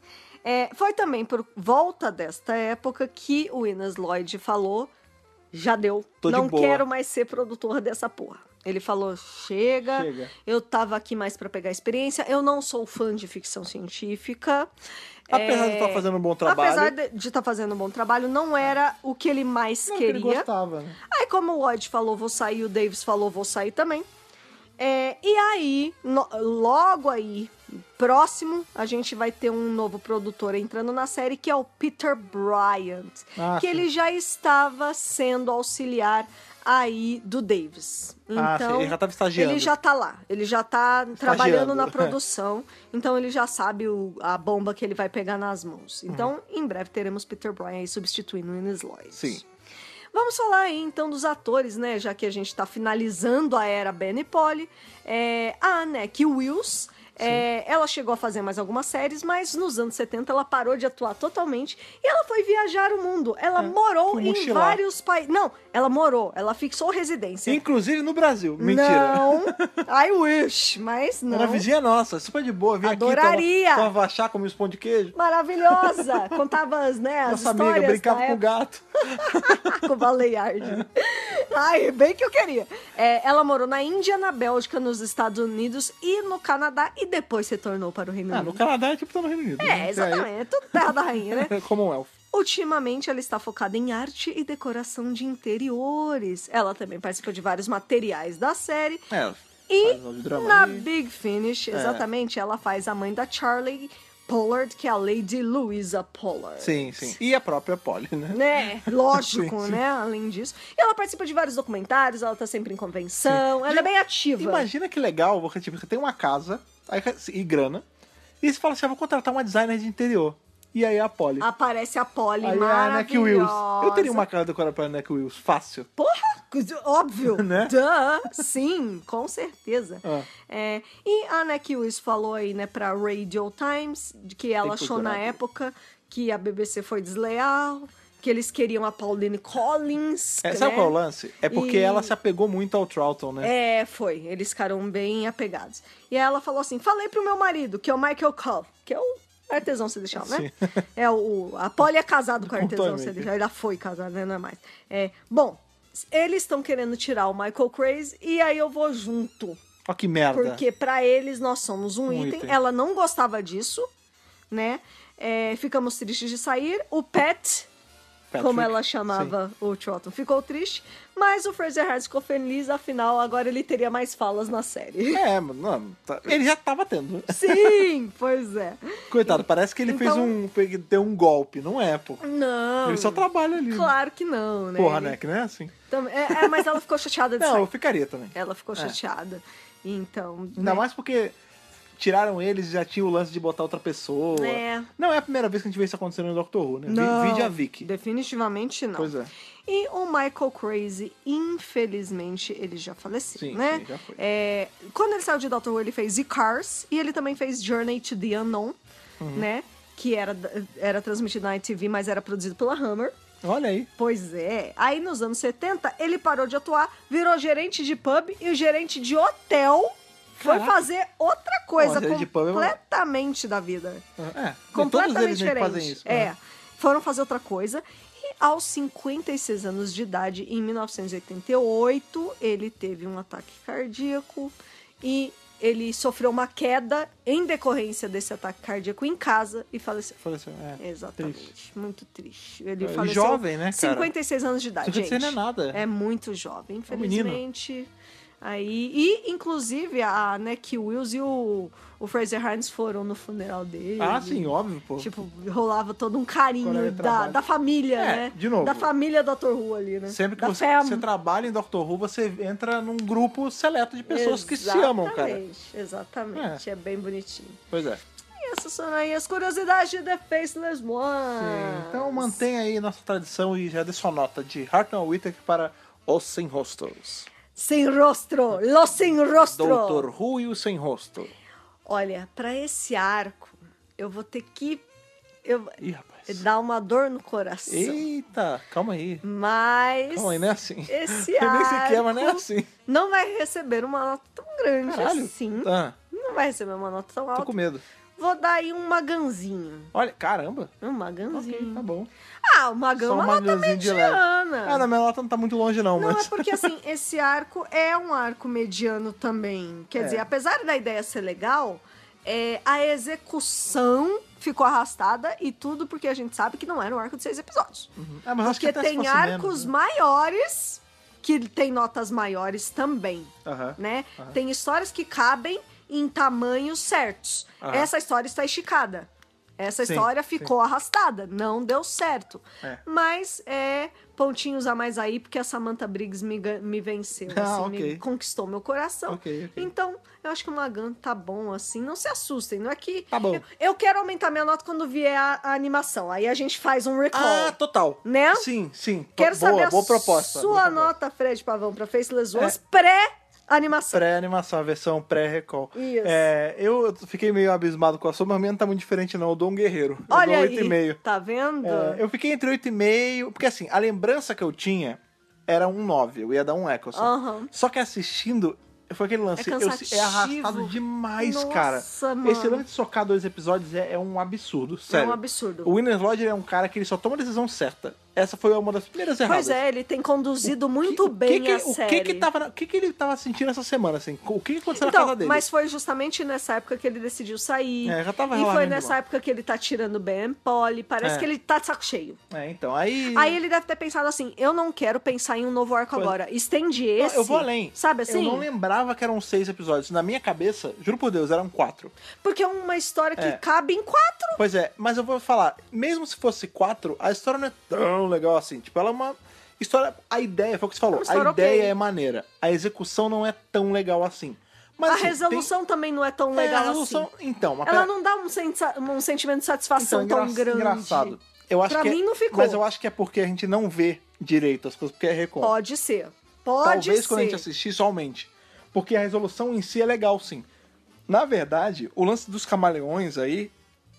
[SPEAKER 2] É, foi também por volta desta época que o Inas Lloyd falou: já deu,
[SPEAKER 1] Tô de
[SPEAKER 2] não
[SPEAKER 1] boa."
[SPEAKER 2] quero mais ser produtor dessa porra. Ele falou: chega,
[SPEAKER 1] Chega.
[SPEAKER 2] eu tava aqui mais pra pegar experiência, eu não sou fã de ficção científica.
[SPEAKER 1] Apesar
[SPEAKER 2] É,
[SPEAKER 1] de estar fazendo um bom trabalho.
[SPEAKER 2] Apesar de estar fazendo um bom trabalho, não era o que ele mais
[SPEAKER 1] não, que ele
[SPEAKER 2] queria.
[SPEAKER 1] gostava, né?
[SPEAKER 2] Aí, como o Lloyd falou, vou sair, o Davis falou, vou sair também. É, e aí, no- logo aí, próximo, a gente vai ter um novo produtor entrando na série, que é o Peter Bryant.
[SPEAKER 1] Ah,
[SPEAKER 2] que
[SPEAKER 1] sim.
[SPEAKER 2] ele já estava sendo auxiliar aí do Davis.
[SPEAKER 1] Ah, sim,
[SPEAKER 2] Então,
[SPEAKER 1] ele já tava estagiando.
[SPEAKER 2] Ele já tá lá, ele já tá trabalhando na produção, então ele já sabe o- a bomba que ele vai pegar nas mãos. Então, em breve teremos Peter Bryant aí substituindo o Ines Lloyd.
[SPEAKER 1] Uhum. Sim.
[SPEAKER 2] Vamos falar aí então dos atores, né? Já que a gente tá finalizando a era Ben e Polly. É, a Anneke Wills. é, ela chegou a fazer mais algumas séries, mas nos anos 70 ela parou de atuar totalmente e ela foi viajar o mundo. Ela
[SPEAKER 1] É,
[SPEAKER 2] morou
[SPEAKER 1] foi
[SPEAKER 2] em
[SPEAKER 1] mochilar.
[SPEAKER 2] vários países. Não, ela morou, ela fixou residência.
[SPEAKER 1] Inclusive no Brasil. Mentira. [LAUGHS]
[SPEAKER 2] Não, I wish, mas não.
[SPEAKER 1] Era vizinha nossa, super de boa, vinha
[SPEAKER 2] Adoraria.
[SPEAKER 1] aqui, tomava chá, comia os pão de queijo. [LAUGHS]
[SPEAKER 2] Maravilhosa! Contava as, né, as
[SPEAKER 1] Nossa
[SPEAKER 2] histórias
[SPEAKER 1] amiga, brincava
[SPEAKER 2] da
[SPEAKER 1] com o
[SPEAKER 2] época.
[SPEAKER 1] gato.
[SPEAKER 2] [LAUGHS] com o Baleyard.
[SPEAKER 1] É.
[SPEAKER 2] Ai, bem que eu queria. É, ela morou na Índia, na Bélgica, nos Estados Unidos e no Canadá e depois retornou para o Reino
[SPEAKER 1] Ah, no
[SPEAKER 2] Unido.
[SPEAKER 1] Canadá é tipo tá no Reino Unido. né?
[SPEAKER 2] É, exatamente. É tudo terra da rainha, né? [LAUGHS]
[SPEAKER 1] Até aí, [LAUGHS] Como um elfo.
[SPEAKER 2] Ultimamente, ela está focada em arte e decoração de interiores. Ela também participa de vários materiais da série.
[SPEAKER 1] É,
[SPEAKER 2] E
[SPEAKER 1] faz um É. drama
[SPEAKER 2] na
[SPEAKER 1] aí.
[SPEAKER 2] Big Finish, exatamente, ela faz a mãe da Charlie, Pollard, que é a Lady Louisa Pollard.
[SPEAKER 1] Sim, sim. E a própria Polly, né?
[SPEAKER 2] Né? [LAUGHS] Lógico,
[SPEAKER 1] Sim, sim.
[SPEAKER 2] né? Além disso. E ela participa de vários documentários, ela tá sempre em convenção, ela é bem ativa.
[SPEAKER 1] Imagina que legal, você, tipo, você tem uma casa aí, e grana, e você fala assim, eu vou contratar uma designer de interior. E aí a Polly.
[SPEAKER 2] Aparece a Polly
[SPEAKER 1] aí a Anneke Wills.
[SPEAKER 2] maravilhosa.
[SPEAKER 1] Eu teria uma casa decorada pra Anneke Wills, fácil.
[SPEAKER 2] Porra! Óbvio!
[SPEAKER 1] [LAUGHS] Né?
[SPEAKER 2] Duh! Sim, com certeza.
[SPEAKER 1] Ah.
[SPEAKER 2] É, e a Anneke Wills falou aí, né, pra Radio Times, de que ela
[SPEAKER 1] que
[SPEAKER 2] achou na
[SPEAKER 1] procurar.
[SPEAKER 2] época que a BBC foi desleal, que eles queriam a Pauline Collins.
[SPEAKER 1] É,
[SPEAKER 2] né?
[SPEAKER 1] sabe qual é o lance? É porque
[SPEAKER 2] E-
[SPEAKER 1] ela se apegou muito ao Troughton, né?
[SPEAKER 2] É, foi. Eles ficaram bem apegados. E aí ela falou assim: falei pro meu marido, que é o Michael Cove, que é o artesão celestial, né? [LAUGHS] É o. o- A Polly é casado com o artesão
[SPEAKER 1] Pontualmente.
[SPEAKER 2] celestial. Ela foi casada, né? Não é mais. É, bom, eles estão querendo tirar o Michael Craze e aí eu vou junto.
[SPEAKER 1] Olha que merda.
[SPEAKER 2] Porque pra eles nós somos um,
[SPEAKER 1] Um
[SPEAKER 2] item.
[SPEAKER 1] item.
[SPEAKER 2] Ela não gostava disso, né? É, ficamos tristes de sair. O Pet
[SPEAKER 1] Patrick.
[SPEAKER 2] como ela
[SPEAKER 1] Sim.
[SPEAKER 2] chamava o Troughton. Ficou triste, mas o Fraser Harris ficou feliz, afinal, agora ele teria mais falas
[SPEAKER 1] [LAUGHS]
[SPEAKER 2] na série.
[SPEAKER 1] É, mas não, tá- ele já tava tendo.
[SPEAKER 2] Sim, pois é.
[SPEAKER 1] Coitado, parece que ele fez
[SPEAKER 2] Então-
[SPEAKER 1] um. pe- Deu um golpe, não é, pô.
[SPEAKER 2] Não.
[SPEAKER 1] Ele só trabalha ali.
[SPEAKER 2] Claro que não, né?
[SPEAKER 1] Porra,
[SPEAKER 2] Ele
[SPEAKER 1] né? Que não é assim.
[SPEAKER 2] tam- É, é, mas ela ficou chateada de
[SPEAKER 1] Não, eu
[SPEAKER 2] sair.
[SPEAKER 1] ficaria também.
[SPEAKER 2] Ela ficou
[SPEAKER 1] É.
[SPEAKER 2] chateada. Então.
[SPEAKER 1] Ainda
[SPEAKER 2] né?
[SPEAKER 1] mais porque tiraram eles e já tinha o lance de botar outra pessoa.
[SPEAKER 2] É.
[SPEAKER 1] Não é a primeira vez que a gente vê isso acontecendo no Doctor Who, né? Vi-
[SPEAKER 2] Não,
[SPEAKER 1] Vide a Vicky.
[SPEAKER 2] Definitivamente não.
[SPEAKER 1] Pois é.
[SPEAKER 2] E o Michael Crazy, infelizmente, ele já faleceu,
[SPEAKER 1] Sim,
[SPEAKER 2] né?
[SPEAKER 1] sim, já foi.
[SPEAKER 2] É, quando ele saiu de Doctor Who, ele fez E-Cars e ele também fez Journey to the Unknown,
[SPEAKER 1] Uhum.
[SPEAKER 2] né? Que era, era transmitido na ITV, mas era produzido pela Hammer.
[SPEAKER 1] Olha aí.
[SPEAKER 2] Pois é. Aí nos anos 70, ele parou de atuar, virou gerente de pub e o gerente de hotel foi
[SPEAKER 1] Caraca.
[SPEAKER 2] fazer outra coisa
[SPEAKER 1] gerente de pub é uma-
[SPEAKER 2] completamente da vida.
[SPEAKER 1] É, todos
[SPEAKER 2] Completamente
[SPEAKER 1] eles né, que
[SPEAKER 2] diferente.
[SPEAKER 1] fazem isso.
[SPEAKER 2] É.
[SPEAKER 1] né?
[SPEAKER 2] Foram fazer outra coisa. E aos 56 anos de idade, em 1988, ele teve um ataque cardíaco e ele sofreu uma queda em decorrência desse ataque cardíaco em casa e faleceu.
[SPEAKER 1] Faleceu, é.
[SPEAKER 2] Exatamente.
[SPEAKER 1] Triste.
[SPEAKER 2] Muito triste. Ele
[SPEAKER 1] É, e
[SPEAKER 2] faleceu
[SPEAKER 1] jovem, né, cara?
[SPEAKER 2] 56 anos de idade, gente.
[SPEAKER 1] 56 não é nada.
[SPEAKER 2] É muito jovem,
[SPEAKER 1] um menino.
[SPEAKER 2] infelizmente. Aí, e inclusive a Neck Wills e o, o Fraser Hines foram no funeral dele.
[SPEAKER 1] Ah, sim, óbvio, pô.
[SPEAKER 2] Tipo, rolava todo um
[SPEAKER 1] Colega
[SPEAKER 2] carinho
[SPEAKER 1] de
[SPEAKER 2] da,
[SPEAKER 1] trabalho.
[SPEAKER 2] da família,
[SPEAKER 1] É,
[SPEAKER 2] né?
[SPEAKER 1] de novo.
[SPEAKER 2] Da família da Dr. Who ali, né?
[SPEAKER 1] Sempre que
[SPEAKER 2] da
[SPEAKER 1] você,
[SPEAKER 2] fam-
[SPEAKER 1] você trabalha em Doctor Who, você entra num grupo seleto de pessoas que se
[SPEAKER 2] Exatamente,
[SPEAKER 1] amam, cara.
[SPEAKER 2] Exatamente, é. bem bonitinho.
[SPEAKER 1] Pois é.
[SPEAKER 2] E essas são aí as curiosidades de The Faceless Ones.
[SPEAKER 1] Sim, Então mantém aí nossa tradição e já dê sua nota de Hartnell Whittaker para Os Sem Rostos.
[SPEAKER 2] Sem rostro, los sem rostro.
[SPEAKER 1] Doutor Who e o Sem Rosto.
[SPEAKER 2] Olha, pra esse arco, eu vou ter que... Eu...
[SPEAKER 1] Ih, rapaz.
[SPEAKER 2] Dar uma dor no coração.
[SPEAKER 1] Eita, calma aí.
[SPEAKER 2] Mas...
[SPEAKER 1] Calma aí, não é assim.
[SPEAKER 2] Esse
[SPEAKER 1] [LAUGHS] Eu
[SPEAKER 2] arco...
[SPEAKER 1] nem sei que é, mas não é assim.
[SPEAKER 2] não vai receber uma nota tão grande
[SPEAKER 1] Caralho.
[SPEAKER 2] assim.
[SPEAKER 1] Ah,
[SPEAKER 2] Não vai receber uma nota tão
[SPEAKER 1] tô
[SPEAKER 2] alta.
[SPEAKER 1] com medo.
[SPEAKER 2] Vou dar aí um maganzinho.
[SPEAKER 1] Olha, caramba.
[SPEAKER 2] Um maganzinho.
[SPEAKER 1] Ok, tá bom.
[SPEAKER 2] Ah, o
[SPEAKER 1] Só
[SPEAKER 2] magão é
[SPEAKER 1] um
[SPEAKER 2] uma nota
[SPEAKER 1] maganzinho de leve.
[SPEAKER 2] mediana.
[SPEAKER 1] Ah, na minha nota não tá muito longe, não,
[SPEAKER 2] não,
[SPEAKER 1] mas.
[SPEAKER 2] é porque assim, esse arco é um arco mediano também. Quer
[SPEAKER 1] É.
[SPEAKER 2] dizer, apesar da ideia ser legal, é, a execução ficou arrastada e tudo porque a gente sabe que não era um arco de seis episódios.
[SPEAKER 1] Ah, mas acho que
[SPEAKER 2] Porque
[SPEAKER 1] até se
[SPEAKER 2] tem
[SPEAKER 1] fosse
[SPEAKER 2] arcos
[SPEAKER 1] menos, né?
[SPEAKER 2] maiores que tem notas maiores também.
[SPEAKER 1] Aham.
[SPEAKER 2] né?
[SPEAKER 1] Aham.
[SPEAKER 2] Tem histórias que cabem em tamanhos certos.
[SPEAKER 1] Aham.
[SPEAKER 2] Essa história está esticada. Essa
[SPEAKER 1] Sim,
[SPEAKER 2] história
[SPEAKER 1] sim.
[SPEAKER 2] ficou arrastada, não deu certo.
[SPEAKER 1] É.
[SPEAKER 2] Mas é pontinhos a mais aí, porque a Samantha Briggs me, gan- me venceu,
[SPEAKER 1] Ah,
[SPEAKER 2] assim, me
[SPEAKER 1] ok.
[SPEAKER 2] conquistou meu coração.
[SPEAKER 1] Ok, ok.
[SPEAKER 2] Então, eu acho que o Magan tá bom, assim. Não se assustem, não é que.
[SPEAKER 1] Tá bom.
[SPEAKER 2] Eu, eu quero aumentar minha nota quando vier a, a animação. Aí a gente faz um recall.
[SPEAKER 1] Ah, total.
[SPEAKER 2] Né?
[SPEAKER 1] Sim, sim. To-
[SPEAKER 2] quero
[SPEAKER 1] boa,
[SPEAKER 2] saber a
[SPEAKER 1] boa proposta.
[SPEAKER 2] sua
[SPEAKER 1] boa proposta. É.
[SPEAKER 2] nota, Fred Pavão, pra Faceless Ones pré-animação.
[SPEAKER 1] Pré-animação, a versão pré-recall.
[SPEAKER 2] Isso.
[SPEAKER 1] É, eu fiquei meio abismado com a sua, mas a minha não tá muito diferente, não. Eu dou um guerreiro. Eu
[SPEAKER 2] Olha
[SPEAKER 1] dou
[SPEAKER 2] aí,
[SPEAKER 1] 8,5.
[SPEAKER 2] tá vendo?
[SPEAKER 1] É, eu fiquei entre 8,5, porque assim, a lembrança que eu tinha era um 9, eu ia dar um eco. só.
[SPEAKER 2] Aham.
[SPEAKER 1] Só que assistindo, foi aquele lance.
[SPEAKER 2] É
[SPEAKER 1] eu se- é
[SPEAKER 2] cansativo.
[SPEAKER 1] arrastado demais,
[SPEAKER 2] Nossa,
[SPEAKER 1] cara.
[SPEAKER 2] mano.
[SPEAKER 1] Esse lance de socar dois episódios é, é um absurdo,
[SPEAKER 2] É
[SPEAKER 1] sério.
[SPEAKER 2] um absurdo.
[SPEAKER 1] O Winner Lodge ele é um cara que ele só toma a decisão certa. Essa foi uma das primeiras erradas.
[SPEAKER 2] Pois é, ele tem conduzido muito
[SPEAKER 1] O que-
[SPEAKER 2] bem
[SPEAKER 1] o que que-
[SPEAKER 2] a série.
[SPEAKER 1] O que, que, tava, na- o que, que ele tava sentindo essa semana, assim? O que que aconteceu na
[SPEAKER 2] Então,
[SPEAKER 1] casa dele?
[SPEAKER 2] mas foi justamente nessa época que ele decidiu sair.
[SPEAKER 1] É, já tava
[SPEAKER 2] e foi
[SPEAKER 1] relaxando
[SPEAKER 2] nessa
[SPEAKER 1] demais.
[SPEAKER 2] época que ele tá tirando bem Polly. Parece
[SPEAKER 1] É.
[SPEAKER 2] que ele tá de saco cheio.
[SPEAKER 1] É, então, aí...
[SPEAKER 2] Aí ele deve ter pensado assim: eu não quero pensar em um novo arco
[SPEAKER 1] Pois-
[SPEAKER 2] agora. Estende
[SPEAKER 1] Não,
[SPEAKER 2] esse.
[SPEAKER 1] eu vou além.
[SPEAKER 2] Sabe assim?
[SPEAKER 1] Eu não lembrava que eram seis episódios. Na minha cabeça, juro por Deus, eram quatro.
[SPEAKER 2] Porque é uma história que
[SPEAKER 1] É.
[SPEAKER 2] cabe em quatro.
[SPEAKER 1] Pois é, mas eu vou falar, mesmo se fosse quatro, a história não é tão legal assim. Tipo, ela é uma história. A ideia, foi o que você
[SPEAKER 2] É
[SPEAKER 1] falou,
[SPEAKER 2] uma
[SPEAKER 1] a
[SPEAKER 2] história
[SPEAKER 1] ideia
[SPEAKER 2] ok.
[SPEAKER 1] é maneira. A execução não é tão legal assim. Mas,
[SPEAKER 2] a
[SPEAKER 1] assim,
[SPEAKER 2] resolução também não é tão
[SPEAKER 1] tem...
[SPEAKER 2] legal
[SPEAKER 1] é, a resolução...
[SPEAKER 2] assim.
[SPEAKER 1] Então, mas
[SPEAKER 2] Ela
[SPEAKER 1] pera-
[SPEAKER 2] não dá um, sensa- um sentimento de
[SPEAKER 1] então,
[SPEAKER 2] satisfação tão
[SPEAKER 1] engra-
[SPEAKER 2] grande.
[SPEAKER 1] engraçado. Eu acho
[SPEAKER 2] Pra
[SPEAKER 1] que é-
[SPEAKER 2] mim não ficou.
[SPEAKER 1] Mas eu acho que é porque a gente não vê direito as coisas, porque é recôncavo.
[SPEAKER 2] Pode ser. Pode
[SPEAKER 1] Talvez
[SPEAKER 2] ser.
[SPEAKER 1] quando a gente assistir isso aumente. Porque a resolução em si é legal, sim. Na verdade, o lance dos camaleões aí,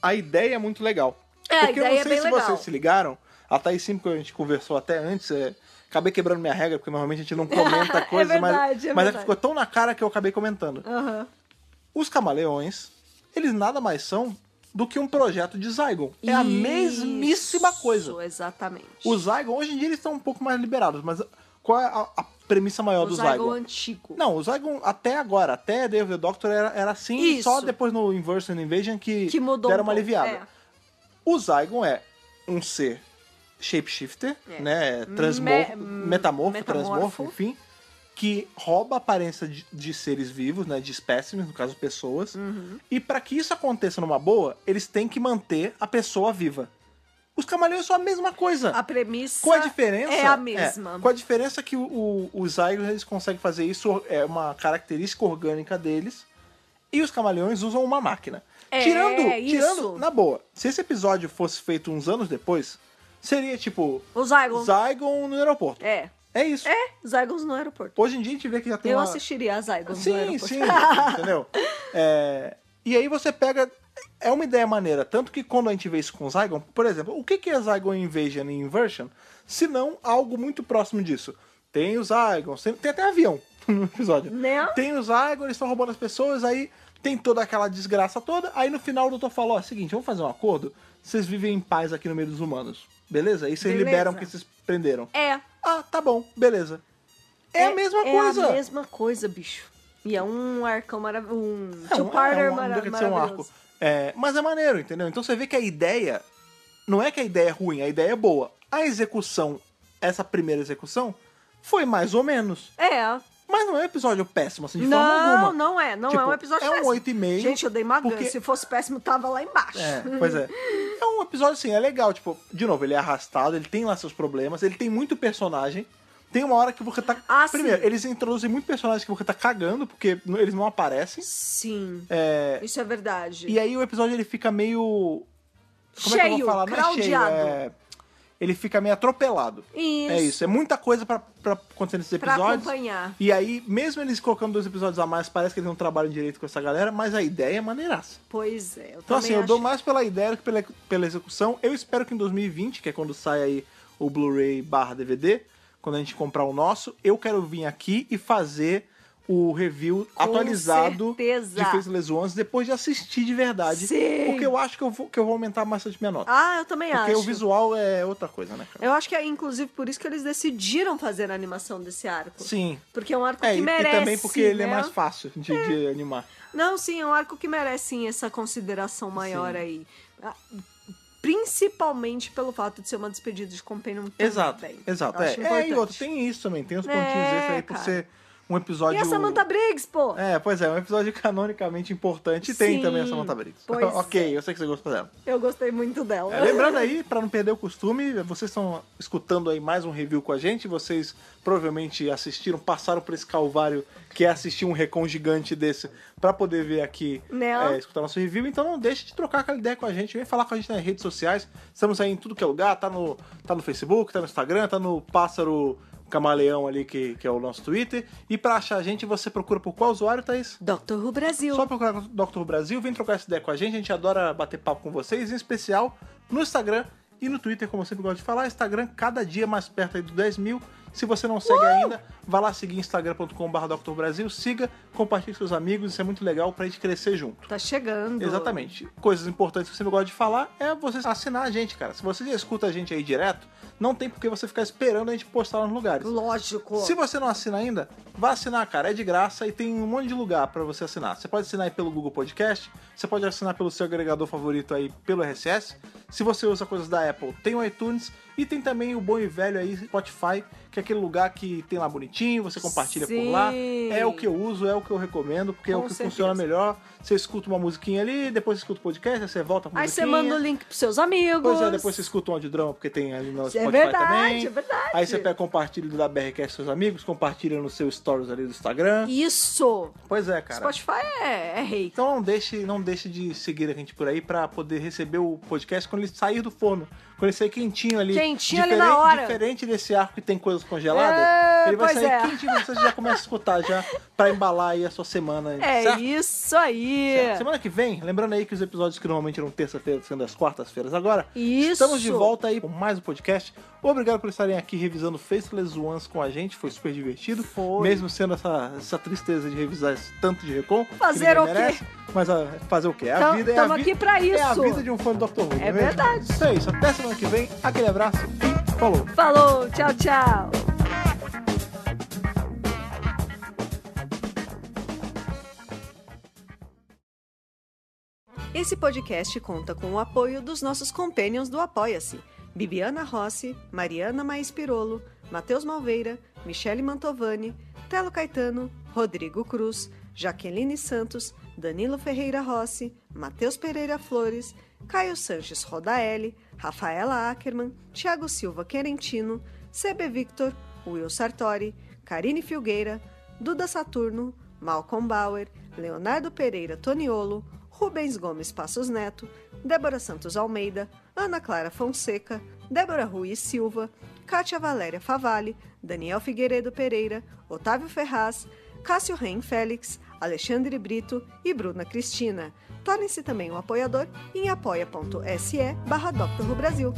[SPEAKER 1] a ideia é muito legal.
[SPEAKER 2] É, a
[SPEAKER 1] porque
[SPEAKER 2] ideia
[SPEAKER 1] eu
[SPEAKER 2] é
[SPEAKER 1] não sei
[SPEAKER 2] bem
[SPEAKER 1] se
[SPEAKER 2] legal.
[SPEAKER 1] vocês se ligaram, a Thaís sim, porque a gente conversou até antes, é, acabei quebrando minha regra, porque normalmente a gente não
[SPEAKER 2] [LAUGHS]
[SPEAKER 1] comenta coisas, mas,
[SPEAKER 2] verdade, é
[SPEAKER 1] mas
[SPEAKER 2] verdade.
[SPEAKER 1] que ficou tão na cara que eu acabei comentando.
[SPEAKER 2] Aham.
[SPEAKER 1] Os camaleões, eles nada mais são do que um projeto de Zygon. É a mesmíssima coisa.
[SPEAKER 2] Isso, Exatamente.
[SPEAKER 1] Os Zygon, hoje em dia eles estão um pouco mais liberados, mas qual é a, a premissa maior
[SPEAKER 2] O
[SPEAKER 1] dos
[SPEAKER 2] Zygon
[SPEAKER 1] Zygon?
[SPEAKER 2] antigo.
[SPEAKER 1] Não, o Zygon até agora, até Day of the Doctor era, era assim,
[SPEAKER 2] Isso.
[SPEAKER 1] só depois no Inverse and Invasion que,
[SPEAKER 2] que mudou
[SPEAKER 1] deram
[SPEAKER 2] um
[SPEAKER 1] uma
[SPEAKER 2] pouco.
[SPEAKER 1] aliviada.
[SPEAKER 2] É.
[SPEAKER 1] O Zygon é um ser shapeshifter,
[SPEAKER 2] É.
[SPEAKER 1] né,
[SPEAKER 2] Me-
[SPEAKER 1] transmorfo, metamorfo,
[SPEAKER 2] metamorfo.
[SPEAKER 1] transmorfo, enfim, que rouba a aparência de, de seres vivos, né, de espécimes, no caso pessoas,
[SPEAKER 2] Uhum.
[SPEAKER 1] e pra que isso aconteça numa boa, eles têm que manter a pessoa viva. Os camaleões são a mesma coisa.
[SPEAKER 2] É, A premissa
[SPEAKER 1] Com a diferença.
[SPEAKER 2] é a mesma.
[SPEAKER 1] é, com a diferença que o, o, os Zygons, eles conseguem fazer isso, é uma característica orgânica deles. E os camaleões usam uma máquina.
[SPEAKER 2] É,
[SPEAKER 1] tirando,
[SPEAKER 2] isso.
[SPEAKER 1] tirando, na boa, se esse episódio fosse feito uns anos depois, seria tipo
[SPEAKER 2] O Zygon.
[SPEAKER 1] Zygon no aeroporto. É,
[SPEAKER 2] É.
[SPEAKER 1] isso.
[SPEAKER 2] É, Zygons no aeroporto.
[SPEAKER 1] Hoje em dia a gente vê que já tem
[SPEAKER 2] Eu
[SPEAKER 1] uma...
[SPEAKER 2] assistiria a Zygons no
[SPEAKER 1] Sim,
[SPEAKER 2] aeroporto.
[SPEAKER 1] sim, entendeu? É, e aí você pega. É uma ideia maneira. Tanto que quando a gente vê isso com Zygon, por exemplo, o que que é Zygon Invasion e Inversion? Se não algo muito próximo disso. Tem os Zygons, tem, tem até avião [LAUGHS] no episódio.
[SPEAKER 2] Né?
[SPEAKER 1] Tem os Zygon, eles estão roubando as pessoas, aí tem toda aquela desgraça toda. Aí no final o doutor fala: ó, seguinte, vamos fazer um acordo? Vocês vivem em paz aqui no meio dos humanos. Beleza? E vocês
[SPEAKER 2] Beleza.
[SPEAKER 1] liberam o que vocês prenderam.
[SPEAKER 2] [LAUGHS] É.
[SPEAKER 1] Ah, tá bom, beleza. É, a mesma coisa.
[SPEAKER 2] É a mesma coisa, bicho. E é um arcão maravilhoso. Um
[SPEAKER 1] É um-
[SPEAKER 2] two-parter
[SPEAKER 1] é um- não
[SPEAKER 2] mara-
[SPEAKER 1] deixa de ser um arco.
[SPEAKER 2] maravilhoso.
[SPEAKER 1] É, mas é maneiro, entendeu? Então você vê que a ideia. Não é que a ideia é ruim, a ideia é boa. A execução, essa primeira execução, foi mais ou menos.
[SPEAKER 2] É. Mas
[SPEAKER 1] Não é um episódio péssimo, assim, de forma
[SPEAKER 2] não,
[SPEAKER 1] alguma.
[SPEAKER 2] não é. Não
[SPEAKER 1] Tipo,
[SPEAKER 2] é um episódio
[SPEAKER 1] é um
[SPEAKER 2] péssimo.
[SPEAKER 1] oito e meio,
[SPEAKER 2] Gente, eu dei uma
[SPEAKER 1] porque-
[SPEAKER 2] ganha. Se fosse péssimo, tava lá embaixo. [LAUGHS]
[SPEAKER 1] É, pois é. É um episódio assim, é legal, tipo, de novo, ele é arrastado, ele tem lá seus problemas, ele tem muito personagem. Tem uma hora que você tá.
[SPEAKER 2] Ah,
[SPEAKER 1] Primeiro,
[SPEAKER 2] sim.
[SPEAKER 1] eles introduzem muito personagem que você tá cagando, porque n- eles não aparecem.
[SPEAKER 2] Sim.
[SPEAKER 1] É,
[SPEAKER 2] Isso é verdade.
[SPEAKER 1] E aí o episódio ele fica meio. Como é que eu
[SPEAKER 2] Cheio,
[SPEAKER 1] vou falar? Não é
[SPEAKER 2] craudiado.
[SPEAKER 1] cheio, é- Ele fica meio atropelado.
[SPEAKER 2] Isso.
[SPEAKER 1] É isso. É muita coisa pra, pra acontecer nesses
[SPEAKER 2] Pra
[SPEAKER 1] episódios.
[SPEAKER 2] acompanhar.
[SPEAKER 1] E aí, mesmo eles colocando dois episódios a mais, parece que eles não trabalham direito com essa galera, mas a ideia é maneiraça.
[SPEAKER 2] Pois é. Eu
[SPEAKER 1] Então,
[SPEAKER 2] também
[SPEAKER 1] assim, eu
[SPEAKER 2] acho-
[SPEAKER 1] dou mais pela ideia do que pela, pela execução. Eu espero que em 2020, que é quando sai aí o Blu-ray barra DVD, quando a gente comprar o nosso, eu quero vir aqui e fazer o review atualizado
[SPEAKER 2] certeza.
[SPEAKER 1] de Face Les Ones depois de assistir de verdade.
[SPEAKER 2] Sim.
[SPEAKER 1] Porque eu acho que eu vou, que eu vou aumentar bastante minha nota.
[SPEAKER 2] Ah, eu também
[SPEAKER 1] porque
[SPEAKER 2] acho.
[SPEAKER 1] o visual é outra coisa, né, cara?
[SPEAKER 2] Eu acho que é, inclusive, por isso que eles decidiram fazer a animação desse arco.
[SPEAKER 1] Sim.
[SPEAKER 2] Porque é um arco
[SPEAKER 1] É,
[SPEAKER 2] que
[SPEAKER 1] e, e
[SPEAKER 2] merece.
[SPEAKER 1] também porque ele é
[SPEAKER 2] né? É.
[SPEAKER 1] mais fácil de, de animar.
[SPEAKER 2] Não, sim, é um arco que merece sim, essa consideração maior
[SPEAKER 1] Sim.
[SPEAKER 2] aí. Ah, Principalmente pelo fato de ser uma despedida de Companion também.
[SPEAKER 1] Exato, exato.
[SPEAKER 2] Eu
[SPEAKER 1] É, é,
[SPEAKER 2] acho
[SPEAKER 1] e
[SPEAKER 2] importante.
[SPEAKER 1] outro, tem isso também, tem os pontinhos
[SPEAKER 2] É,
[SPEAKER 1] extras aí por
[SPEAKER 2] cara.
[SPEAKER 1] ser um
[SPEAKER 2] E
[SPEAKER 1] episódio...
[SPEAKER 2] a Samantha Briggs, pô!
[SPEAKER 1] É, pois é, é um episódio [LAUGHS] canonicamente importante e tem
[SPEAKER 2] Sim,
[SPEAKER 1] também a Samantha Briggs.
[SPEAKER 2] pois
[SPEAKER 1] [LAUGHS]
[SPEAKER 2] é.
[SPEAKER 1] ok, eu sei que você gostou dela.
[SPEAKER 2] Eu gostei muito dela.
[SPEAKER 1] É, lembrando aí, pra não perder o costume, vocês estão escutando aí mais um review com a gente, vocês provavelmente assistiram, passaram por esse calvário que é assistir um recon gigante desse pra poder ver aqui,
[SPEAKER 2] Né?
[SPEAKER 1] é, escutar nosso review, então não deixe de trocar aquela ideia com a gente, vem falar com a gente nas redes sociais, estamos aí em tudo que é lugar, tá no, tá no Facebook, tá no Instagram, tá no Pássaro Camaleão ali, que, que é o nosso Twitter, e pra achar a gente, você procura por qual usuário, Thaís?
[SPEAKER 2] Doctor Who Brasil.
[SPEAKER 1] Só procurar o Dr. Brasil, vem trocar essa ideia com a gente, a gente adora bater papo com vocês, em especial no Instagram e no Twitter, como eu sempre gosto de falar. Instagram cada dia mais perto aí do 10 mil, Se você não segue ainda, vá lá seguir instagram.com.br Dr. Brasil, siga, compartilhe com seus amigos, isso é muito legal pra gente crescer junto.
[SPEAKER 2] Tá chegando.
[SPEAKER 1] Exatamente. Coisas importantes que você sempre gosta de falar é você assinar a gente, cara. Se você já escuta a gente aí direto, não tem por que você ficar esperando a gente postar lá nos lugares.
[SPEAKER 2] Lógico.
[SPEAKER 1] Se você não assina ainda, vá assinar, cara. É de graça e tem um monte de lugar pra você assinar. Você pode assinar aí pelo Google Podcast, você pode assinar pelo seu agregador favorito aí pelo RSS. Se você usa coisas da Apple, tem o iTunes e tem também o bom e velho aí Spotify, que é aquele lugar que tem lá bonitinho, você compartilha
[SPEAKER 2] Sim.
[SPEAKER 1] por lá. É o que eu uso, é o que eu recomendo, porque é o
[SPEAKER 2] Com
[SPEAKER 1] que
[SPEAKER 2] certeza.
[SPEAKER 1] funciona melhor. Você escuta uma musiquinha ali, depois você escuta o podcast, aí você volta com a
[SPEAKER 2] Aí você
[SPEAKER 1] musiquinha.
[SPEAKER 2] manda o link pros seus amigos.
[SPEAKER 1] Pois é, depois você escuta um audiodrama, porque tem ali no
[SPEAKER 2] É
[SPEAKER 1] Spotify
[SPEAKER 2] verdade,
[SPEAKER 1] também.
[SPEAKER 2] é verdade.
[SPEAKER 1] Aí você pega compartilha da BRCast com seus amigos, compartilha no seu stories ali do Instagram.
[SPEAKER 2] Isso.
[SPEAKER 1] Pois é, cara.
[SPEAKER 2] Spotify é, é rei.
[SPEAKER 1] Então não deixe, não deixe de seguir a gente por aí pra poder receber o podcast quando ele sair do forno. Quando ele sair quentinho ali.
[SPEAKER 2] Quentinho ali
[SPEAKER 1] Diferente-
[SPEAKER 2] na hora.
[SPEAKER 1] Diferente desse arco que tem coisas congeladas,
[SPEAKER 2] É,
[SPEAKER 1] ele vai
[SPEAKER 2] pois
[SPEAKER 1] sair
[SPEAKER 2] é.
[SPEAKER 1] quentinho, você já começa a escutar já pra embalar aí a sua semana.
[SPEAKER 2] É
[SPEAKER 1] certo?
[SPEAKER 2] isso aí.
[SPEAKER 1] Certo. Semana que vem, lembrando aí que os episódios que normalmente eram terça-feira, sendo as quartas-feiras agora,
[SPEAKER 2] Isso.
[SPEAKER 1] estamos de volta aí com mais um podcast. Obrigado por estarem aqui revisando Faceless Ones com a gente, foi super divertido.
[SPEAKER 2] Foi.
[SPEAKER 1] Mesmo sendo essa, essa tristeza de revisar esse tanto de recon. que
[SPEAKER 2] Fazer
[SPEAKER 1] ninguém
[SPEAKER 2] o quê?
[SPEAKER 1] merece, Mas ah, fazer o quê? A
[SPEAKER 2] Tam-
[SPEAKER 1] vida é a
[SPEAKER 2] tamo
[SPEAKER 1] vi-
[SPEAKER 2] aqui pra
[SPEAKER 1] É a
[SPEAKER 2] isso.
[SPEAKER 1] vida de um fã do Dr. Who. não
[SPEAKER 2] É
[SPEAKER 1] mesmo?
[SPEAKER 2] verdade.
[SPEAKER 1] Isso é isso. Até semana que vem. Aquele abraço e falou.
[SPEAKER 2] Falou, tchau, tchau. Esse podcast conta com o apoio dos nossos companions do Apoia-se: Bibiana Rossi, Mariana Maes Pirolo, Matheus Malveira, Michele Mantovani, Telo Caetano, Rodrigo Cruz, Jaqueline Santos, Danilo Ferreira Rossi, Matheus Pereira Flores, Caio Sanches Rodaelli, Rafaela Ackerman, Thiago Silva Querentino, CB Victor, Will Sartori, Karine Filgueira, Duda Saturno, Malcolm Bauer, Leonardo Pereira Toniolo, Rubens Gomes Passos Neto, Débora Santos Almeida, Ana Clara Fonseca, Débora Ruiz Silva, Kátia Valéria Favalli, Daniel Figueiredo Pereira, Otávio Ferraz, Cássio Reim Félix, Alexandre Brito e Bruna Cristina. Torne-se também um apoiador em apoia.se barra Dr. Who Brasil.